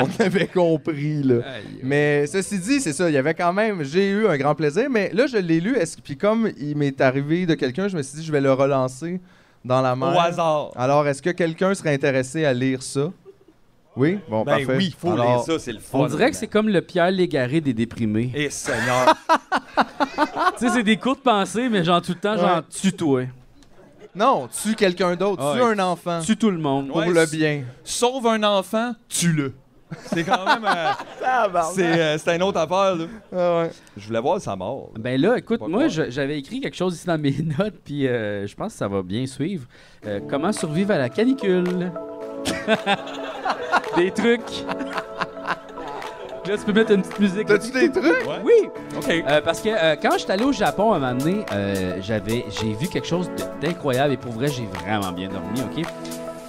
on avait compris, là. Mais ceci dit, c'est ça, il y avait quand même, j'ai eu un grand plaisir, mais là, je l'ai lu, est-ce- puis comme il m'est arrivé de quelqu'un, je me suis dit, je vais le relancer dans la mer. Au hasard. Alors, est-ce que quelqu'un serait intéressé à lire ça? Oui? Bon, Ben parfait. oui, il faut Alors, lire ça, c'est le fun. On dirait que c'est comme le Pierre Légaré des déprimés. Et Seigneur. tu sais, c'est des courtes pensées, mais genre, tout le temps, genre, Ouais. tue-toi. Non, tue quelqu'un d'autre, Ah tue ouais. un enfant. Tue tout le monde. pour Ouais, le c'est- bien. Sauve un enfant, tue-le. C'est quand même. euh, c'est euh, c'est une autre affaire, là. Ah ouais. Je voulais voir sa mort. là. Ben là, écoute, Pas moi, quoi. je- j'avais écrit quelque chose ici dans mes [LAUGHS] notes, puis euh, je pense que ça va bien suivre. Euh, comment survivre à la canicule? [LAUGHS] Des trucs. Là, tu peux mettre une petite musique. T'as-tu des trucs? Ouais. Oui! OK. Euh, parce que euh, quand j'étais allé au Japon à un moment donné, euh, j'avais, j'ai vu quelque chose de- d'incroyable et pour vrai, j'ai vraiment bien dormi, OK?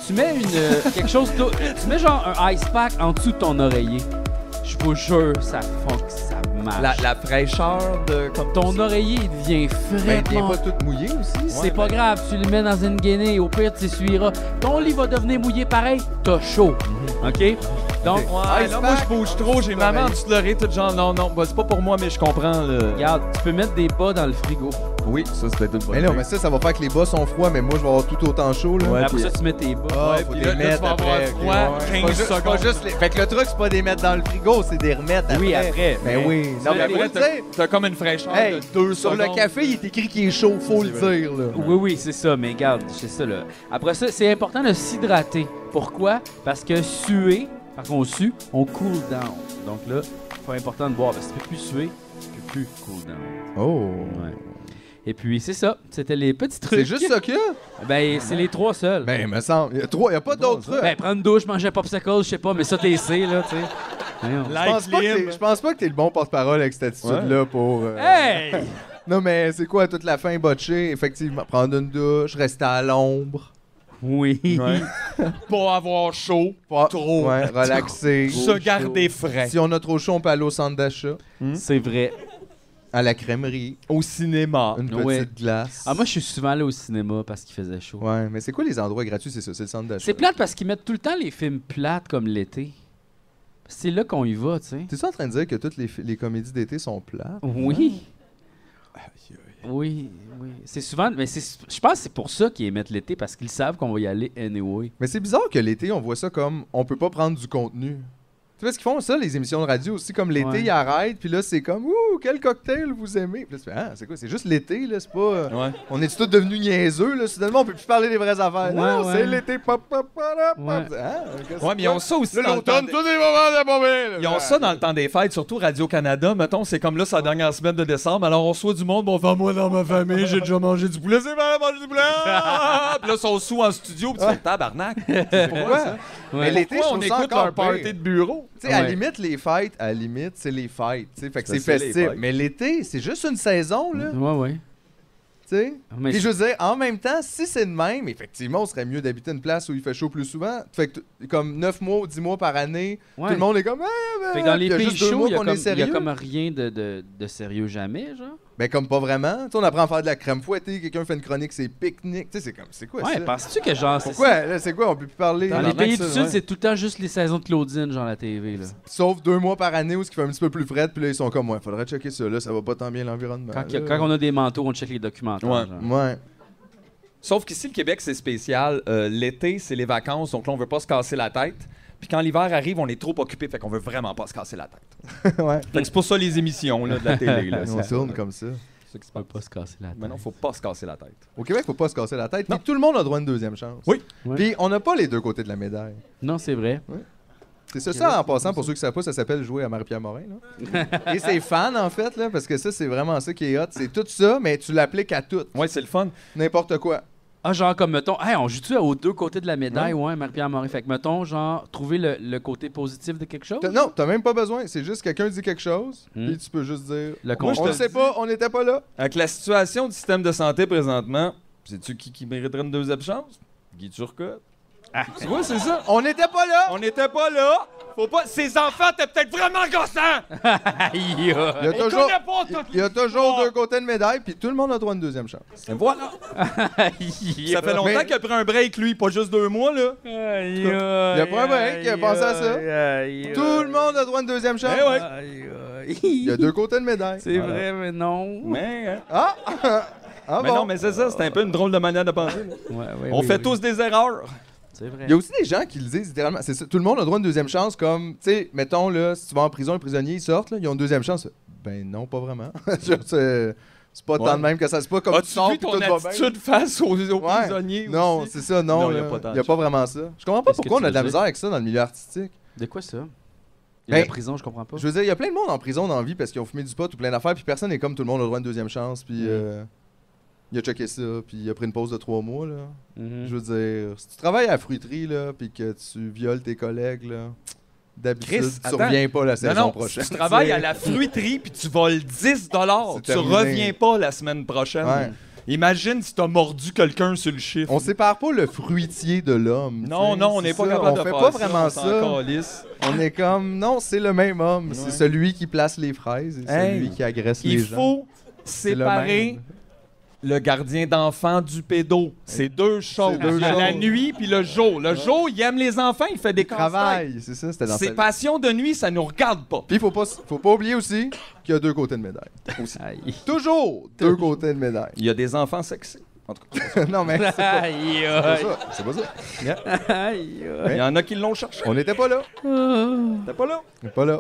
Tu mets une, euh, [LAUGHS] quelque chose, d'au- tu mets genre un ice pack en dessous de ton oreiller. Je vous jure, ça fonctionne, ça marche. la, la fraîcheur de. Comme Ton oreiller il devient frais. Ben, t'es mon pas ben. tout mouillé aussi? c'est pas grave, tu le mets dans une guinée, au pire tu essuieras. Ton lit va devenir mouillé pareil, t'as chaud. Mhm. OK? Donc, Ah, Ice non, moi, pack, je bouge trop, j'ai ma main en dessous de l'oreille, tout genre, non, non, bah, c'est pas pour moi, mais je comprends. Là. regarde, tu peux mettre des bas dans le frigo. Oui, ça, c'était une bonne Mais non, idée. mais ça, ça va faire que les bas sont froids, mais moi, je vais avoir tout autant chaud, là. Ouais, Après puis- ça, tu mets tes bas. Ah, Ouais, faut puis des là, là, tu mettre vas avoir après, froid, ok, 15 ouais. Pas juste- pas secondes. juste les- Fait que le truc, c'est pas des mettre dans le frigo, c'est des remettre après. Oui, après. Ben mais- oui. Non, Mais mais après, après, t'as- t'as comme une fraîcheur Hey, de deux sur secondes. le café, il est écrit qu'il est chaud, faut le dire, là. Oui, oui, c'est ça, mais regarde, c'est ça, là. Après ça, c'est important de s'hydrater. Pourquoi? Parce que suer, parce qu'on sue, on cool down. Donc là, c'est important de boire, parce que tu peux plus suer, tu peux plus cool down. Oh. Ouais. Et puis, c'est ça, c'était les petits trucs. C'est juste ça que? Ben, c'est les trois seuls. Ben, il me semble. Il y a trois, il y a pas d'autres trucs. Ben, prendre une douche, manger un popsicle, je sais pas, mais ça, t'es essayé, là, tu sais. Voyons. je pense, pas que t'es- je pense pas que t'es le bon porte-parole avec cette attitude-là pour. euh, Hey! Non, mais c'est quoi, toute la fin botchée? Effectivement, prendre une douche, rester à l'ombre. Oui. [LAUGHS] Pas avoir chaud, pas- [LAUGHS] Trop. Ouais, relaxer. se garder frais. Si on a trop chaud, on peut aller au centre d'achat, C'est vrai. à la crèmerie, Au cinéma. une petite Ouais. glace. Ah, moi, je suis souvent allé au cinéma parce qu'il faisait chaud. Ouais, mais c'est quoi les endroits gratuits? C'est ça, c'est le centre d'achat. C'est plate parce qu'ils mettent tout le temps les films plates comme l'été. C'est là qu'on y va, tu sais. T'es en train de dire que toutes les, fi- les comédies d'été sont plates? Oui. Oui, oui. C'est souvent. Mais c'est, je pense que c'est pour ça qu'ils émettent l'été, parce qu'ils savent qu'on va y aller anyway. Mais c'est bizarre que l'été, on voit ça comme on peut pas prendre du contenu. Tu vois ce qu'ils font ça, les émissions de radio aussi, comme l'été, Ouais. ils arrêtent, puis là, c'est comme Ouh, quel cocktail vous aimez? Puis là, tu fais, ah, c'est quoi? C'est juste l'été, là, c'est pas. euh, Ouais. On est tous devenus niaiseux, là, soudainement, on peut plus parler des vraies affaires. Ouais, non, ouais. c'est l'été, pop, pop, pop, pop. Ouais. Hein? Qu'est-ce Ouais, mais ils ont que- ça aussi. Là, dans le temps l'automne, des- tous les moments de la Ils ont ça dans le temps des fêtes, surtout Radio-Canada. Mettons, c'est comme là, c'est la dernière semaine de décembre. Alors, on reçoit du monde. Bon, enfin, moi, dans ma famille, j'ai déjà mangé du poulet. C'est mal à manger du [LAUGHS] poulet. Ah! Puis là, ils sont sous en studio. Puis tu fais tabarnak. Pourquoi? Mais Ouais. l'été, je Pourquoi on trouve ça écoute encore leur party pire. de bureau? Tu sais, à la Ouais. limite, les fêtes, à la limite, c'est les fêtes. tu sais, Fait que Ça, c'est c'est les festif. fêtes. Mhm. Mais l'été, c'est juste une saison, là. Ouais, ouais. tu sais. Mais Puis je veux dire, en même temps, si c'est de même, effectivement, on serait mieux d'habiter une place où il fait chaud plus souvent. Fait que t- comme 9 mois ou 10 mois par année, ouais. tout le monde est comme. Ah, ben, Fait que dans les puis il y a pays juste deux chauds, mois il y a qu'on est comme- il y, a sérieux. comme rien de, de- de sérieux jamais, genre. Ben, comme pas vraiment. Tu sais, on apprend à faire de la crème fouettée, quelqu'un fait une chronique, c'est pique-nique. Tu sais, c'est comme. C'est quoi Ouais, ça? penses-tu que genre. c'est ça? Pourquoi? Là, c'est quoi? On peut plus parler. Dans les Tabarnak, pays du ça, Sud, ouais. c'est tout le temps juste les saisons de Claudine, genre la TV, là. Sauf deux mois par année où ce qui fait un petit peu plus frais, puis là, ils sont comme, ouais, faudrait checker ça, là, ça va pas tant bien l'environnement. Quand, là. quand on a des manteaux, on check les documentaires. Ouais. genre. Ouais. Sauf qu'ici, le Québec, c'est spécial. Euh, L'été, c'est les vacances, donc là, on veut pas se casser la tête. Puis quand l'hiver arrive, on est trop occupé, fait qu'on veut vraiment pas se casser la tête. [LAUGHS] ouais. Fait que c'est pour ça les émissions là, de la télé. [LAUGHS] Là, On c'est- tourne comme ça. c'est ça qui se On passe. peut pas se casser la tête. Mais non, faut pas se casser la tête. Au Québec, faut pas se casser la tête. Non. Puis tout le monde a droit à une deuxième chance. Oui. Ouais. Puis on n'a pas les deux côtés de la médaille. Non, c'est vrai. C'est ça, ça en passant, pour ceux qui savent pas, ça s'appelle jouer à Marie-Pierre Morin. [LAUGHS] là. Et c'est fan, en fait, là, parce que ça, c'est vraiment ça qui est hot. C'est tout ça, mais tu l'appliques à tout. Ouais, c'est le fun. N'importe quoi. Ah, genre comme, mettons, hey, on joue-tu aux deux côtés de la médaille, ouais, Marie-Pierre Morin. Fait que, mettons, genre, trouver le, le côté positif de quelque chose. T'as- Non, t'as même pas besoin. C'est juste quelqu'un dit quelque chose, Hmm. puis tu peux juste dire. Le on con- ne sait pas, on n'était pas là. Avec la situation du système de santé présentement, sais-tu qui, qui mériterait une deuxième chance? Guy Turcotte. Tu vois, c'est ça. On n'était pas là. On n'était pas là. Faut pas. Ces enfants étaient peut-être vraiment gossants. Aïe, ah. Il y a On toujours, connaît pas tout. il y a toujours deux côtés de médaille, puis tout le monde a droit à une deuxième chance. Et Voilà. Aïe, Ça fait longtemps Mais- qu'il a pris un break, lui, pas juste deux mois, là. Aïe, Il y a pas un mec qui a pensé à ça. Tout le monde a droit à une deuxième chance. Eh ouais. Il y a deux côtés de [LAUGHS] médaille. C'est vrai, mais non. Mais, hein. Ah! [LAUGHS] ah Mais bon. non, mais c'est ça, c'est un peu une drôle de manière de penser. là. Ouais, ouais, On oui, fait oui. tous des erreurs. C'est vrai. Il y a aussi des gens qui le disent littéralement. C'est ça, tout le monde a droit à une deuxième chance, comme, tu sais, mettons, là, si tu vas en prison, un prisonnier, ils sortent, là, ils ont une deuxième chance. Ben non, pas vraiment. [LAUGHS] Genre, c'est c'est pas Ouais. tant de même que ça. C'est pas comme tu As-tu sors vu puis ton tout va bien. attitude face aux, aux Ouais. prisonniers? Non, aussi? c'est ça, non. Non, y a là. pas tant y a de pas vraiment ça. Je comprends pas Qu'est-ce que pourquoi tu on a de la veux dire? misère avec ça dans le milieu artistique. De quoi ça? Il y a Ben- la prison, je comprends pas. Je veux dire, il y a plein de monde en prison dans la vie parce qu'ils ont fumé du pot ou plein d'affaires, puis personne n'est comme tout le monde a droit à une deuxième chance, puis Mm. euh, il a checké ça, puis il a pris une pause de trois mois, là. Hmm. Mhm. Je veux dire, si tu travailles à la fruiterie, là, puis que tu violes tes collègues, là, d'habitude, Chris, tu attends. reviens pas la saison non, non, prochaine. si tu travailles à la fruiterie puis tu voles 10 dollars, C'est tu terminé. reviens pas la semaine prochaine. Ouais. Imagine si t'as mordu quelqu'un sur le chiffre. On sépare pas le fruitier de l'homme. tu Non, sais, non, on c'est n'est pas ça, capable on de fait faire pas ça, vraiment on s'en ça. calisse. On est comme, non, c'est le même homme. Ouais. C'est celui qui place les fraises et Hey. celui qui agresse les Il gens. faut C'est le séparer même. le gardien d'enfants du pédo. C'est deux choses. deux Il y a la choses. nuit puis le jour. Le jour, il aime les enfants, il fait des Il travaille, c'est ça, c'était dans Ses sa- passions de nuit, ça nous regarde pas. Puis faut pas, faut pas oublier aussi qu'il y a deux côtés de médaille. Aïe. Toujours deux côtés de médaille. [LAUGHS] Il y a des enfants sexy. En tout cas, non, mais [LAUGHS] c'est pas, Aïe, c'est pas aïe. ça. C'est pas ça. Aïe, aïe. il y en a qui l'ont cherché. On n'était pas là. T'es pas là. On n'était pas là.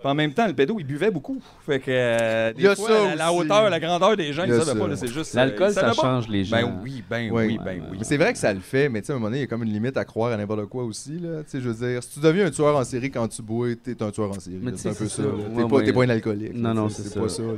Puis en même temps, le pédo, il buvait beaucoup. Fait que euh, Il y a des fois, ça la, la aussi. hauteur, la grandeur des gens, Il ils y a savaient ça. pas. là, C'est juste. euh, L'alcool, ils ça savaient pas. change les gens. Ben oui, ben Ouais, oui, hein. ouais, ben ouais. oui. Mais c'est vrai que ça le fait, mais tu sais, à un moment donné, il y a comme une limite à croire à n'importe quoi aussi. Là. Tu sais, Je veux dire, si tu deviens un tueur en série quand tu bois, t'es un tueur en série. Mais là. tu C'est un sais, peu c'est ça. ça. là. T'es Ouais, pas, ouais. t'es pas un alcoolique. Non, là, tu non, sais, c'est C'est ça. pas ça, là.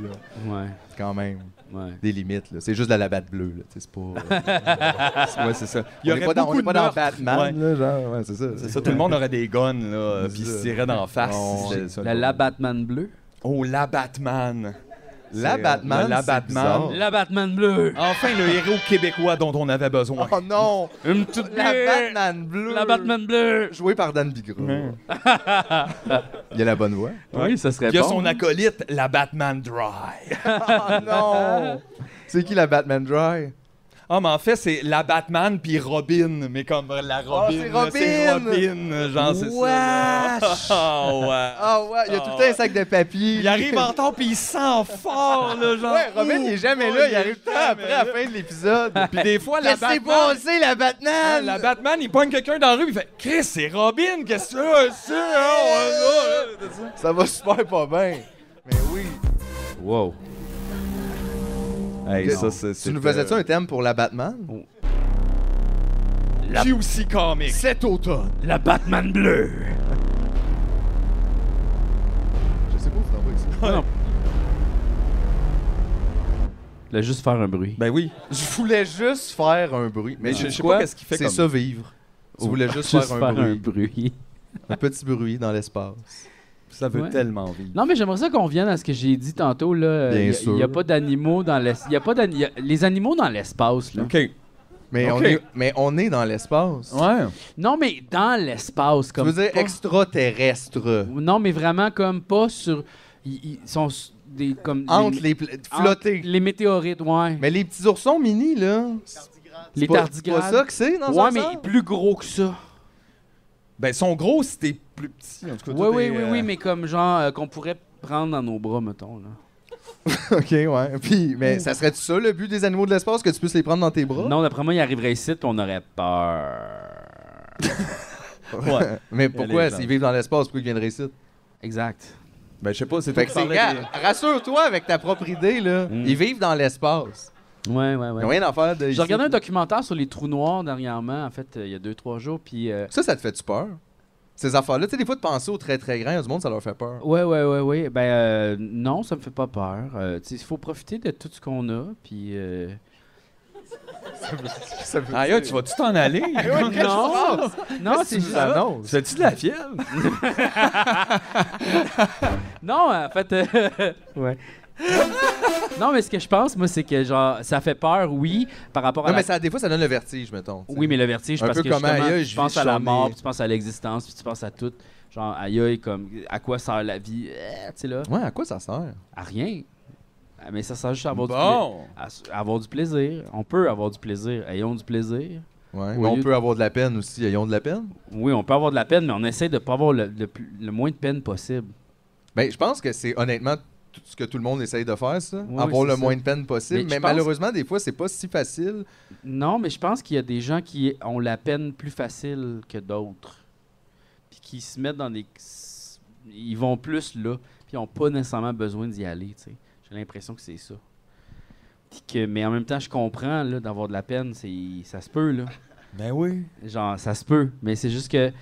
Ouais, Quand même. ouais. Des limites, là. C'est juste de la batte bleue, là. Tu sais, C'est pas. Ouais, c'est ça. Il Il y on aurait n'est pas dans, on beaucoup est pas de dans meurtres. Batman, Ouais. là, genre. Ouais, c'est ça. C'est ça, tout le monde aurait des guns, là, euh, puis ils se tiraient d'en face. Non, si c'était ça, La, le la problème. Batman bleue. Oh, la Batman. La C'est, euh, Batman. la c'est Batman. bizarre. La Batman bleue. Enfin, le héros québécois dont on avait besoin. Oh non! Une toute La bleue. Batman bleue! Euh, La Batman bleue. Joué par Dan Bigro. Mm. Il a la bonne voix. Oui, ça serait Il y a bon. son acolyte, la Batman Dry. Oh non! C'est qui la Batman Dry? Ah, mais en fait, c'est la Batman puis Robin, mais comme la Robin. Ah, c'est là, c'est Robin! Robin, genre, c'est Wesh! ça. Oh, ouais. Ah ouais, il y a tout le temps un sac de papier. Il arrive en temps puis il sent fort, là, genre. [LAUGHS] Oh, Ouais, Robin, il est jamais là, il il est arrive tout le temps jamais après à la là. Ah, fin de l'épisode. Puis des fois, la [LAUGHS] Laissez Batman. passer la Hein, Batman! La Batman, il pogne quelqu'un dans la rue, il fait Chris, c'est Robin, qu'est-ce que tu veux, c'est oh, ouais, là, là, Ça va super pas bien. Mais oui. Wow. là. Hey, ça, euh, c'est. Tu nous faisais-tu un thème pour la Batman? un QC Comics. Cet automne. La Batman bleue. Je sais pas où vous l'envoyez ça. Là, juste faire un bruit. Ben oui. Je voulais juste faire un bruit. Mais Mais je, je sais Quoi? pas qu'est-ce qu'il fait C'est comme ça, vivre. Tu [LAUGHS] voulais juste, faire, un, bruit. un petit bruit dans l'espace. Ça veut Ouais. tellement vivre. Non, mais j'aimerais ça qu'on revienne à ce que j'ai dit tantôt. Là. Bien Il y a- sûr. Il n'y a pas d'animaux dans l'espace. a pas d'ani- il y a- Les animaux dans l'espace. là. OK. Ouais. Mais, on, Ok. est, mais on est dans l'espace. Non, mais dans l'espace. Tu comme veux dire pas- extraterrestre. Non, mais vraiment comme pas sur. Ils, ils sont s- des comme Entre les- les... pla- entre Flotter. les météorites, ouais. Mais les petits oursons mini, là... c'est les pas- tardigrades. C'est pas ça que c'est, dans ouais, un mais sens? plus gros que ça. Ben, ils sont gros si t'es plus petit. En tout cas, Oui, toi, oui, t'es, oui, euh, oui, mais comme genre euh, qu'on pourrait prendre dans nos bras, mettons. Là. [LAUGHS] OK, ouais. Puis, mais ça serait-tu ça, le but des animaux de l'espace, que tu puisses les prendre dans tes bras? Oh. Non, d'après moi, il arriverait ici, puis on aurait peur. euh, [LAUGHS] ouais. Mais Elle pourquoi, est s'ils vivent dans l'espace, pourquoi ils viendraient ici? Exact. Ben, je sais pas, c'est toi Fait qui que c'est... parlais gars, Rassure-toi avec ta propre idée, là. Mm. Ils vivent dans l'espace. Ouais, ouais, ouais. Ils n'ont rien à faire de... J'ai ici. regardé un documentaire sur les trous noirs dernièrement, en fait, euh, il y a deux, trois jours, puis... euh, Ça, ça te fait-tu peur? Ces affaires-là, tu sais, des fois, de penser aux très, très grands, il y a du monde, ça leur fait peur. Ouais, ouais, ouais, ouais. Ben, euh, non, ça me fait pas peur. Euh, tu sais, il faut profiter de tout ce qu'on a, puis... euh, Ça veut des- Ah, yo, tu vas-tu t'en aller? Non! Non, Ah, c'est juste... annonces? C'est-tu de la fièvre? Non, en fait... euh, ouais. [LAUGHS] non, mais ce que je pense, moi, c'est que, genre, ça fait peur, oui, par rapport à Non, la mais ça, des fois, ça donne le vertige, mettons. tu sais. Oui, mais le vertige, Un parce peu que comme justement, aïe, aïe, tu je penses vis, à je la suis mort, emmené. puis tu penses à l'existence, puis tu penses à tout. Genre, aïe, aïe, comme, à quoi sert la vie? Euh, tu sais, là, Ouais, à quoi ça sert? à rien. Ah, Mais ça sert juste à avoir, du pla- Bon. à s- à avoir du plaisir. On peut avoir du plaisir. Ayons du plaisir. Ouais, Au mais on lieu- peut avoir de la peine aussi. Ayons de la peine. Oui, on peut avoir de la peine, mais on essaie de pas avoir le, le plus- le moins de peine possible. Ben, je pense que c'est honnêtement tout ce que tout le monde essaye de faire, ça. Oui, avoir oui, le c'est moins de peine possible. Mais Mais, je pense- malheureusement, des fois, c'est pas si facile. [LAUGHS] Non, mais je pense qu'il y a des gens qui ont la peine plus facile que d'autres. Puis qui se mettent dans des... Ils vont plus là, puis ils n'ont pas nécessairement besoin d'y aller, tu sais. J'ai l'impression que c'est ça. Puis que, mais en même temps, je comprends là, d'avoir de la peine, c'est ça se peut, là. Ben oui. Genre, ça se peut, mais c'est juste que...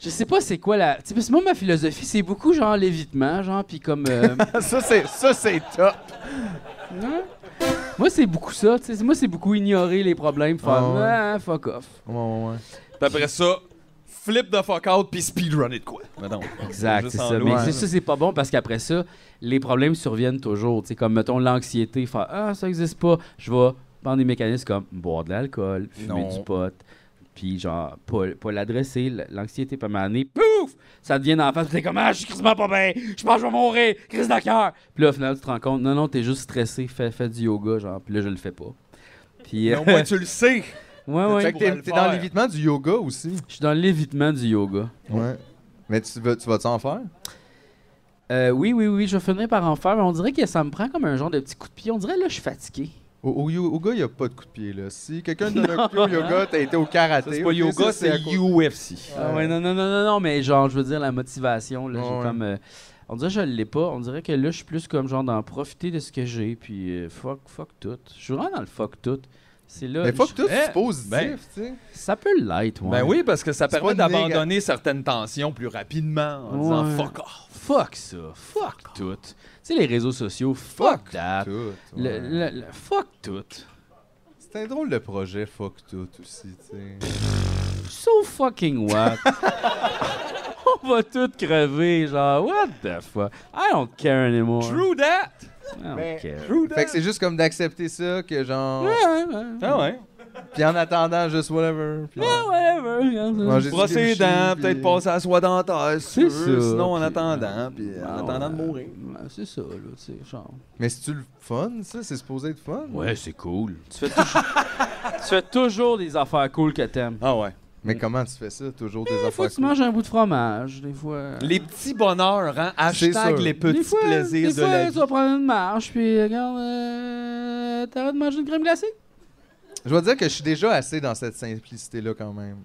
Je sais pas c'est quoi la... Tu sais, parce que moi, ma philosophie, c'est beaucoup genre l'évitement, genre, puis comme... [LAUGHS] euh, ça, c'est ça, c'est top. hein? Moi, c'est beaucoup ça, tu sais. Moi, c'est beaucoup ignorer les problèmes, faire Ah ouais. ah, fuck off ». Ouais, ouais, ouais. Puis après ça, flip the fuck out puis speedrun it quoi. Ben Mais non. Exact, Juste c'est en ça. loin. Mais c'est- ça, c'est pas bon parce qu'après ça, les problèmes surviennent toujours. Tu sais, comme, mettons, l'anxiété, faire Ah, ça existe pas. Je vais prendre des mécanismes comme boire de l'alcool, fumer Non. du pot, puis genre, pas, pas l'adresser. l- L'anxiété peut m'amener, pouf Ça devient en face, puis t'es comme Ah, je suis crissement pas bien, je pense que je vais mourir, crise de cœur. Puis là, au final, tu te rends compte Non, non, t'es juste stressé, fais, fais du yoga, genre, puis là, je le fais pas. Puis, Mais euh, au moins tu le sais. [LAUGHS] ouais, ouais, Fait que pourrait t'es, le t'es dans faire. l'évitement du yoga aussi. je suis dans l'évitement du yoga. Ouais. Mais tu, veux, tu vas-tu en faire? Euh, oui, oui, oui, je vais finir par en faire, mais on dirait que ça me prend comme un genre de petit coup de pied. On dirait là, je suis fatigué. Au, au yo- au yoga, il n'y a pas de coup de pied. Là. Si quelqu'un te donne un coup de pied au [LAUGHS] yoga, t'as été au karaté. C'est pas ok, yoga, ça, à c'est cause- UFC. Ah ouais, non, non, non, non, non, mais genre, je veux dire, la motivation, là, j'ai Ouais. comme. euh, on dirait que je l'ai pas. On dirait que là, je suis plus comme genre d'en profiter de ce que j'ai, puis euh, fuck, fuck tout. Je suis vraiment dans le fuck tout. C'est là. Mais Ben, fuck je- tout, c'est Eh, positif, ben. tu sais. Ça peut l'être, ouais. Ben oui, parce que ça C'est permet pas néga- d'abandonner certaines tensions plus rapidement en disant Ouais. fuck off. Fuck ça, fuck tout. Tu sais, les réseaux sociaux, fuck, that. Tout, Le- ouais. le- le- fuck tout. C'est un drôle de projet, fuck tout aussi, tu [LAUGHS] sais. So fucking what? [LAUGHS] On va tous crever, genre, what the fuck? I don't care anymore. True that! I don't Mais- care. True that! fait que c'est juste comme d'accepter ça, que genre. Ouais, ouais, ouais. Ah ouais. Puis en attendant, juste whatever. Puis Ah, whatever, regarde ça. Manger du Brosser les kimchi, dents, puis- peut-être passer à la soie dentaire, si tu C'est veux, ça, sinon en puis- attendant, puis en Ah, attendant de ouais. mourir. Ouais, c'est ça, là, tu sais, genre. Mais c'est-tu le fun, ça? C'est supposé être fun? Ouais, c'est cool. Tu fais, toujours... [LAUGHS] tu fais toujours des affaires cool que t'aimes. Ah ouais. Mais comment tu fais ça? Toujours des Des fois, affaires Eh, tu cool. manges un bout de fromage, des fois. Les petits bonheurs, hein? Hashtag sûr. les petits des fois, plaisirs des de fois, la tu vie. vas prendre une marche, puis regarde, euh, t'arrêtes de manger une crème glacée? Je vais dire que je suis déjà assez dans cette simplicité-là quand même.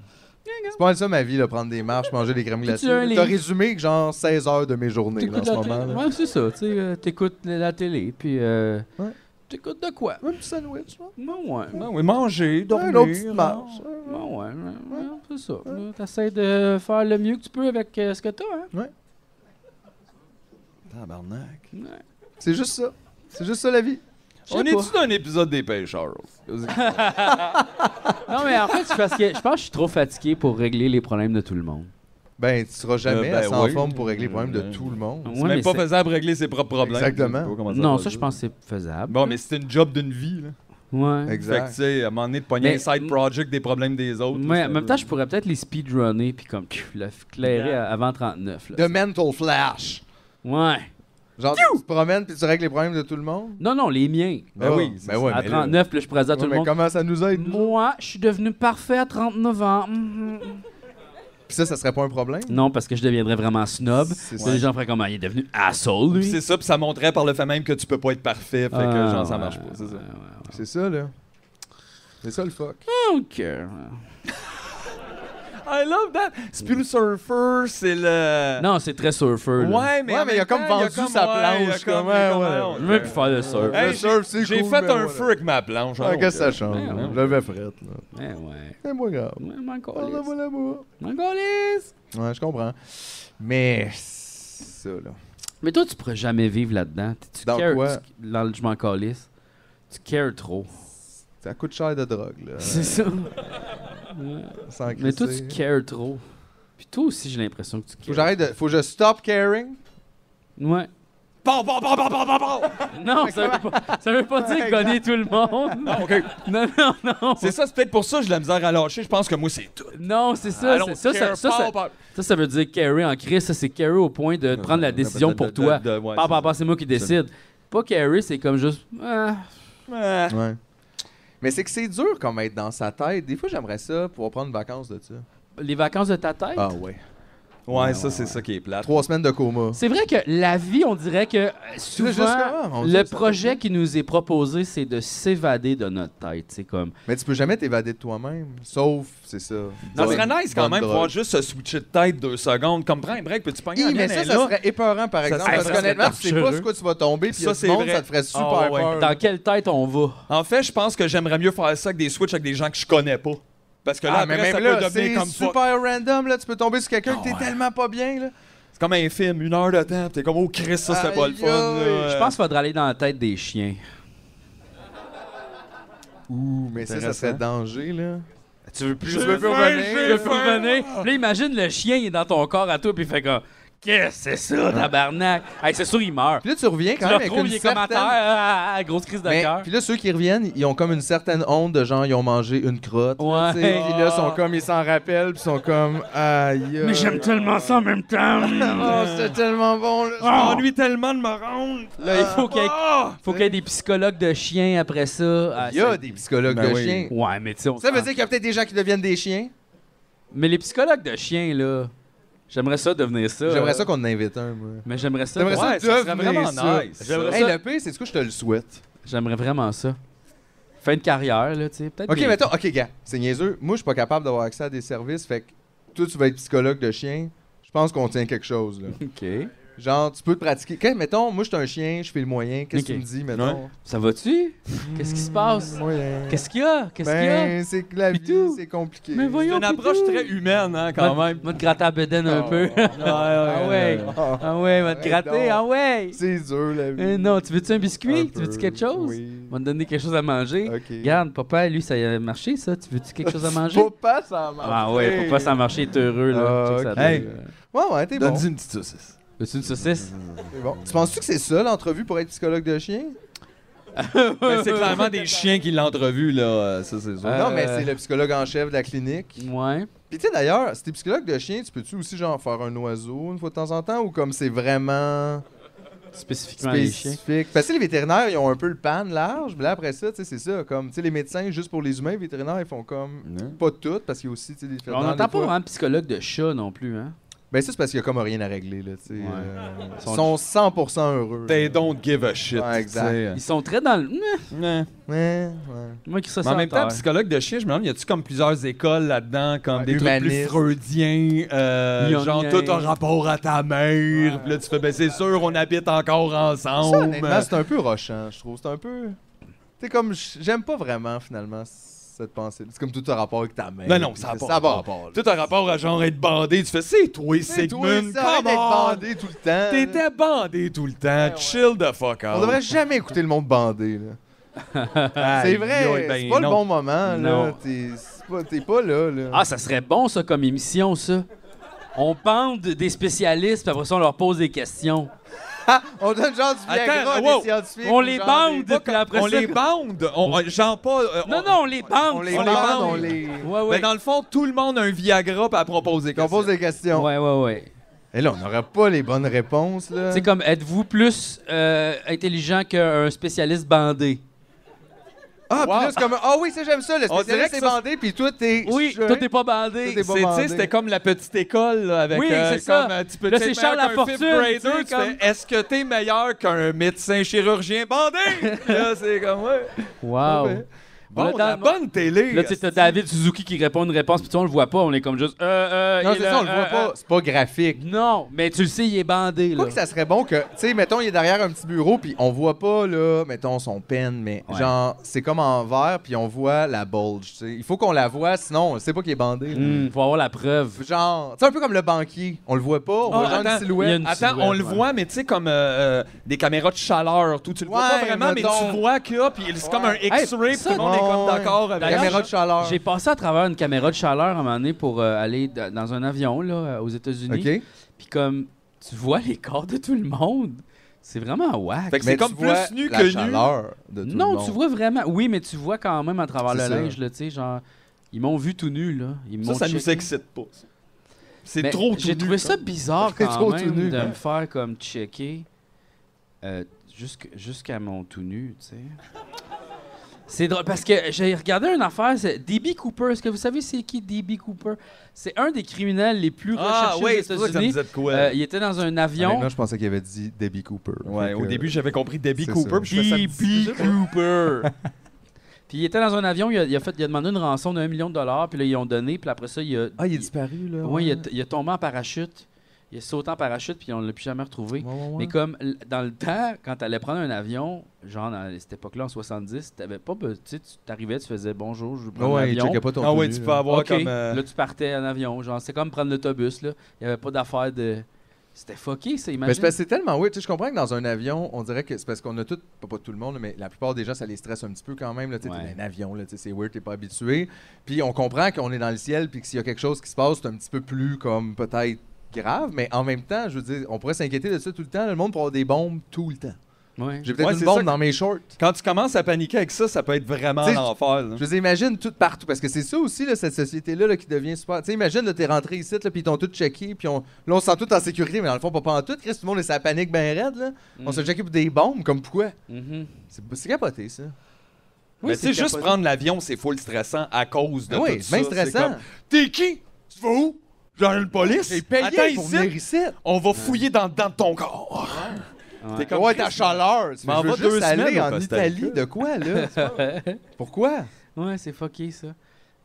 C'est pas mal ça ma vie, là, prendre des marches, manger des crèmes glacées. tu as un T'as livre. résumé que genre 16 heures de mes journées là, en T'écoutes ce la télé. moment. là. Ouais, c'est ça, tu sais, euh, t'écoutes la la télé, puis euh, Ouais. t'écoutes de quoi? Un petit sandwich, là. Moi, ouais. Ben oui, manger, dormir. Une autre petite hein. marche. Bon, ouais, ouais, ouais, c'est ça. Là, T'essaies de faire le mieux que tu peux avec euh, ce que t'as, hein? Tabarnak. Ouais. C'est juste ça. C'est juste ça la vie. Je sais On pas. est-tu dans un épisode des pêcheurs? [LAUGHS] Non, mais en fait, c'est parce que je pense que je suis trop fatigué pour régler les problèmes de tout le monde. Ben, tu seras jamais Euh, ben à 100 oui. forme pour régler les problèmes Euh, de tout le monde. Ouais, C'est mais même pas c'est- faisable de régler ses propres problèmes. Exactement. Je sais pas comment Non, ça, va je dire. pense que c'est faisable. Bon, mais c'est une job d'une vie, là. Ouais. Fait que, tu Exact. sais, à un moment donné, de pogner un Mais- side project des problèmes des autres. Mais là, en ça- même temps, je pourrais peut-être les speedrunner puis comme pfiou, le f- clairer à- avant 39. The Là. mental flash. Ouais. Genre, tu te promènes puis tu règles les problèmes de tout le monde? Non, non, les miens. Ben Ah, oui, Ben ouais, à mais là- 39, puis là, je présente à Ouais, tout le mais monde. comment ça nous aide? nous? Moi, je suis devenu parfait à 39 ans. Mhm. Puis ça, ça serait pas un problème? Non, parce que je deviendrais vraiment snob. C'est Les gens feraient comme Ah, il est devenu asshole, Puis lui. C'est ça, puis ça montrait par le fait même que tu peux pas être parfait. Fait que, Ah, genre, ça ouais, marche pas, c'est ça. C'est ça, là. C'est ça le fuck. Donc, euh, I love that! C'est plus le surfer, c'est le. non, c'est très surfer. là. Ouais, mais. Ouais, en mais il a même comme temps, vendu il a comme- sa ouais, il a planche, comme- comme, il a comme- ouais, ouais. Je veux plus faire de surf. Le Hey, surf, c'est J'ai cool, fait mais un voilà. feu avec ma planche. Ah, alors, Qu'est-ce que ça euh, change? Ouais, Ben, ouais. Oh, Je l'avais frette, là. Eh ouais. C'est moins grave. Ouais, m'en On la calisse. voit là-bas. M'en calisse. Ouais, je comprends. Mais c'est ça, là. Mais toi, tu pourrais jamais vivre là-dedans. Tu- Tu Dans cares- quoi? tu- Dans le je m'en calisse. Tu cares [LAUGHS] trop. Ça coûte cher de drogue, [LAUGHS] là. C'est ça. Sans Mais toi, tu crisser. cares trop. Puis toi aussi, j'ai l'impression que tu Faut que cares. j'arrête de... Faut que je stop caring. Ouais. Bon, bon, bon, bon, bon, bon, bon! Non, ça veut [LAUGHS] pas, ça veut pas dire gagner tout le monde. Ah, ok. Non, non, non. C'est ça, c'est peut-être pour ça que j'ai de la misère à lâcher. Je pense que moi, c'est tout. Non, c'est I ça, c'est- don't ça, ça, care, ça, ça, pow, pow. ça, ça veut dire carry en crise, ça c'est carry au point de prendre la décision de- pour de- toi. de- ouais, Pas, c'est pas, pas, c'est moi qui décide. Pas carry, c'est comme juste. ah, Ah. Ouais. Mais c'est que c'est dur comme être dans sa tête. Des fois, j'aimerais ça pour prendre vacances de ça. les vacances de ta tête. Ah ouais. Ouais, ça, c'est ça qui est plate. Trois semaines de coma. C'est vrai que la vie, on dirait que euh, souvent, juste comment, on le dirait que ça projet qui nous est proposé, c'est de s'évader de notre tête. C'est comme. Mais tu peux jamais t'évader de toi-même. Sauf, c'est ça. Ça Bonne- serait nice quand bonne même drogue. pouvoir juste se switcher de tête deux secondes. Comme prends un break, puis tu pognes Hi, la mais mienne, ça, elle ça est là. serait épeurant, par Ça exemple. serait parce presque qu'honnêtement, tu sais pas tortureux. sur quoi tu vas tomber, puis il y a Ça, du c'est monde, vrai. ça te ferait super Ah, ouais. peur. Dans quelle tête on va En fait, je pense que j'aimerais mieux faire ça avec des switches avec des gens que je connais pas. Parce que là, Ah, mais après, même ça Ah là, peut devenir c'est comme fuck. super random, là. Tu peux tomber sur quelqu'un que t'es tellement pas bien, là. C'est comme un film, une heure de temps, pis t'es comme, oh Chris, ça c'était pas le fun. Aïe, là. aïe. Je pense qu'il faudrait aller dans la tête des chiens. Ouh, mais ça, ça Intéressant. serait danger, là. Tu veux plus, Je veux plus revenir. Je veux plus revenir. Puis là, imagine le chien, il est dans ton corps à toi, puis il fait comme. Qu'est-ce que c'est ça, tabarnak? Hey, c'est sûr, il meurt. Ah. Puis là, tu reviens Tu quand le même avec retrouves, une il est comme à terre, certaine... ah, ah, ah, grosse crise de Mais- cœur. puis là, ceux qui reviennent, ils ont comme une certaine honte de genre, ils ont mangé une crotte. Ouais. là, tu sais. Puis là, sont comme, ils s'en rappellent, puis sont comme, aïe. euh, tellement ça en même temps. Oh, c'était tellement bon. Là, Je Ah. m'ennuie tellement de me rendre. Là, il faut qu'il y, ait- Ah! faut qu'il y ait des psychologues de chiens après ça. Ah, Il y a ça- des psychologues Ben de oui. chiens. Ouais, mais tu sais, on Ça veut s'en- dire qu'il y a peut-être des gens qui deviennent des chiens. Mais les psychologues de chiens, là, j'aimerais ça devenir ça. euh, J'aimerais ça qu'on en invite un, moi. Mais j'aimerais ça. J'aimerais Ouais, Ouais, ça serait devenir vraiment ça. nice. J'aimerais ça. Hey, ça. le pire, c'est ce que je te le souhaite. J'aimerais vraiment ça. Fin de carrière, là, tu sais. Peut-être. Ok, des- mettons, ok, gars, c'est niaiseux. Moi, je suis pas capable d'avoir accès à des services, fait que toi, tu vas être psychologue de chien. Je pense qu'on tient quelque chose, là. Ok. Genre, tu peux te pratiquer. Quand, mettons, moi, je suis un chien, je fais le moyen. Qu'est-ce que Ok. tu me dis, mettons? Ça va-tu? Qu'est-ce qui se passe? Moyen. Qu'est-ce qu'il y a? Qu'est-ce qu'il y a? Ben, c'est que la vie, Pitou. c'est compliqué. Mais voyons. C'est une approche Pompidou. très humaine, hein, quand Va- même. Va te gratter à bedaine un Oh. [LAUGHS] peu. ah Ah ouais. Ah, Ah ouais, va te Arrête gratter. donc. Ah ouais. c'est dur, la vie. Euh, non, tu veux-tu un biscuit? Un Tu veux-tu peu. quelque chose? Oui. Va te donner quelque chose à manger. Ok. Regarde, papa, lui, ça a marché, ça. Tu veux-tu quelque chose [LAUGHS] à manger? Papa, ça marche. Ah ouais, papa, ça a marché, il est heureux, là. Ah, Check ça ok. donne, Hey. là. Ouais, ouais, t'es bon. Donne-y une petite saucisse. [LAUGHS] Veux-tu une saucisse? t'es bon. Tu penses-tu que c'est ça, l'entrevue pour être psychologue de chien? Ben, c'est clairement des chiens qui l'entrevue, là. euh, Ça, c'est sûr. Euh, Non, mais c'est le psychologue en chef de la clinique. Ouais. Puis tu sais d'ailleurs, si t'es psychologue de chien, tu peux-tu aussi genre faire un oiseau une fois de temps en temps ou comme c'est vraiment Spécifiquement les chiens. spécifique? Parce que les vétérinaires, ils ont un peu le pan large, mais là après ça, tu sais, c'est ça. Comme, tu sais, les médecins, juste pour les humains, les vétérinaires, ils font comme pas toutes parce qu'il y a aussi, tu sais, des On vétérinaires, n'entend des pas hein? fois- vraiment de psychologue de chat non plus, hein? Ben ça, c'est parce qu'il y a comme rien à régler, là, tu sais. Ouais. euh, Ils Ils sont, sont 100% heureux. They don't give a shit. Ouais, exact. ils sont très dans le. Meh, tu sais. Ouais. Ouais, ouais. Moi qui ça Mais en même temps, terre. psychologue de chien, je me demande, y a-tu comme plusieurs écoles là-dedans, comme Ouais, des trucs humaniste. plus freudiens, euh, Jungiens. genre tout un rapport à ta mère, puis là tu fais, ben c'est sûr, on habite encore Ça, ensemble. honnêtement, c'est un peu rochant, je trouve. C'est un peu. Tu sais, comme, j- j'aime pas vraiment, finalement, cette pensée. C'est comme tout un rapport avec ta mère. Non, non, ça a pas Ben Ça a pas rapport. rapport. là. tout un rapport à genre être bandé, tu fais, c'est toi, C'est toi, Sigmund, ça, arrête come d'être on! bandé tout le temps. T'étais bandé tout le temps, ouais. chill the fuck out. On devrait jamais écouter le monde bandé, là. C'est Aïe, vrai, aïe, ben c'est pas le non. bon moment, là. Non. T'es c'est pas, t'es pas là, là. Ah, ça serait bon, ça, comme émission, ça. On bande des spécialistes, puis après ça, on leur pose des questions. On donne genre du Viagra à ah! Attends, wow. des scientifiques. On ou les genre bande, des- puis après On ça. les bande, on, on- genre pas. euh, Non, on- non, on les bande. On les on les bande, bande. on les... Ouais, Ben, ouais. dans le fond, tout le monde a un Viagra puis à proposer. Qu'on pose des questions. Ouais, ouais, ouais. Et là, on n'aurait pas les bonnes réponses, là. C'est comme, êtes-vous plus euh, intelligent qu'un spécialiste bandé? Ah, Wow. puis là, c'est comme... Ah oui, ça, j'aime ça. Le On dirait spécialiste que est ça, bandé, puis toi, t'es... Oui, chien. tout n'est pas bandé. Tout est C'est- pas tu sais, bandé. c'était comme la petite école là, avec Oui, euh, c'est ça. comme, euh, tu peux Là, tu sais, c'est Charles meilleur qu'un Lafortune, fifth grader, tu sais, tu comme- fais, est-ce que t'es meilleur qu'un médecin chirurgien bandé [LAUGHS] là c'est comme ouais. Wow. bon Là, la dans- bonne télé Là, tu sais, t'as David Suzuki qui répond une réponse, puis toi, on le voit pas, on est comme juste. Euh, euh, Non, il c'est est ça, on le là, voit euh, pas. euh. C'est pas graphique. Non, mais tu le sais, il est bandé, là. Quoi que ça serait bon que, tu sais, mettons, il est derrière un petit bureau, puis on voit pas, là, mettons, son pen, mais Ouais. genre, c'est comme en vert, puis on voit la bulge, tu sais. Il faut qu'on la voit, sinon, on sait pas qu'il est bandé. là. Hmm, faut avoir la preuve. Genre, tu sais, un peu comme le banquier. On le voit pas, on Oh, voit genre attends, une il y a silhouette. une- Attends, on le Ouais. voit, mais tu sais, comme euh, euh, des caméras de chaleur, tout. Tu le vois Ouais, pas vraiment, mais mettons. tu vois qu'il y a, puis c'est comme un Hey, X-ray, puis ça, tout le monde est comme ouais. d'accord avec D'ailleurs, Caméra de chaleur. J'ai passé à travers une caméra de chaleur à un moment donné pour euh, aller d- dans un avion, là, euh, aux États-Unis. OK. Puis comme, tu vois les corps de tout le monde. C'est vraiment wack. Fait que Mais c'est tu comme plus vois nu la que nu. chaleur de tout le Non, monde. tu vois vraiment. Oui, mais tu vois quand même à travers le C'est ça. linge, là, tu sais, genre. Ils m'ont vu tout nu, là. Ils Ça, m'ont ça nous checké. excite pas. ça. C'est Mais trop tout J'ai nu, trouvé ça bizarre C'est quand trop même tout nu. de me faire comme checker euh, jusqu- jusqu'à mon tout nu, tu sais. C'est drôle parce que j'ai regardé une affaire, c'est DB Cooper. Est-ce que vous savez c'est qui DB Cooper C'est un des criminels les plus recherchés Ah, ouais, aux c'est pour ça que ça me États-Unis. disait de quoi. Euh, il était dans un avion. Moi, je pensais qu'il avait dit Debbie Cooper. ouais, Fait au que- début, j'avais compris Debbie c'est Cooper, ça. puis je fais ça me dit- DB [LAUGHS] Cooper. Puis il était dans un avion, il a, il a fait, il a demandé une rançon d'un million de dollars, puis là, ils ont donné, puis après ça, il a. Ah, il est disparu, hein. là. Oui, il a, il a tombé en parachute. Il a sauté en parachute, puis on ne l'a plus jamais retrouvé. Ouais, ouais, ouais. Mais comme l- dans le temps, quand t'allais prendre un avion, genre dans cette époque-là, en 70, t'avais pas. be- Tu sais, tu t'arrivais, tu faisais bonjour, je veux prendre Ouais, il l'avion. checkait pas ton Ah, tout ouais, nu, tu peux là. avoir Ok, comme. euh, Là, tu partais en avion. Genre, c'est comme prendre l'autobus, là. Il y avait pas d'affaire de. C'était fucké, ça, Mais imagine. c'est parce que c'est tellement weird. Tu sais, je comprends que dans un avion, on dirait que c'est parce qu'on a tout, pas, pas tout le monde, mais la plupart des gens, ça les stresse un petit peu quand même. là. Tu sais, Ouais. t'es dans un avion, là, tu sais, c'est weird, t'es pas habitué. Puis on comprend qu'on est dans le ciel, puis que s'il y a quelque chose qui se passe, c'est un petit peu plus comme peut-être grave, mais en même temps, je veux dire, on pourrait s'inquiéter de ça tout le temps. Le monde pourrait avoir des bombes tout le temps. Ouais. J'ai peut-être Ouais, une c'est bombe ça que- dans mes shorts. Quand tu commences à paniquer avec ça, ça peut être vraiment Tu sais, l'enfer. là. Je vous imagine tout partout, parce que c'est ça aussi, là, cette société-là là, qui devient super. Tu sais, imagine, là, t'es rentré ici, là, puis ils t'ont tout checké, puis on... là, on se sent tout en sécurité, mais dans le fond, pas, pas en tout. Chris, tout le monde est sa panique ben raide, là. On se fait checker pour des bombes, comme pourquoi? Mhm. C'est c'est capoté, ça. Oui, mais tu sais, juste capoté. prendre l'avion, c'est full stressant à cause de Ben oui, tout c'est ça. bien C'est stressant. comme, T'es qui? Tu vas où? Genre une police? J'ai payé Attends pour ici, venir ici. on va fouiller dans, dans ton corps. Ouais. T'es comme ouais, Chris, ta chaleur. Tu M'en veux va juste deux aller semaines au en Costa Italie, de quoi, là? [LAUGHS] pourquoi? [LAUGHS] Ouais, c'est fucké ça.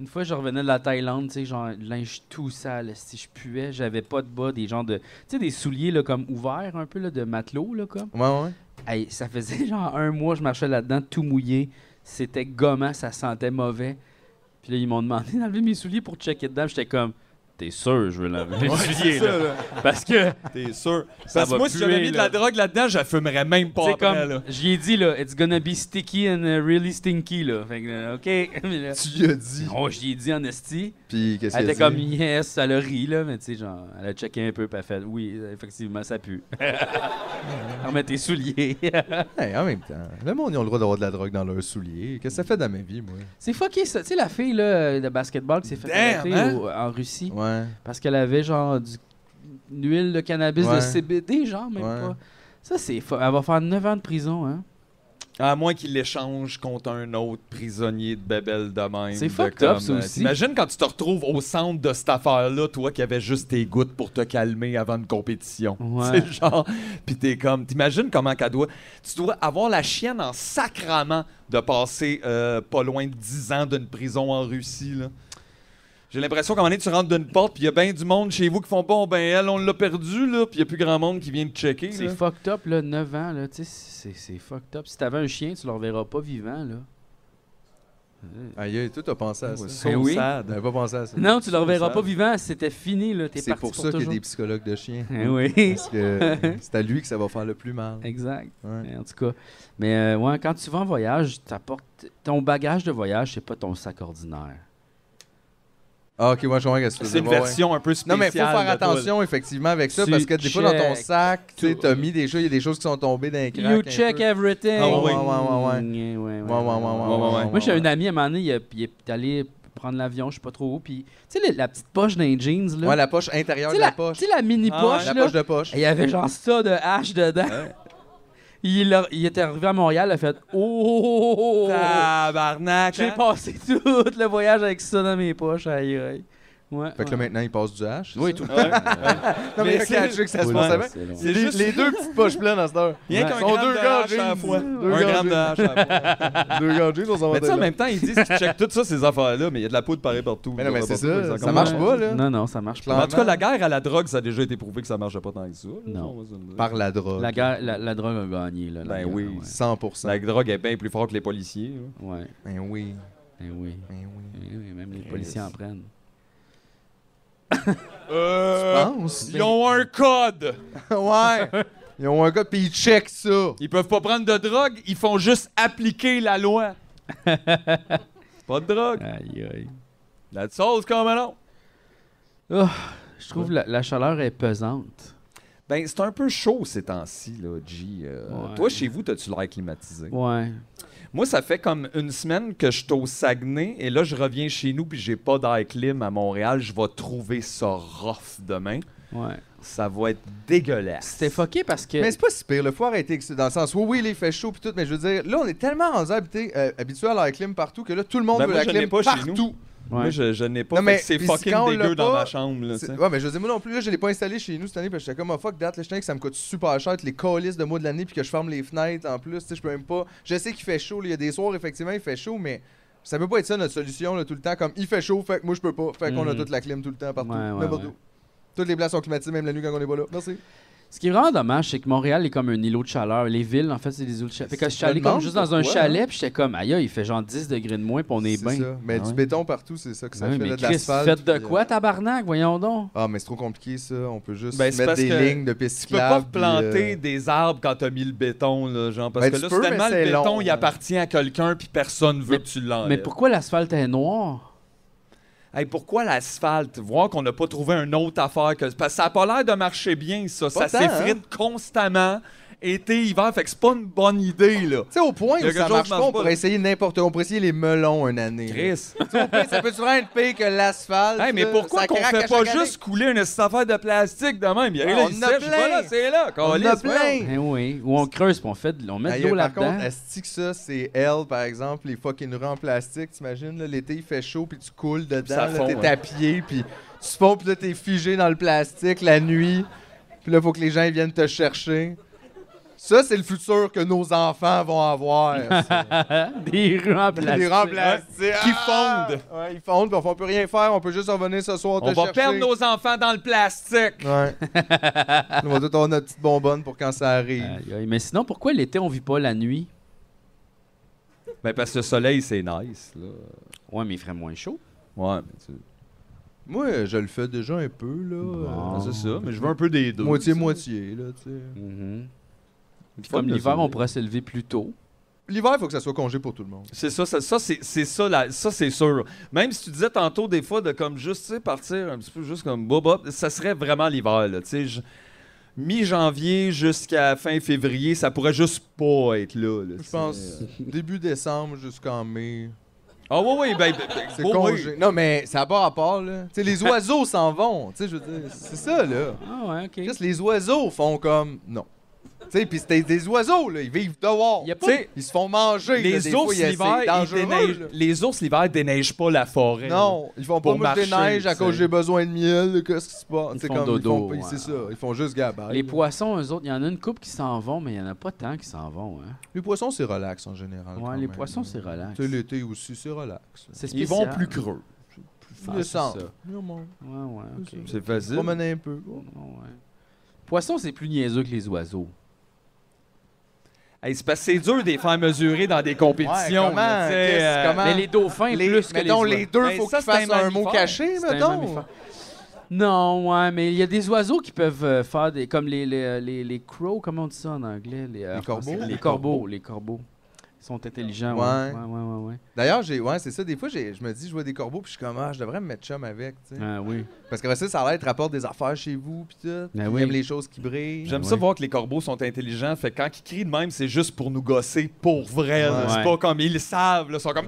Une fois, je revenais de la Thaïlande, tu sais, genre, le linge tout sale. Si je puais, j'avais pas de bas, des genres de. Tu sais, des souliers, là, comme ouverts un peu, là, de matelot, là, comme. Ouais, ouais. Hey, ça faisait [LAUGHS] genre un mois, je marchais là-dedans, tout mouillé. C'était gommant, ça sentait mauvais. Puis là, ils m'ont demandé d'enlever mes souliers pour checker dedans. puis J'étais comme, t'es sûr, je veux [LAUGHS] laver les souliers, là. Parce que, T'es sûr? Ça Parce que va moi, si j'avais puer, mis de là. la drogue là-dedans, je la fumerais même pas c'est après, comme, là. j'y ai dit, là, it's gonna be sticky and uh, really stinky, là. Fait que, euh, OK. [LAUGHS] Mais là, Tu lui as dit. Oh, j'y ai dit en esti. Puis qu'est-ce Elle qu'elle était dit? comme, yes, elle a ri, là, mais tu sais, genre, elle a checké un peu, puis elle a fait, oui, effectivement, ça pue. [LAUGHS] Remets tes souliers. Hey, en même temps, le monde, ils ont le droit d'avoir de la drogue dans leurs souliers. Qu'est-ce que ça fait dans ma vie, moi? c'est fucké, ça. Tu sais, la fille, là, de basketball qui s'est fait Damn, arrêter hein? au- en Russie Ouais. parce qu'elle avait, genre, du, une huile de cannabis de Ouais. CBD, genre, même Ouais. pas. Ça, c'est... fa- Elle va faire 9 ans de prison, hein? À moins qu'il l'échange contre un autre prisonnier de bébelle de même. C'est de fucked up, comme, ça euh, aussi. T'imagines quand tu te retrouves au centre de cette affaire-là, toi qui avais juste tes gouttes pour te calmer avant une compétition. [LAUGHS] Ouais. C'est genre. Puis t'es comme. T'imagines comment qu'elle doit. Tu dois avoir la chienne en sacrament de passer euh, pas loin de 10 ans d'une prison en Russie, là. J'ai l'impression qu'à un moment donné, tu rentres d'une porte, puis il y a bien du monde chez vous qui font bon, ben elle, on l'a perdu, là, puis il y a plus grand monde qui vient te checker. C'est là. fucked up, là, 9 ans, là, tu sais, c'est c'est fucked up. Si t'avais un chien, tu le reverras pas vivant, là. Aïe, aïe, toi, t'as pensé à ça. Ben oui. T'avais pas pensé à ça. Non, tu le reverras ça. pas vivant, c'était fini, là, t'es C'est parti pour pour, ça qu'il y a toujours. des psychologues de chiens. Eh oui, Parce que c'est à lui que ça va faire le plus mal. [LAUGHS] exact. Ouais. Mais En tout cas, mais euh, ouais, quand tu vas en voyage, t'apportes ton bagage de voyage, c'est pas ton sac ordinaire. Ah, ok, moi, je comprends qu'est-ce que tu veux C'est une dire. Ouais, ouais. version un peu spéciale. Non, mais il faut faire de toi, là. attention, effectivement, avec ça, Tu parce que des fois, dans ton check sac, tu sais, tout. t'as mis des choses, il y a des choses qui sont tombées d'un crack. You un check peu. everything. Ah, ouais, ouais, ouais, ouais, ouais. Mm, ouais, ouais, Ouais, ouais, ouais, ouais, ouais, ouais. ouais. Moi, j'ai une amie, à un moment donné, il est, il est allé prendre l'avion, je sais pas trop où, puis tu sais, la, la petite poche dans les jeans, là. Ouais, la poche intérieure tu de sais, la la, poche. tu sais, la mini Ah, poche, La là. poche de poche. Et Il y avait genre ça de hache dedans. [LAUGHS] Il, a- il était arrivé à Montréal, il a fait Oh, oh, oh, oh, oh, oh. Tabarnak. J'ai hein? passé [LAUGHS] tout le voyage avec ça dans mes poches. Aïe, aïe. Ouais. Fait que là, maintenant, il passe du H. Oui, tout le Ouais. Non, mais Mais il a c'est- catché que ça se Ouais, passait bien. c'est long. Les, juste- les deux petites poches pleines à cette heure. Rien Ouais. qu'un Ils sont gramme deux de gars hache à la jeans. fois. Deux Un gars gramme de jeans. hache à la fois. Deux gants de jeans, on s'en va Mais tu sais, en là. même temps, ils disent qu'ils checkent toutes ça, ces affaires-là, mais il y a de la poudre pareil partout. Mais non, mais c'est Partout, ça, ils en ça commandent. marche pas, là. Non, non, ça marche Mais pas. En tout cas, la guerre à la drogue, ça a déjà été prouvé que ça marchait pas tant que ça. là, Non. on va se le dire. Par la drogue. La, guerre- la, la drogue a gagné. Là, la Ben guerre, oui. ouais. 100%. La drogue est bien plus forte que les policiers. là. Ouais. Ben oui, Ben oui. ben oui. Ben oui, Même les policiers en prennent. Pense. Euh, Ils ont un code. Ah, [LAUGHS] [LAUGHS] ouais. Ils ont un gars, puis ils check ça. Ils peuvent pas prendre de drogue, ils font juste appliquer la loi. [LAUGHS] pas de drogue. Aïe, aïe. La sauce comme alors. Je trouve la, la chaleur est pesante. Ben, c'est un peu chaud ces temps-ci, là, G. Euh, Ouais. Toi, chez vous, t'as-tu l'air climatisé? Ouais. Moi, ça fait comme une semaine que je suis au Saguenay et là, je reviens chez nous puis j'ai pas d'air clim à Montréal. Je vais trouver ça rough demain. Ouais. Ça va être dégueulasse. C'était fucké parce que. Mais c'est pas si pire, le foire a été excité dans le sens où oui, il fait chaud puis tout, mais je veux dire, là on est tellement rendu habité, euh, habitué à la clim partout que là tout le monde Ben, veut moi, la je l'ai clim pas chez nous. partout. Ouais. Moi, je, je n'ai pas. Non, fait mais- que c'est puis fucking quand on l'a dégueu dans pas, ma chambre. Là, tu sais. C'est- Ouais, mais je veux dire, moi non plus, là, je l'ai pas installé chez nous cette année parce que j'étais comme, oh fuck, date, là, je tiens que ça me coûte super cher, toutes les colis de mois de l'année puis que je ferme les fenêtres en plus, tu sais, je peux même pas. Je sais qu'il fait chaud, là, il y a des soirs, effectivement, il fait chaud, mais ça peut pas être ça notre solution, là, tout le temps, comme il fait chaud, fait que moi je peux pas, fait qu'on a Mhm. toute la clim tout le temps partout, Ouais, ouais, n'importe ouais. où. Toutes les places sont climatisées, même la nuit quand on est pas là. Merci. Ce qui est vraiment dommage, c'est que Montréal est comme un îlot de chaleur. Les villes, en fait, c'est des îlots de chaleur. Fait que je suis allé Je me comme demande juste dans un pourquoi, hein? chalet, puis j'étais comme, aïe, aïe, il fait genre 10 degrés de moins, puis on est, C'est bien. ça. Mais Ah du ouais. béton partout, c'est ça que ça Ah oui, fait, mais là, de Chris, l'asphalte. faites de puis, euh, quoi, tabarnak, voyons donc. Ah, mais c'est trop compliqué, ça. On peut juste Ben, c'est mettre parce des que lignes de piste Tu peux pas cyclable, planter puis, euh, des arbres quand t'as mis le béton, là, genre. Parce Ben, que tu là, peux, mais finalement, le c'est béton, long, il hein. appartient à quelqu'un puis personne veut Mais- que tu l'enlèves. Mais pourquoi l'asphalte est noir? Hey, pourquoi l'asphalte? Voir qu'on n'a pas trouvé une autre affaire que. Parce que ça n'a pas l'air de marcher bien, ça. Pas ça tant, s'effrite constamment. Été, hiver, fait que c'est pas une bonne idée, là. Tu sais, au point Il y a où quelque ça chose marche qui pas, marche on pas. pourrait essayer n'importe quoi. On pourrait essayer les melons une année. là. Chris. Tu sais, au pire, ça peut vraiment être pire que l'asphalte. Hey, mais là? pourquoi Ça qu'on craque à fait pas chaque année. juste couler une petite affaire de plastique de même? Il y a Ouais, là, on il en a sèche, plein. voilà, c'est là. On en a calisse, voyons. plein! Eh oui. Ou on creuse, puis on fait, de- on met Aïe, de l'eau par contre, là-dedans. est-ce que ça, c'est elle, par exemple, les fucking rues en plastique, t'imagines, là, l'été, il fait chaud, puis tu coules dedans, ça là, fond, t'es ouais. à pied, puis tu fonds, puis là, t'es figé dans le plastique la nuit, puis là, faut que les gens ils viennent te chercher. Ça, c'est le futur que nos enfants [LAUGHS] vont avoir. ça. [LAUGHS] Des rues en les plastique. rues en plastique. Qui Ah! fondent. Ouais, ils fondent, puis on peut rien faire, on peut juste revenir ce soir On te va chercher. perdre nos enfants dans le plastique. Ouais. on va tout avoir notre petite bonbonne pour quand ça arrive. Aïe, aïe. Mais sinon, pourquoi l'été, on vit pas la nuit? Ben, parce que le soleil, c'est nice, là. Ouais, mais il ferait moins chaud. Ouais, mais tu- Moi, je le fais déjà un peu, là. euh, Ah, C'est ça, mais je veux un peu des deux. Moitié-moitié, là, tu sais. Mhm. Puis Fun Comme de l'hiver, ça. on pourrait se lever plus tôt. L'hiver, il faut que ça soit congé pour tout le monde. C'est ça, ça, ça, c'est c'est ça, la- ça c'est sûr. Même si tu disais tantôt des fois de comme juste tu sais, partir un petit peu juste comme bob hop, ça serait vraiment l'hiver là, tu sais, je- mi-janvier jusqu'à fin février, ça pourrait juste pas être là. là, Je c'est- pense début décembre jusqu'en mai. Ah oui, oui, ben, ben, ben, C'est oui, oui. congé. Non, mais ça n'a pas rapport, là. Tu sais, les oiseaux s'en vont. Tu sais, je veux dire, c'est ça, là. Ah ouais, OK. Juste les oiseaux font comme. Non. Tu sais, puis c'était des oiseaux, là. Ils vivent dehors. Y a pas- Tu sais, Ils se font manger. là, des Les fois, ours il y a- l'hiver, c'est ils dangereux, déneigent- là. les ours l'hiver déneigent pas la forêt. là. Non, ils font pas Pour moi je marcher, déneige à tu sais. cause j'ai besoin de miel, qu'est-ce qui se passe? Ils Tu sais, font comme, ils dodo, font pas- ouais. C'est ça, ils font juste gabarit. Les là. poissons, eux autres, il y en a une coupe qui s'en vont, mais il n'y en a pas tant qui s'en vont. Hein. Les poissons, c'est relax en général. Ah, quand Ouais, les même, poissons, là. c'est relax. Tu sais, l'été aussi, c'est relax. C'est spécial. Ils vont plus creux. Ah, le c'est centre. ça. Ouais, ouais, OK. C'est C'est facile. Promener un peu. Oh. Bon, ouais. Poisson, c'est plus niaiseux que les oiseaux. Hey, c'est parce que c'est dur de les faire mesurer dans des compétitions. Ouais, comment? là, tu sais, Qu'est-ce- euh, comment? Mais les dauphins, Les, plus que mettons, les, les, oiseaux. deux, Ben, faut ça, qu'ils c'est un fassent un, mot mammifère. caché, C'est un mettons. mammifère. Non, ouais, mais il y a des oiseaux qui peuvent euh, faire des. comme les, les, les, les crows, comment on dit ça en anglais Les, euh, Les corbeaux? Les corbeaux, les corbeaux. Ils sont intelligents, ouais. Ouais. Ouais, ouais, ouais. ouais. D'ailleurs, j'ai, ouais, c'est ça. Des fois, j'ai- je me dis, je vois des corbeaux, puis je suis comme, ah, je devrais me mettre chum avec. tu sais. Ah oui. Parce que ça, ça a l'air, te rapporte des affaires chez vous, puis tout. Puis Ben ils oui. aiment les choses qui brillent. Ben J'aime Ah ça ouais. voir que les corbeaux sont intelligents. Fait que quand ils crient de même, c'est juste pour nous gosser pour vrai. là. Ouais. C'est pas comme ils le savent. là, Ils sont comme.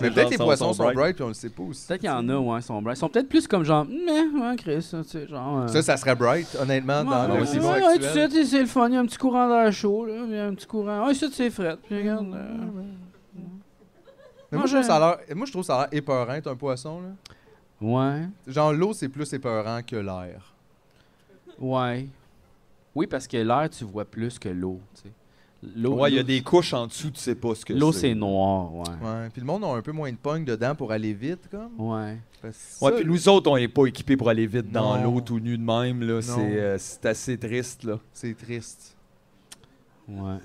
Mais peut-être les poissons sont bright, puis on le sait pas aussi. Peut-être qu'il y en a, ouais, ils sont bruns. Ils sont peut-être plus comme genre. Mais, ouais, Chris, tu sais, genre. euh, Ça, ça serait bright, honnêtement, dans ouais, le ouais, niveau ouais, actuel. tu sais, tu sais, c'est le fun. Il y a un petit courant d'air chaud, là. Il y a un petit courant. Ah, ça, c'est fret. Puis regarde. euh, Mais moi, je trouve ça a l'air- moi, je trouve ça a l'air épeurant, être un poisson. Là. Ouais. Genre, l'eau, c'est plus épeurant que l'air. Ouais. Oui, parce que l'air, tu vois plus que l'eau. tu sais. L'eau, Ouais, il y a l'eau- des couches en dessous, tu sais pas ce que c'est. L'eau, c'est noir, ouais. Ouais. Puis le monde a un peu moins de pogne dedans pour aller vite, comme. Ouais. Parce que Ouais, ça, puis nous autres, on est pas équipés pour aller vite dans Non. l'eau tout nu de même. là. C'est euh, c'est assez triste. là. c'est triste. Ouais.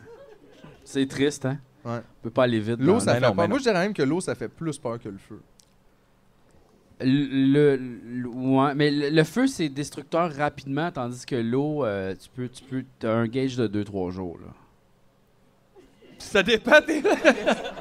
C'est triste, hein? Ouais. On peut pas aller vite. L'eau, dans- ça mais fait non, peur. mais non. Moi, je dirais même que l'eau, ça fait plus peur que le feu. Le, le- le- ouais, mais le, le feu, c'est destructeur rapidement, tandis que l'eau, euh, tu peux... Tu peux t'as un gauge de 2-3 jours, là. Ça dépend, des-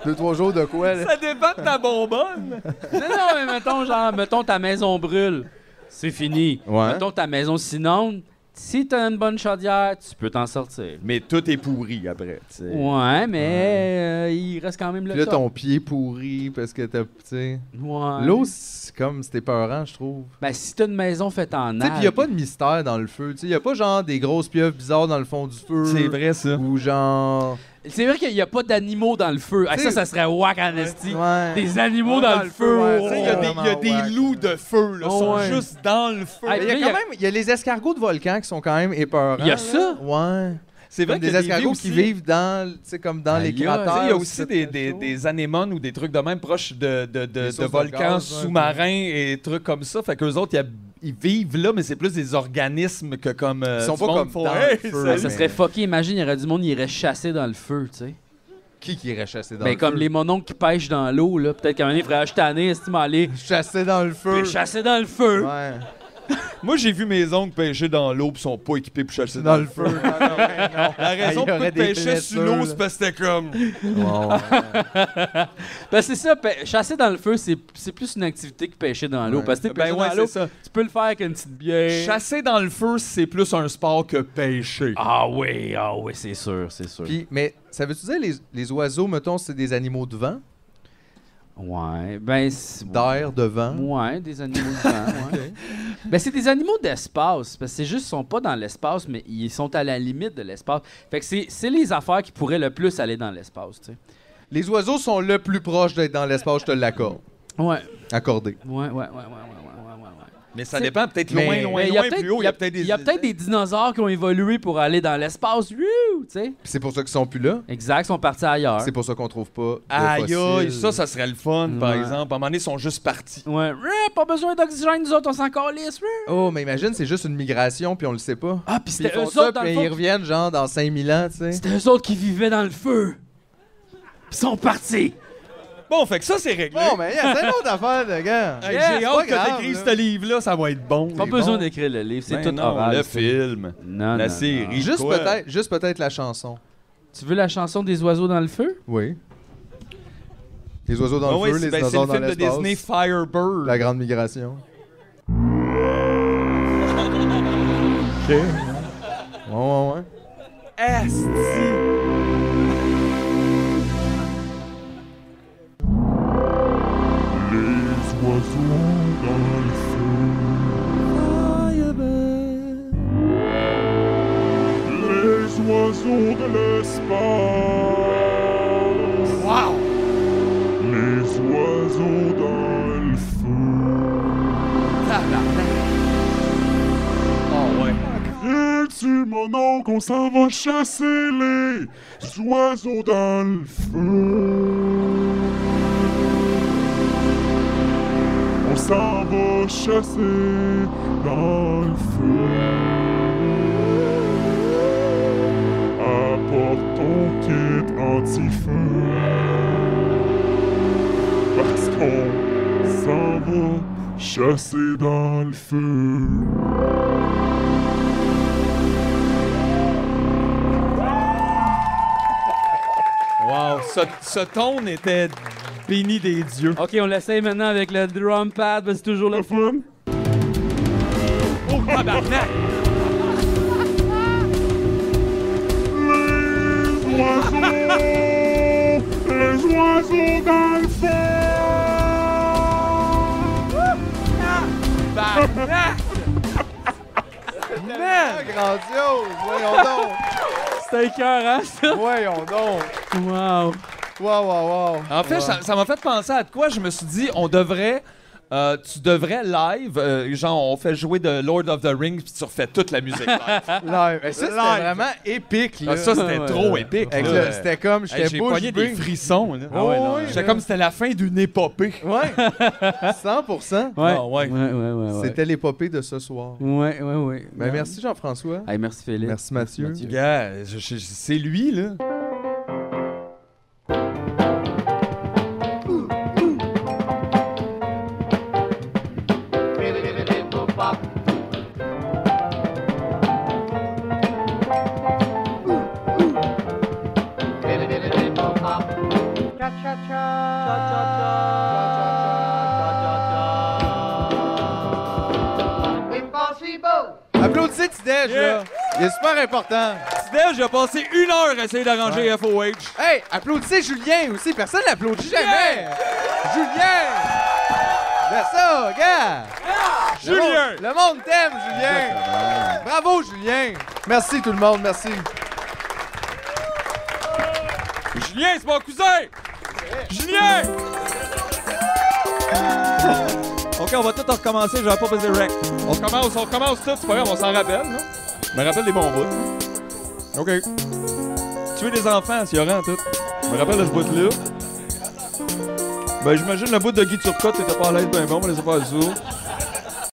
Deux, trois jours de quoi, là? ça dépend de ta bonbonne. non, non, mais mettons, genre, mettons, ta maison brûle. C'est fini. Ouais. Mettons, ta maison sinon, si t'as une bonne chaudière, tu peux t'en sortir. Mais tout est pourri après. tu sais. Ouais, mais euh, il reste quand même le Puis là, top. ton pied pourri parce que t'as. Tu sais. Ouais. L'eau, c'est comme, c'est épeurant, je trouve. Ben, si t'as une maison faite en Tu sais, puis il a pas de mystère dans le feu. Tu sais, il a pas genre des grosses pieuvres bizarres dans le fond du feu. C'est vrai, ça. Ou genre. C'est vrai qu'il y a pas d'animaux dans le feu. Ah, Tu ça, sais- ça serait wack en esti. Ouais. Des animaux dans, le feu. ouais, Tu sais, Il y a des, il y a des Vraiment, ouais. loups de feu. Là, Oh, sont ouais. juste dans le feu. Ah, Mais il y a Là, quand même, il y a les escargots de volcan qui sont quand même épeurants. Il y a là. ça? Ouais. C'est Comme qu'il des y a vies escargots aussi- qui vivent dans, tu sais, comme dans Ah, les il y a- Tu sais, cratères. Il y a où aussi c'est des, très des- chaud. des anémones ou des trucs de même proches de, de, de, Des de sources de volcans gaz, ouais, sous-marins et trucs comme ça. Fait qu'eux autres, ils hab- ils vivent là, mais c'est plus des organismes que comme. euh, Ils sont du pas monde comme pour- dans le Hey, feu, salut. Ben, ça serait fucké. Imagine, il y aurait du monde qui irait chasser dans le feu, tu sais. Qui qui irait chasser dans Ben, le comme feu? les mononcles qui pêchent dans l'eau, là. Peut-être qu'à un moment donné, il faudrait tanné, est-ce que tu m'en allais? Chasser dans le feu. Mais chasser dans le feu. Ouais. Moi, j'ai vu mes oncles pêcher dans l'eau puis sont pas équipés pour chasser Dans le [LAUGHS] feu. Non, non, ouais, non. La raison [LAUGHS] Il y pour aurait laquelle des pêcher sur blessures, l'eau, là. c'est parce que c'était comme. Ben, c'est ça. pê- Chasser dans le feu, c'est c'est plus une activité que pêcher dans l'eau. Ouais. Parce que tu sais, Ben pêcher ouais, dans c'est l'eau, ça. tu peux le faire avec une petite bière. Chasser dans le feu, c'est plus un sport que pêcher. Ah oui, ah oui, c'est sûr, c'est sûr. Puis, mais ça veut-tu dire les, les oiseaux, mettons, c'est des animaux de vent? Ouais, ben c'est- D'air, de vent? Ouais, des animaux de vent, ouais. Ben, c'est des animaux d'espace, parce que c'est juste, ils sont pas dans l'espace, mais ils sont à la limite de l'espace. Fait que c'est c'est les affaires qui pourraient le plus aller dans l'espace, tu sais. Les oiseaux sont le plus proche d'être dans l'espace, je te l'accorde. Ouais, Accordé. ouais, ouais, ouais, ouais, ouais, ouais, ouais, ouais, ouais. Mais ça dépend peut-être Mais- loin, loin, Mais il y a loin, peut-être plus haut. Il y a peut-être des. il y a peut-être des dinosaures qui ont évolué pour aller dans l'espace, wouh, tu sais. Puis c'est pour ça qu'ils sont plus là. Exact, ils sont partis ailleurs. C'est pour ça qu'on trouve pas de Aïe, fossiles. aïe, ça, ça serait le fun, par Ouais. exemple. À un moment donné, ils sont juste partis. Ouais, Ruh, pas besoin d'oxygène, nous autres, on s'en calisse, ruh. Oh, mais imagine, c'est juste une migration, puis on le sait pas. Ah, puis Puis ils c'était font eux ça, autres, dans le puis fond, ils reviennent, genre, dans 5000 ans, tu sais. C'était eux autres qui vivaient dans le feu. Ils sont partis. Bon, fait que ça, c'est réglé. Bon, mais il y a tellement d'affaires, de gars. [LAUGHS] Yeah, Hey, J'ai c'est hâte pas grave, que t'écrives là. ce livre-là, ça va être bon. Pas C'est besoin bon. d'écrire le livre, c'est Ben tout non, oral. Le c'est- film, Non, non, la non. série. Juste quoi. peut-être, juste peut-être la chanson. Tu veux la chanson des oiseaux dans le feu? Oui. Les oiseaux dans Ah oui, le feu, c'est les ben, c'est dinosaures le dans film de l'espace. Disney Firebird. La grande migration. OK. Ouais, ouais, ouais. Esti. Wow, ce, ce ton était béni des dieux. Ok, on l'essaye maintenant avec le drum pad, mais c'est toujours le fun. Oh, tabarnak! Ah, grandiose! Voyons C'était [LAUGHS] écœurant, ça? donc! Voyons donc! hein? Wow. Wow, wow, wow! En fait, ça ça m'a fait penser à de quoi? Je me suis dit, on devrait. euh, tu devrais live, euh, genre on fait jouer de Lord of the Rings puis tu refais toute la musique live. [LAUGHS] Live! Mais ça, c'était Live. vraiment épique, là! Ah, ça c'était Ouais. trop épique. Avec là. le- C'était comme, Hey, j'étais J'ai bouche pogné des bée. frissons. là. Ah ouais, non, oui, non. J'étais là. comme c'était la fin d'une épopée. Ouais! [LAUGHS] 100%! Ouais. Ah ouais. ouais, ouais, ouais. ouais. C'était l'épopée de ce soir. Ouais, ouais, ouais. Ben, merci Jean-François. Hey, merci Philippe. Merci Mathieu. Mathieu. Gars, je- je- c'est lui là. Applaudissez Tidej, Yeah. là! Il est super important! Tidej j'ai passé une heure à essayer d'arranger FOH. Hey, applaudissez Julien aussi! Personne n'applaudit jamais! Julien! C'est ça, gars! Le Julien! monde- Le monde t'aime, Julien! Bravo, Julien! Merci tout le monde, merci! Julien, c'est mon cousin! Julien! ok, on va tout recommencer, j'avais pas posé rec. On recommence, on recommence tout, c'est pas grave, on s'en rappelle, non? Je me rappelle des bons bouts. Ok. Tuer des enfants, c'est en tout. Je me rappelle de ce bout-là. Ben, j'imagine le bout de Guy Turcotte, t'étais pas à l'aise, ben bon, on va laisser faire le sourd.